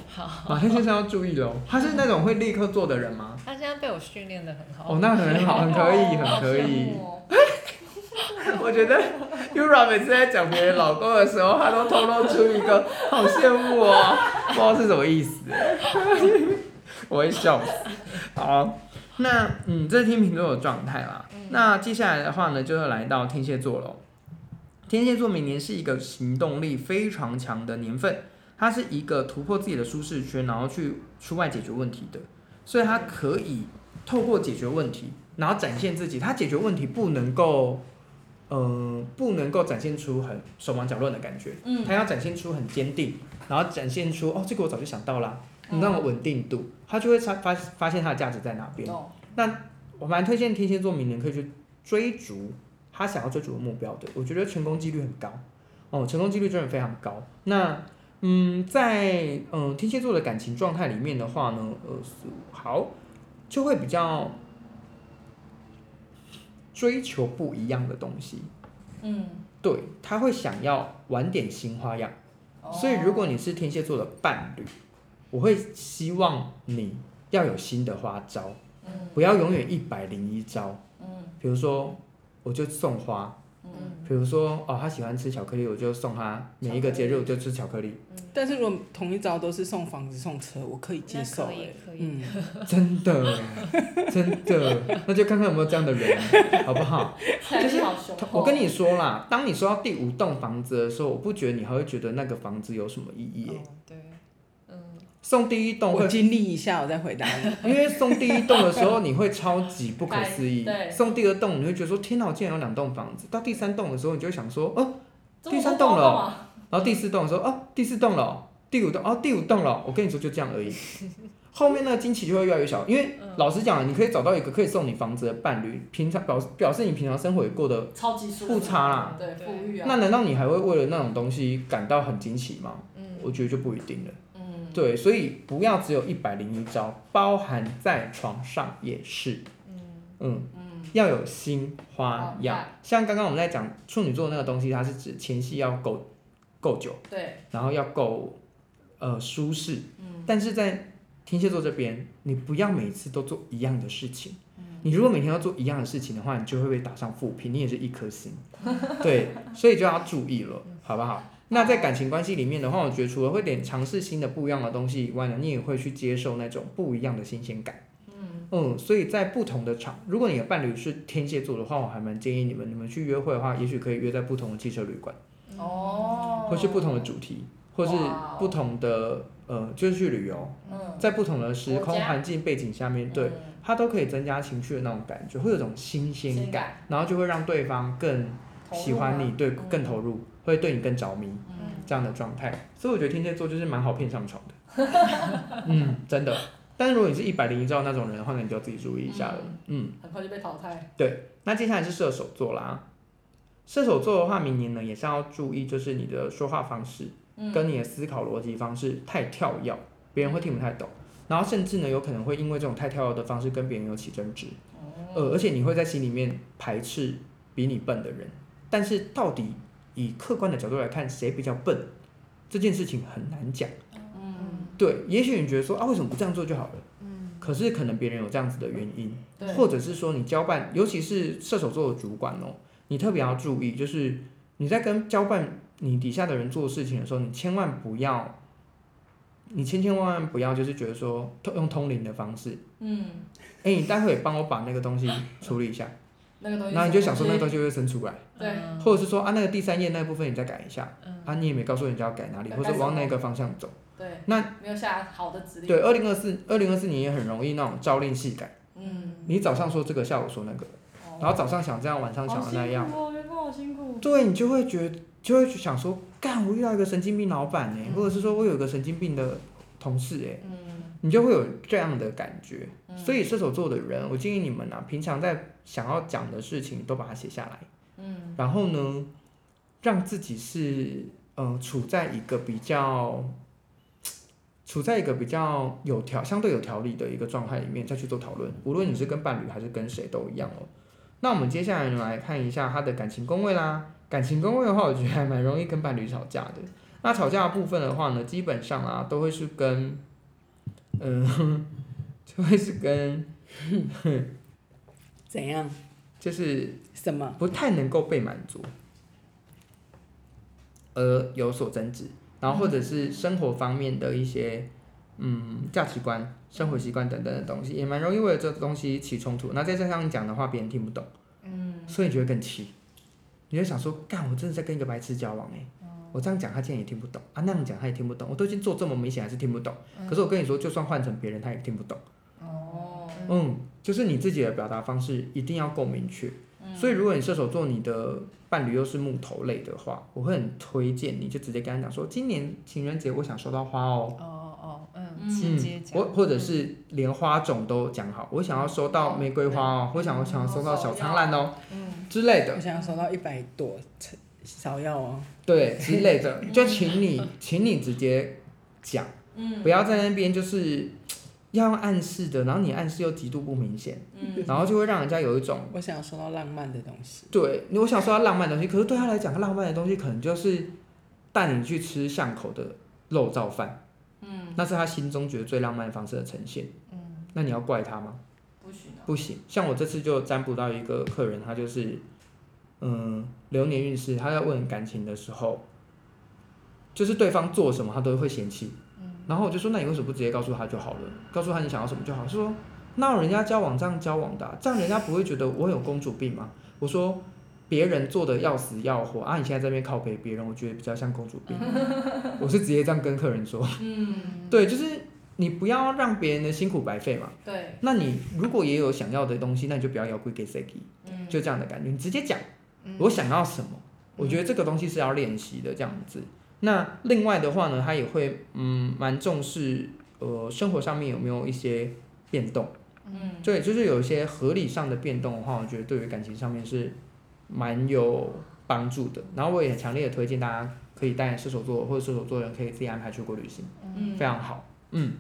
S2: 马天先生要注意喽。他是那种会立刻做的人吗？
S4: 他现在被我训练的很好
S2: 哦，，那很好，很可以，很可以。
S3: 哦
S2: 我觉得 Yura 每次在讲别人老公的时候，她都透露出一个 好羡慕哦，不知道是什么意思， 我会笑死。好，那嗯，这是天秤座的状态啦。那接下来的话呢，就会来到天蝎座喽。天蝎座明年是一个行动力非常强的年份，他是一个突破自己的舒适圈，然后去出外解决问题的，所以他可以透过解决问题，然后展现自己。他解决问题不能够，嗯、不能够展现出很手忙脚乱的感觉，
S3: 嗯
S2: 他要展现出很坚定，然后展现出哦，这个我早就想到啦，
S3: 嗯
S2: 你那种稳定度，他就会发发发现他的价值在哪边。
S3: 嗯懂，
S2: 我蛮推荐天蝎座明年可以去追逐他想要追逐的目标的，我觉得成功几率很高哦，成功几率真的非常高。那嗯，在嗯天蝎座的感情状态里面的话呢，呃，好就会比较追求不一样的东西，
S3: 嗯，
S2: 对他会想要玩点新花样。
S3: 哦
S2: 所以，如果你是天蝎座的伴侣，我会希望你要有新的花招，
S3: 嗯
S2: 不要永远一百零一招。嗯，比如说，我就送花。
S4: 嗯，
S2: 比如说，哦，他喜欢吃巧克力，我就送他每一个节日我就吃巧克力，
S1: 但是如果同一招都是送房子送车，我可以接
S4: 那
S1: 受、
S4: 可以
S1: 欸。
S4: 可以，
S1: 嗯，
S2: 真 的，真的，那就看看有没有这样的人，好不好？
S5: 财力好雄厚。
S2: 我跟你说啦，当你收到第五栋房子的时候，我不觉得你还会觉得那个房子有什么意义耶、
S4: 哦对，嗯，
S2: 送第一栋会
S1: 我经历一下，我再回答你。
S2: 因为送第一栋的时候，你会超级不可思 议；
S5: 对
S2: 送第二栋，你会觉得说天哪，我竟然有两栋房子。到第三栋的时候，你就会想说，哦，
S5: 这
S2: 第
S5: 么
S2: 三
S5: 多包
S2: 栋了
S5: 干嘛，
S2: 然后第四栋的时候，哦，第四栋了哦，第五栋，哦，第五栋了哦。我跟你说，就这样 而已。后面那个惊奇就会越来越小，
S5: 嗯
S2: 因为老实讲，你可以找到一个可以送你房子的伴侣，平常表表示你平常生活也过得
S5: 超级舒服，
S2: 不差啦。
S5: 对，
S4: 对
S5: 富裕啊。
S2: 那难道你还会为了那种东西感到很惊奇吗？
S4: 嗯
S2: 我觉得就不一定了。
S5: 嗯，
S2: 对，所以不要只有一百零一招，包含在床上也是。嗯要有新花
S5: 好
S2: 样
S5: 那。
S2: 像刚刚我们在讲处女座那个东西，它是指前戏要够够久，
S5: 对，
S2: 然后要够呃舒适。
S5: 嗯
S2: 但是在天蝎座这边，你不要每次都做一样的事情。
S3: 嗯
S2: 你如果每天要做一样的事情的话，你就会被打上负评，你也是一颗星。 对，所以就要注意了，好不好？那在感情关系里面的话，我觉得除了会点尝试新的不一样的东西以外呢，你也会去接受那种不一样的新鲜感。
S5: 嗯，
S2: 嗯，所以在不同的场，如果你的伴侣是天蝎座的话，我还蛮建议你们，你们去约会的话，也许可以约在不同的汽车旅馆，
S5: 哦，
S2: 或是不同的，主题，或是
S5: 哇哦
S2: 不同的呃，就是去旅游，
S5: 嗯，
S2: 在不同的时空
S5: 国家
S2: 环境背景下面，对，
S5: 嗯
S2: 它都可以增加情绪的那种感觉，会有种新鲜
S5: 新
S2: 感，
S5: 感，
S2: 然后就会让对方更
S5: 投入
S2: 喜欢你，
S5: 吗，
S2: 对，
S5: 嗯
S2: 更投入，会对你更着迷
S5: 嗯，
S2: 这样的状态。所以我觉得天蝎座就是蛮好骗上床的， 嗯，真的。但是如果你是一百零一兆那种人的话，那你就要自己注意一下了，嗯
S5: 很快就被淘汰。
S2: 那接下来是射手座啦。射手座的话，明年呢也是要注意，就是你的说话方式跟你的思考逻辑方式太跳跃，别人会听不太懂。然后甚至呢，有可能会因为这种太跳跃的方式跟别人有起争执，呃，而且你会在心里面排斥比你笨的人。但是到底以客观的角度来看，谁比较笨，这件事情很难讲。
S5: 嗯，
S2: 对，也许你觉得说啊，为什么不这样做就好了？嗯，可是可能别人有这样子的原因，
S5: 对，
S2: 或者是说你交办，尤其是射手座的主管哦，你特别要注意，就是你在跟交办你底下的人做事情的时候，你千万不要，你千千万万不要就是觉得说通用通灵的方式，
S5: 嗯，
S2: 哎、你待会帮我把那个东西处理一下，
S5: 那个东西，
S2: 然后你就想说那个东西会生出来，
S5: 对，
S4: 嗯
S2: 或者是说啊那个第三页那部分你再改一下，
S4: 嗯
S2: 啊你也没告诉人家要改哪里，
S5: 该
S2: 或者
S5: 改什么
S2: 往哪个方向走，
S5: 对，
S2: 那
S5: 没有下好的指令，
S2: 对，，二零二四二零二四年也很容易那种朝令夕改，
S5: 嗯，
S2: 你早上说这个，下午说那个，
S5: 哦
S2: 然后早上想这样，晚上想
S5: 好
S2: 要那
S5: 辛
S2: 样。
S5: 苦哦，员工好辛苦，
S2: 对你就会觉得，就会想说，干，我遇到一个神经病老板呢、欸或者是说我有一个神经病的同事哎、
S5: 嗯，
S2: 你就会有这样的感觉。
S5: 嗯
S2: 所以射手座的人，我建议你们啊，平常在想要讲的事情都把它写下来，
S5: 嗯，
S2: 然后呢，让自己是嗯、呃处在一个比较。处在一个比较有条、相对有条理的一个状态里面再去做讨论，无论你是跟伴侣还是跟谁都一样哦。那我们接下来来看一下他的感情宫位啦。感情宫位的话，我觉得还蛮容易跟伴侣吵架的。那吵架的部分的话呢，基本上啊都会是跟，嗯、就会是跟
S1: 怎样？
S2: 就是
S1: 什么？
S2: 不太能够被满足，而有所争执，然后或者是生活方面的一些嗯价值观、生活习惯等等的东西，也蛮容易为了这东西起冲突。那再加上你讲的话，别人听不懂，嗯，所以你就会更气，你就想说，干，我真的在跟一个白痴交往哎、我这样讲他竟然也听不懂啊，那样讲他也听不懂，我都已经做这么明显还是听不懂。可是我跟你说，就算换成别人他也听不懂。
S3: 哦，
S2: 嗯，就是你自己的表达方式一定要够明确。
S3: 嗯
S2: 所以如果你射手座你的伴侣又是木头类的话，我会很推荐你就直接跟他讲说，今年情人节我想收到花哦。
S4: 哦哦，嗯，
S5: 嗯
S4: 直接讲，
S2: 我或者是连花种都讲好，我想要收到玫瑰花哦，我想我想要收到小苍兰哦
S3: 嗯，
S2: 之类的
S1: 我，想要收到一百朵芍药哦。
S2: 对之类的，就请你请你直接讲，
S5: 嗯
S2: 不要在那边就是要用暗示的，然后你暗示又极度不明显，
S5: 嗯
S2: 然后就会让人家有一种
S1: 我想要收到浪漫的东西。
S2: 对，我想说他浪漫的东西，可是对他来讲，浪漫的东西可能就是带你去吃巷口的肉燥饭，
S5: 嗯，
S2: 那是他心中觉得最浪漫的方式的呈现。
S4: 嗯，
S2: 那你要怪他吗？
S5: 不行啊，
S2: 不行。像我这次就占卜到一个客人，他就是嗯流年运势，他在问感情的时候，就是对方做什么他都会嫌弃。然后我就说，那你为什么不直接告诉他就好了？告诉他你想要什么就好。他说，那人家交往这样交往的啊、这样人家不会觉得我有公主病吗？我说，别人做的要死要活啊，你现在在那边靠北别人，我觉得比较像公主病。我是直接这样跟客人说，
S5: 嗯，
S2: 对，就是你不要让别人的辛苦白费嘛。
S5: 对，
S2: 那你如果也有想要的东西，那你就不要摇归给谁给，
S5: 嗯，
S2: 就这样的感觉。你直接讲我想要什么，我觉得这个东西是要练习的这样子。那另外的话呢，他也会嗯蛮重视呃生活上面有没有一些变动，
S5: 嗯，
S2: 对，就是有一些合理上的变动的话，我觉得对于感情上面是蛮有帮助的。然后我也很强烈的推荐大家可以带射手座或者射手座的人可以自己安排出国旅行。
S5: 嗯
S2: 非常好。嗯，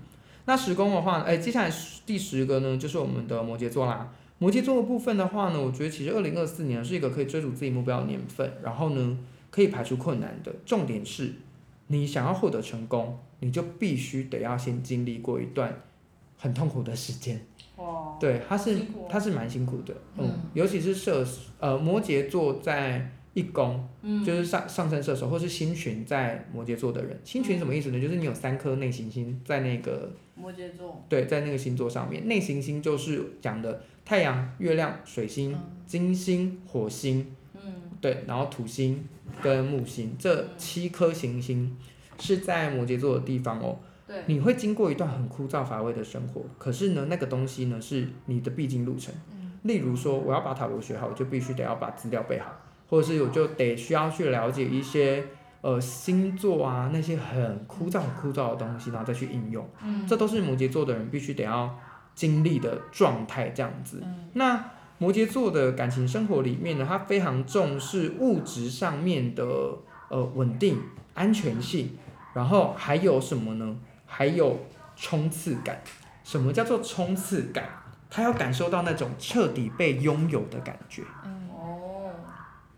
S2: 那十宫的话，哎，接下来十第十个呢，就是我们的摩羯座啦。摩羯座的部分的话呢，我觉得其实二零二四年是一个可以追逐自己目标的年份，然后呢，可以排除困难的。重点是，你想要获得成功，你就必须得要先经历过一段很痛苦的时间。
S5: 哇，
S2: 对，他是
S5: 辛苦哦
S2: 他是蛮辛苦的，嗯，
S4: 嗯
S2: 尤其是射呃摩羯座在一宫，
S5: 嗯
S2: 就是上上升射手或是星群在摩羯座的人，星群什么意思
S5: 嗯
S2: 呢？就是你有三颗内行星在那个
S5: 摩羯座，
S2: 对在那个星座上面，内行星就是讲的太阳、月亮、水星、金星、火星，
S5: 嗯
S2: 对，然后土星跟木星这七颗行星是在摩羯座的地方哦。
S5: 对，
S2: 你会经过一段很枯燥乏味的生活，可是呢，那个东西呢是你的必经路程。例如说，我要把塔罗学好，我就必须得要把资料背好，或者是我就得需要去了解一些呃星座啊那些很枯燥很枯燥的东西，然后再去应用。
S5: 嗯
S2: 这都是摩羯座的人必须得要经历的状态，这样子。那摩羯座的感情生活里面呢，他非常重视物质上面的呃稳定、安全性，然后还有什么呢？还有冲刺感。什么叫做冲刺感？他要感受到那种彻底被拥有的感觉。
S5: 哦，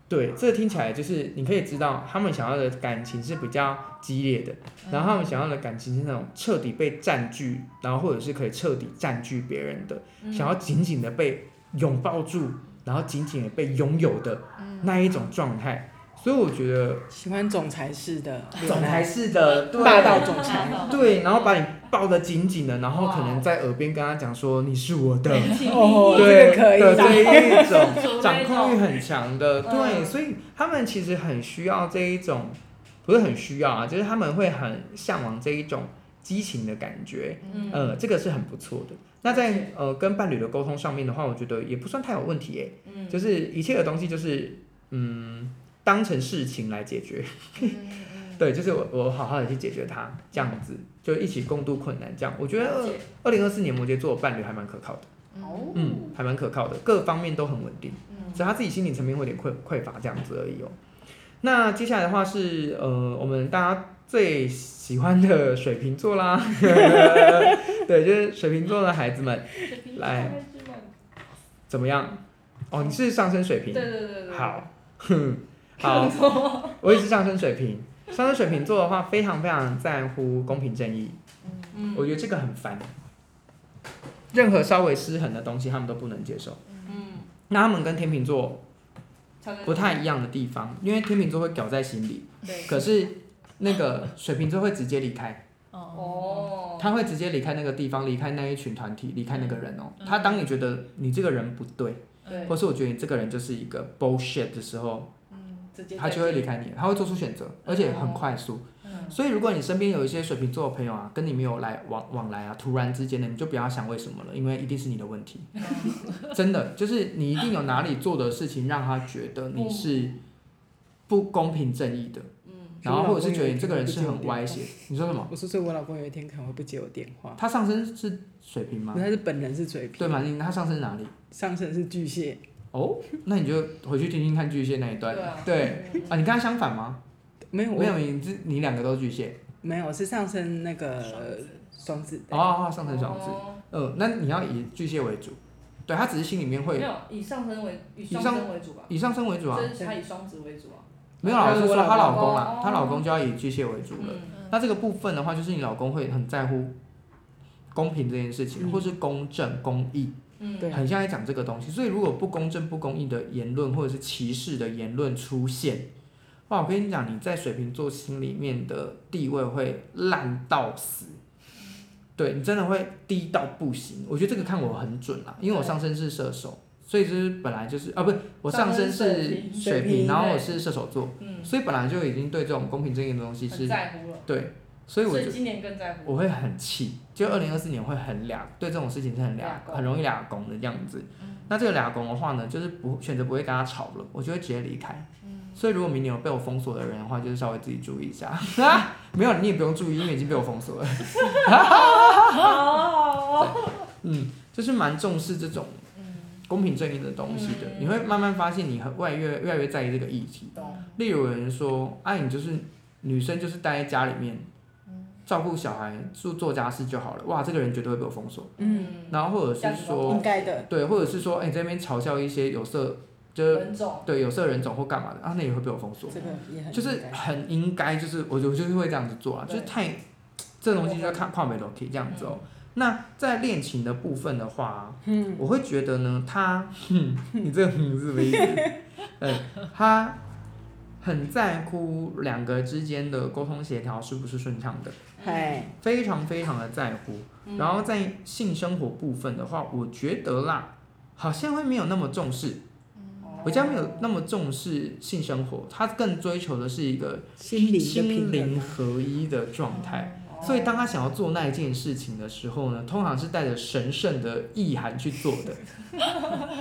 S2: 对，这听起来就是你可以知道，他们想要的感情是比较激烈的，
S4: 嗯
S2: 然后他们想要的感情是那种彻底被占据，然后或者是可以彻底占据别人的，
S3: 嗯
S2: 想要紧紧的被拥抱住，然后紧紧的被拥有的那一种状态。所以我觉得
S1: 喜欢总裁式的恋爱
S2: 总裁式的
S1: 霸道总裁，
S5: 霸道
S2: 对，然后把你抱得紧紧的，然后可能在耳边跟他讲说你是我的，
S1: 哦
S2: 对
S1: 这个可以
S2: 的
S1: 掌控
S2: 这一种
S5: 种
S2: 掌控欲很强的，
S5: 嗯
S2: 对，所以他们其实很需要这一种，不是很需要啊，就是他们会很向往这一种激情的感觉，
S5: 嗯
S2: 呃，这个是很不错的。那
S5: 了
S2: 在
S5: 解
S2: 呃跟伴侣的沟通上面的话，我觉得也不算太有问题诶、
S5: 嗯，
S2: 就是是一切的东西就是嗯当成事情来解决，
S5: 嗯
S2: 对，就是我我好好的去解决它，这样子
S5: 嗯
S2: 就一起共度困难，这样我觉得二零二四年摩羯座的伴侣还蛮可靠的。
S5: 哦，
S2: 嗯，还蛮可靠的，各方面都很稳定，
S5: 嗯
S2: 只是他自己心理层面会有点匮匮乏这样子而已哦。那接下来的话是呃，我们大家最喜欢的水瓶座啦， 对，就是水瓶座的孩子们
S5: 水瓶座
S2: 来
S5: 还是蛮，
S2: 怎么样？哦，你是上升水
S5: 对
S2: 瓶，
S5: 对对对，
S2: 好，哼，好，我也是上升水瓶。上升水瓶座的话，非常非常在乎公平正义，
S5: 嗯，
S2: 我觉得这个很烦。任何稍微失衡的东西，他们都不能接受。
S5: 嗯，
S2: 那他们跟天秤座
S5: 差点
S2: 不太一样的地方，因为天秤座会搞在心里，
S5: 对，
S2: 可是那个水瓶座会直接离开，
S4: 哦，
S5: 哦，
S2: 他会直接离开那个地方，离开那一群团体，离开那个人哦。他当你觉得你这个人不对，
S5: 对
S2: 或是我觉得你这个人就是一个 bullshit 的时候，
S3: 直接
S2: 他就会离开你，他会做出选择，而且很快速。
S3: 嗯
S2: 所以如果你身边有一些水瓶座的朋友啊，跟你没有来往往来啊，突然之间的，你就不要想为什么了，因为一定是你的问题。真的，就是你一定有哪里做的事情让他觉得你是不公平正义的，
S3: 嗯，
S2: 然后或者是觉得你这个人是很歪斜。你说什么？
S1: 我说，所以我老公有一天可能会不接我电话，
S2: 他上身是水瓶吗
S1: 因为？他是本人是水瓶，
S2: 对吗？你他上身是哪 里？
S1: 上身是巨蟹，
S2: 哦，那你就回去听听看巨蟹那一段
S3: 对啊。
S2: 对啊，你跟他相反吗？
S1: 没有，我
S2: 没有，你这你两个都是巨蟹。
S1: 没有，我是上身那个双子的，
S2: 哦，上升双子。
S3: 哦
S2: 嗯，那你要以巨蟹为主，对他只是心里面
S3: 没
S2: 会
S3: 有以上身为以
S2: 以
S3: 上
S2: 上
S3: 身为主吧，
S2: 以上升为主啊，
S3: 这是他以双子为主啊，
S2: 没有啦，我是说她
S1: 我
S2: 老
S1: 老
S2: 公啦
S3: 哦，
S2: 她老公就要以巨蟹为主了。
S3: 嗯，
S2: 那这个部分的话，就是你老公会很在乎公平这件事情，
S1: 嗯
S2: 或是公正公义，
S3: 嗯
S1: 对
S2: 很像在讲这个东西。所以如果不公正不公义的言论或者是歧视的言论出现，哇，我跟你讲，你在水瓶座心里面的地位会烂到死。对你真的会低到不行，我觉得这个看我很准啦，因为我上身是射手，所以就是本来就是啊，不是我上身
S3: 上身是
S2: 是
S3: 水瓶
S2: 水
S1: 水
S2: 瓶，
S1: 瓶
S2: 然后我
S3: 对
S2: 是射手座，
S3: 嗯，
S2: 所以本来就已经对这种公平正义的东西
S3: 很
S2: 是
S3: 在乎了，
S2: 对，所以我
S3: 所
S2: 就
S3: 以今年更在乎，
S2: 我会很气，就二零二四年会很俩，对这种事情是很俩
S3: 俩，公
S2: 很容易俩拱的这样子。那这个俩拱的话呢，就是不选择不会跟他吵了，我就会直接离开。所以如果明年有被我封锁的人的话，就是稍微自己注意一下。 没有，你也不用注意，因为已经被我封锁了。
S3: 哦，
S2: 嗯，就是蛮重视这种公平正义的东西的，你会慢慢发现你很越来越越来越在意这个议题。
S3: 懂，
S2: 例如有人说，哎、你就是女生就是待在家里面，
S1: 嗯
S2: 照顾小孩、做做家事就好了。哇，这个人绝对会被我封锁。
S3: 嗯，
S2: 然后或者是
S1: 应
S2: 说，
S1: 该的，
S2: 对，或者是说，哎、你在那边嘲笑一些有色，就是
S3: 人种，
S2: 对有色人种或干嘛的啊，那也会被我封锁。
S1: 这个也很
S2: 就是
S1: 应该
S2: 很应该，就是我就我就是会这样子做啊，就
S3: 对
S2: 是太这东西就要看跨媒楼梯这样子哦。那在恋情的部分的话，
S1: 嗯，
S2: 我会觉得呢，他， 哼，你这个哼是什么意思？ 嗯，他很在乎两个之间的沟通协调是不是顺畅的，
S1: 嗨，
S2: 非常非常的在乎。
S1: 嗯
S2: 然后在性生活部分的话，我觉得啦，好像会没有那么重视，我家没有那么重视性生活，他更追求的是一个
S1: 心灵的
S2: 心
S1: 平啊衡
S2: 灵
S1: 啊，
S2: 合一的状态。
S3: 哦
S2: 所以当他想要做那一件事情的时候呢，通常是带着神圣的意涵去做的。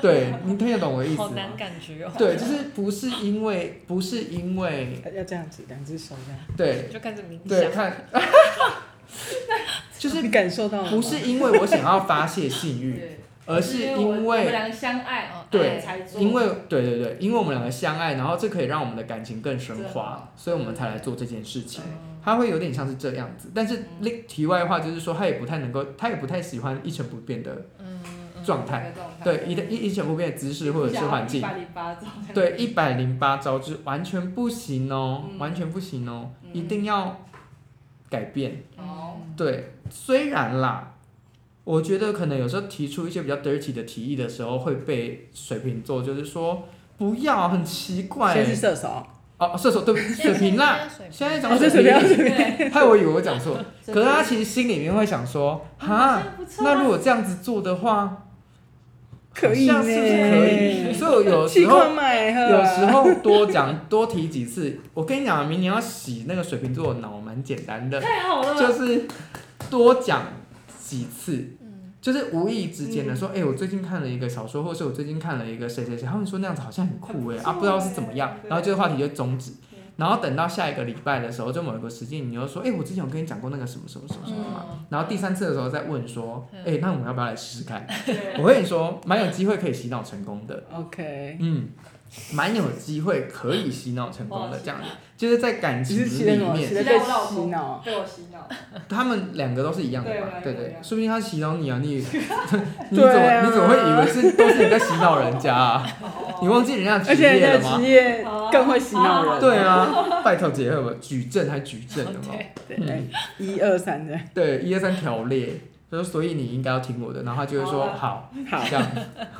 S2: 对，你听得懂我的意思
S4: 好
S2: 吗？
S4: 难感觉哦，
S2: 对，就是不是因为不是因为
S1: 要这样子，两只手这样，
S2: 对
S4: 就开始冥
S2: 对
S4: 想，
S2: 看，就是
S1: 你感受到了吗
S2: 不是因为我想要发泄性 欲，
S3: 对，
S2: 而是因
S3: 我我们
S2: 为
S3: 两个相爱，
S4: 哦
S2: 对
S3: 爱才做，
S2: 因为对对对，因为我们两个相爱，然后这可以让我们的感情更升
S3: 对
S2: 华
S3: 啊，
S2: 所以我们才来做这件事情。
S4: 嗯
S2: 他会有点像是这样子，但是另题外话就是说，他也不太能够，他也不太喜欢一成不变的
S4: 嗯，
S2: 状态，对，一一一成不变的姿势或者是环境
S3: 一，百零八种，
S2: 对，一百零八招之完全不行哦，
S3: 嗯
S2: 完全不行哦，
S3: 嗯
S2: 一定要改变。
S4: 嗯
S3: 哦，
S2: 对，虽然啦，我觉得可能有时候提出一些比较 dirty 的提议的时候，会被水瓶座就是说不要，很奇怪
S1: 先是
S2: 欸。
S1: 射手，
S2: 哦，射手对不起，水瓶啦，，
S4: 啊
S2: 现在
S1: 哦，
S2: 讲
S1: 这
S2: 水
S1: 水
S2: 瓶，
S1: 瓶，
S3: 对，
S2: 害我以为我讲错，
S3: 水
S2: 可
S3: 瓶
S2: 是他其实心里面会想说，哈，
S3: 这样哦不错啊
S2: 那如果这样子做的话，
S1: 可以呢，
S2: 好像是不是可以？所以我有
S1: 七
S2: 时候
S1: 块买喝，
S2: 有时候多讲多提几次，我跟你讲，明年要洗那个水瓶座的脑，蛮简单的，
S3: 太好了，
S2: 就是多讲几次，
S4: 嗯
S2: 就是无意之间的说，
S3: 嗯
S2: 哎、我最近看了一个小说，或是我最近看了一个谁谁谁，他们说那样子好像很酷哎、
S3: 很不错
S2: 啊，不知道是怎么样，
S3: 嗯对
S2: 然后这个话题就终止
S3: 对。
S2: 然后等到下一个礼拜的时候，就某一个时间，你又说，哎、我之前有跟你讲过那个什么什么什么什么嘛。
S4: 嗯
S2: 然后第三次的时候再问说，哎、那我们要不要来试试看？
S3: 对
S2: 我跟你说，蛮有机会可以洗脑成功的。
S1: ，OK，
S2: 嗯，蛮有机会可以洗脑成功的，这样子就是在感
S1: 你
S2: 情
S1: 是洗了
S2: 里
S1: 什么？洗
S2: 面，
S1: 了被洗脑，
S3: 被我洗脑，
S2: 他们两个都是一样的嘛，对不
S3: 对我
S2: 对
S3: 一样？
S2: 说不定他洗脑你啊，你 你怎
S1: 对
S2: 么
S1: 啊
S2: 你怎么会以为是都是你在洗脑人家 啊？你
S3: 哦，
S2: 忘记人家的
S1: 而
S2: 职
S1: 且
S2: 业
S1: 人
S2: 了
S1: 家
S2: 吗
S1: 职？业更会洗脑人，
S2: 对啊，拜托姐，我举证还举证 的嘛？
S1: 对，一二三的，
S2: 对，一二三条列，就是所以你应该要听我的，然后他就会说好，啊
S1: 好，
S2: 这样。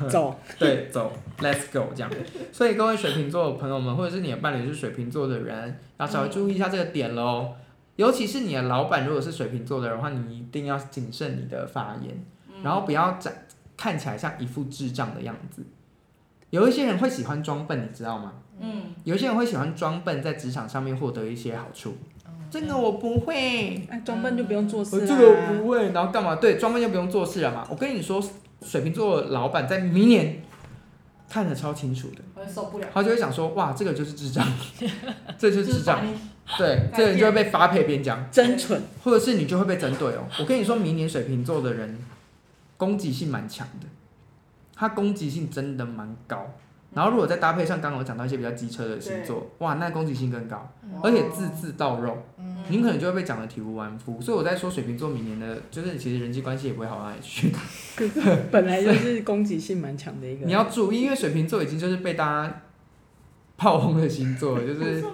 S2: 嗯
S1: 走，
S2: 对，走，Let's go 这样。所以各位水瓶座的朋友们，或者是你的伴侣是水瓶座的人，要稍微注意一下这个点喽。尤其是你的老板如果是水瓶座的人的话，你一定要谨慎你的发言，然后不要展看起来像一副智障的样子。有一些人会喜欢装笨，你知道吗？
S5: 嗯，
S2: 有一些人会喜欢装笨，在职场上面获得一些好处。这个我不会，
S1: 哎，装笨就不用做事
S2: 我
S1: 啦。
S2: 这个我不会，然后干嘛？对，装笨就不用做事了嘛。我跟你说，水瓶座的老板在明年看得超清楚的，
S5: 我就受不了，
S2: 他就会想说，哇，这个就是智障，这就是智
S5: 把
S2: 障，
S5: 你
S2: 对，这个人就会被发配边疆，
S1: 真蠢，
S2: 或者是你就会被针对哦。我跟你说，明年水瓶座的人攻击性蛮强的，他攻击性真的蛮高。然后如果再搭配上刚刚我讲到一些比较机车的星座，哇，那攻击性更高，而且字字到肉，
S4: 嗯
S2: 您可能就会被讲的体无完肤。所以我在说水瓶座明年的，就是其实人际关系也不会好到哪里去。
S1: 本来就是攻击性蛮强的一个人。
S2: 你要注意，因为水瓶座已经就是被大家炮轰的星座了，就
S5: 为
S2: 是
S5: 什么？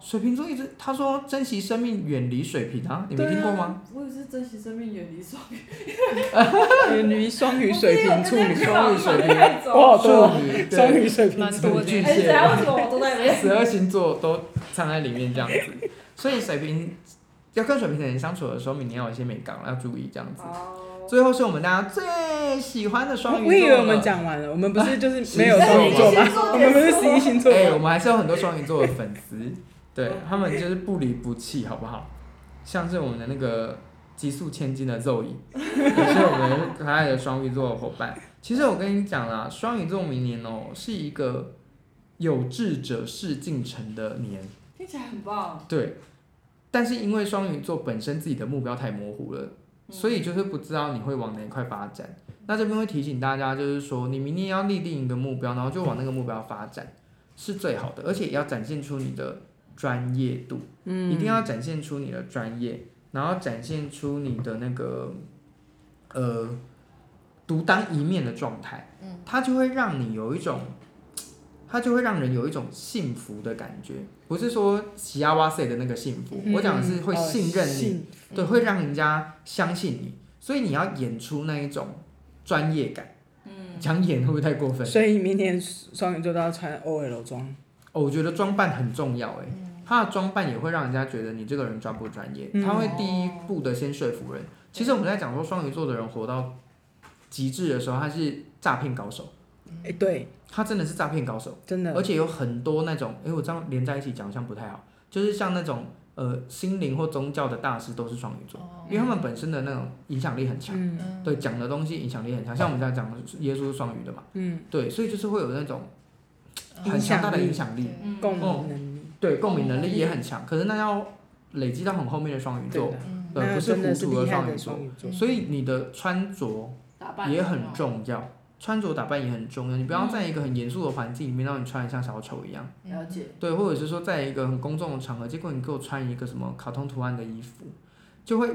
S2: 水瓶座一直他说珍惜生命，远离水瓶啊，你没
S1: 对啊
S2: 听过吗？
S5: 我也是珍惜生命，远离双鱼，
S1: 远离双鱼、水瓶、处女，
S2: 双鱼水瓶
S5: 太
S1: 我好
S2: 处
S1: 多哦，
S2: 女对
S1: 双鱼、水瓶、
S4: 蛮
S1: 处
S4: 多
S1: 女。
S4: 的
S2: 巨
S5: 哎，
S2: 蟹
S5: 等下为什么我都在里面？
S2: 十二星座都藏在里面这样子，所以水瓶要跟水瓶的人相处的时候，明年要有一些美感要注意这样子。
S5: 哦，
S2: 最后是我们大家最喜欢的双鱼座
S1: 我以为我们
S2: 了
S1: 讲完了，我们不是就是
S2: 十
S1: 没有
S2: 一
S1: 双鱼
S2: 星座
S1: 座吗？我们不是十一星座
S2: 哎、我
S1: 吗？
S2: 们还是有很多双鱼座的粉丝，对他们就是不离不弃，好不好？像是我们的那个极速千金的 Zoe，也是我们可爱的双鱼座的伙伴。其实我跟你讲啦，双鱼座明年哦、是一个有志者事竟成的年，
S5: 听起来很棒，
S2: 对。但是因为双鱼座本身自己的目标太模糊了，所
S1: 嗯
S2: 以就是不知道你会往哪一块发展。那这边会提醒大家，就是说你明年要立定一个目标，然后就往那个目标发展是最好的，而且也要展现出你的专业度，
S1: 嗯
S2: 一定要展现出你的专业，然后展现出你的那个呃独当一面的状态，
S4: 嗯，
S2: 它就会让你有一种。它就会让人有一种幸福的感觉，不是说喜呀哇塞的那个幸福，我讲的是会
S1: 嗯哦
S2: 信任你，
S1: 信
S2: 对，会让人家相信你，所以你要演出那一种专业感。
S5: 嗯，
S2: 讲演会不会太过分？
S1: 所以明年双鱼座都要穿 OL 装，
S2: 哦，我觉得装扮很重要，哎，他的装扮也会让人家觉得你这个人专不专业，
S1: 嗯
S2: 他会第一步的先说服人。其实我们在讲说双鱼座的人活到极致的时候，他是诈骗高手，
S1: 哎，对，
S2: 他真的是诈骗高手，
S1: 真的
S2: 而，且有很多那种，哎，我这样连在一起讲好像不太好，就是像那种呃心灵或宗教的大师都是双鱼
S4: 哦
S2: 座，因为他们本身的那种影响力很强。
S1: 嗯
S2: 对，讲的东西影响力很强，像我们在讲的耶稣是双鱼的嘛，
S1: 嗯，
S2: 对，所以就是会有那种
S1: 影
S2: 很强
S1: 响
S2: 大的影
S1: 力
S2: 响力，
S5: 嗯
S1: 共鸣能力，
S2: 对，共鸣能力也很强。可是那要累积到很后面的双鱼
S1: 对
S2: 座
S1: 的，，
S4: 嗯
S2: 对
S1: 那
S2: 不是
S1: 真的
S2: 糊
S1: 是
S2: 涂的
S1: 厉害
S2: 双鱼
S1: 的
S2: 座
S1: 双，鱼座，
S2: 所以你的穿着
S5: 打扮
S2: 也
S3: 哦
S2: 很，重要，穿着打扮也很重要。你不要在一个很严肃的环境里面，让你穿的像小丑一样，
S4: 嗯
S5: 了解，
S2: 对，或者是说在一个很公众的场合，结果你给我穿一个什么卡通图案的衣服，就会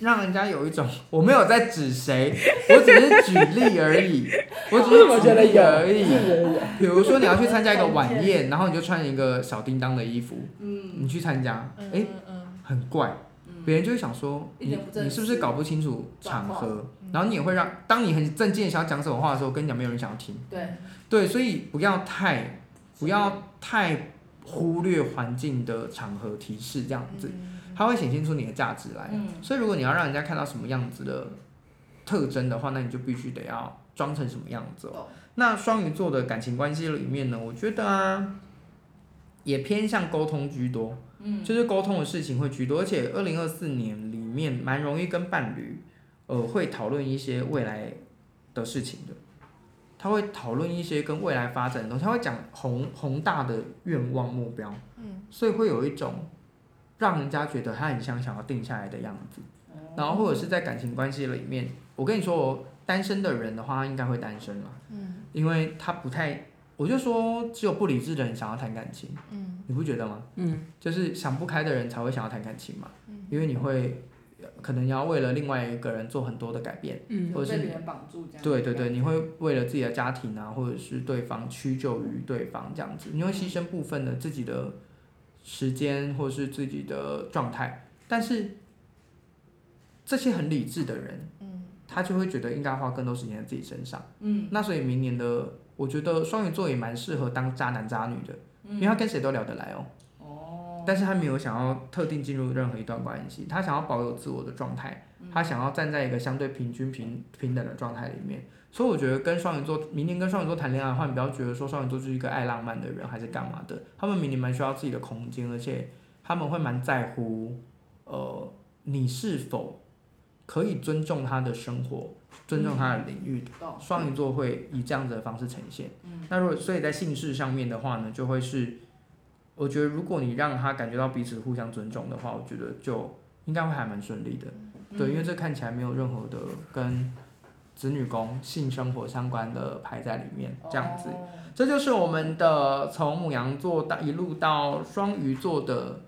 S2: 让人家有一种我没有在指谁，我只是举例而已，我只
S1: 为什么
S2: 是举
S1: 觉得
S2: 例
S1: 有
S2: 而已。比如说你要去参加一个晚宴，然后你就穿一个小叮当的衣服，
S5: 嗯
S2: 你去参加，哎、
S4: 嗯
S2: 很怪，
S5: 嗯，
S2: 别人就会想说
S5: 一
S2: 你
S5: 点不正
S2: 你是不是
S5: 式
S2: 搞不清楚场
S5: 状
S2: 合，然后你也会让当你很正经的想要讲什么话的时候，跟你讲没有人想要听。
S5: 对，
S2: 对，所以不要太不要太忽略环境的场合提示，这样
S4: 嗯
S2: 子，它会显现出你的价值来。
S5: 嗯
S2: 所以如果你要让人家看到什么样子的特征的话，那你就必须得要装成什么样子哦
S5: 懂。
S2: 那双鱼座的感情关系里面呢，我觉得啊，也偏向沟通居多，
S5: 嗯，
S2: 就是沟通的事情会居多，而且二零二四年里面蛮容易跟伴侣，呃，会讨论一些未来的事情的。他会讨论一些跟未来发展的东西，他会讲宏宏大的愿望目标，
S4: 嗯，
S2: 所以会有一种让人家觉得他很想想要定下来的样子。
S4: 哦
S2: 然后或者是在感情关系里面，我跟你说，哦，单身的人的话，他应该会单身嘛，
S4: 嗯
S2: 因为他不太，我就说只有不理智的人想要谈感情，
S4: 嗯
S2: 你不觉得吗？
S1: 嗯，
S2: 就是想不开的人才会想要谈感情嘛，
S4: 嗯
S2: 因为你会呃可能要为了另外一个人做很多的改变，
S1: 嗯
S2: 或者
S5: 被
S2: 是
S5: 别人绑住这样，
S2: 对对对，，你会
S5: 嗯
S2: 为了自己的家庭啊，或者是对方屈就于对方这样子，你会牺牲部分的自己的时间或是自己的状态，但是这些很理智的人，
S4: 嗯，
S2: 他就会觉得应该花更多时间在自己身上。
S5: 嗯
S2: 那所以明年的，我觉得双鱼座也蛮适合当渣男渣女的，因为他跟谁都聊得来哦。
S5: 嗯哦，
S2: 但是他没有想要特定进入任何一段关系，他想要保有自我的状态，
S5: 嗯
S2: 他想要站在一个相对平均平平等的状态里面。所以我觉得跟双鱼座，明年跟双鱼座谈恋爱的话，你不要觉得说双鱼座就是一个爱浪漫的人还是干嘛的，他们明年蛮需要自己的空间，而且他们会蛮在乎，呃，你是否可以尊重他的生活，尊重他的领域
S5: 嗯懂
S2: 双鱼座会以这样子的方式呈现。
S5: 嗯
S2: 那如果所以在性事上面的话呢，就会是，我觉得如果你让他感觉到彼此互相尊重的话，我觉得就应该会还蛮顺利的。
S5: 嗯
S2: 对，因为这看起来没有任何的跟子女宫性生活相关的牌在里面，这样
S5: 哦
S2: 子。这就是我们的从母羊座到一路到双鱼座的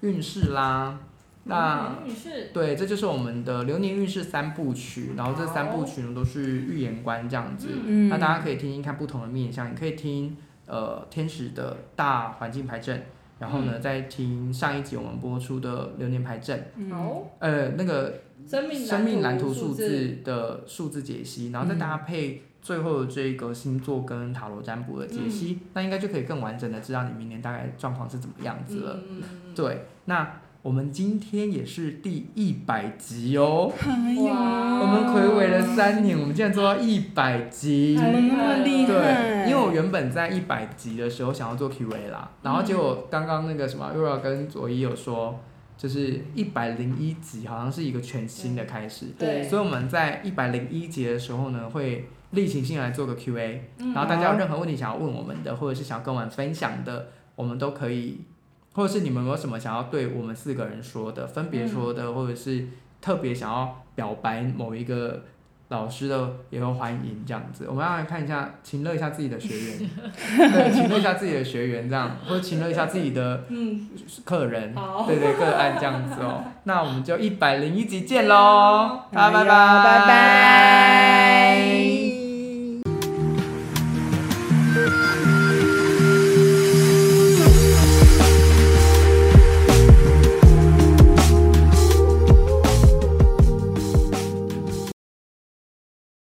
S2: 运势啦。那、
S3: 嗯
S5: 女士，
S2: 对，这就是我们的流年运势三部曲，然后这三部曲呢都是预言观这样子。
S1: 嗯
S2: 那大家可以听听看不同的面向，你可以听呃天使的大环境牌阵，然后呢、再听上一集我们播出的流年牌阵，
S1: 嗯，
S5: 好，
S2: 呃那个
S3: 生命
S2: 生命蓝
S3: 蓝
S2: 图数
S3: 数，
S2: 字的数字解析，然后再搭配最后的这个星座跟塔罗占卜的解析，那应该就可以更完整的知道你明年大概状况是怎么样子了。
S5: 嗯嗯
S2: 对，那我们今天也是第一百集哦，
S1: 哎呦，
S5: 哇
S2: 我们暌违了三年，我们竟然做到一百集。
S1: 怎么那么厉害？
S2: 对，因为我原本在一百集的时候想要做 Q&A 啦，然后结果刚刚那个什么 Ura 跟佐伊有说，就是一百零一集好像是一个全新的开始，
S3: 对
S2: 所以我们在一百零一集的时候呢，会例行性来做个 Q&A，然
S3: 嗯
S2: 后大家有任何问题想要问我们的，或者是想要跟我们分享的，我们都可以，或者是你们有没有什么想要对我们四个人说的，分别说的，
S3: 嗯
S2: 或者是特别想要表白某一个老师的，也会欢迎这样子。我们要来看一下，请乐一下自己的学员，对，请乐一下自己的学员这样，或者请乐一下自己的
S3: 嗯，
S2: 客人，
S3: 好
S2: 对对个案这样子 哦。那我们就一百零一集见喽，大家拜拜，
S1: 哎拜拜。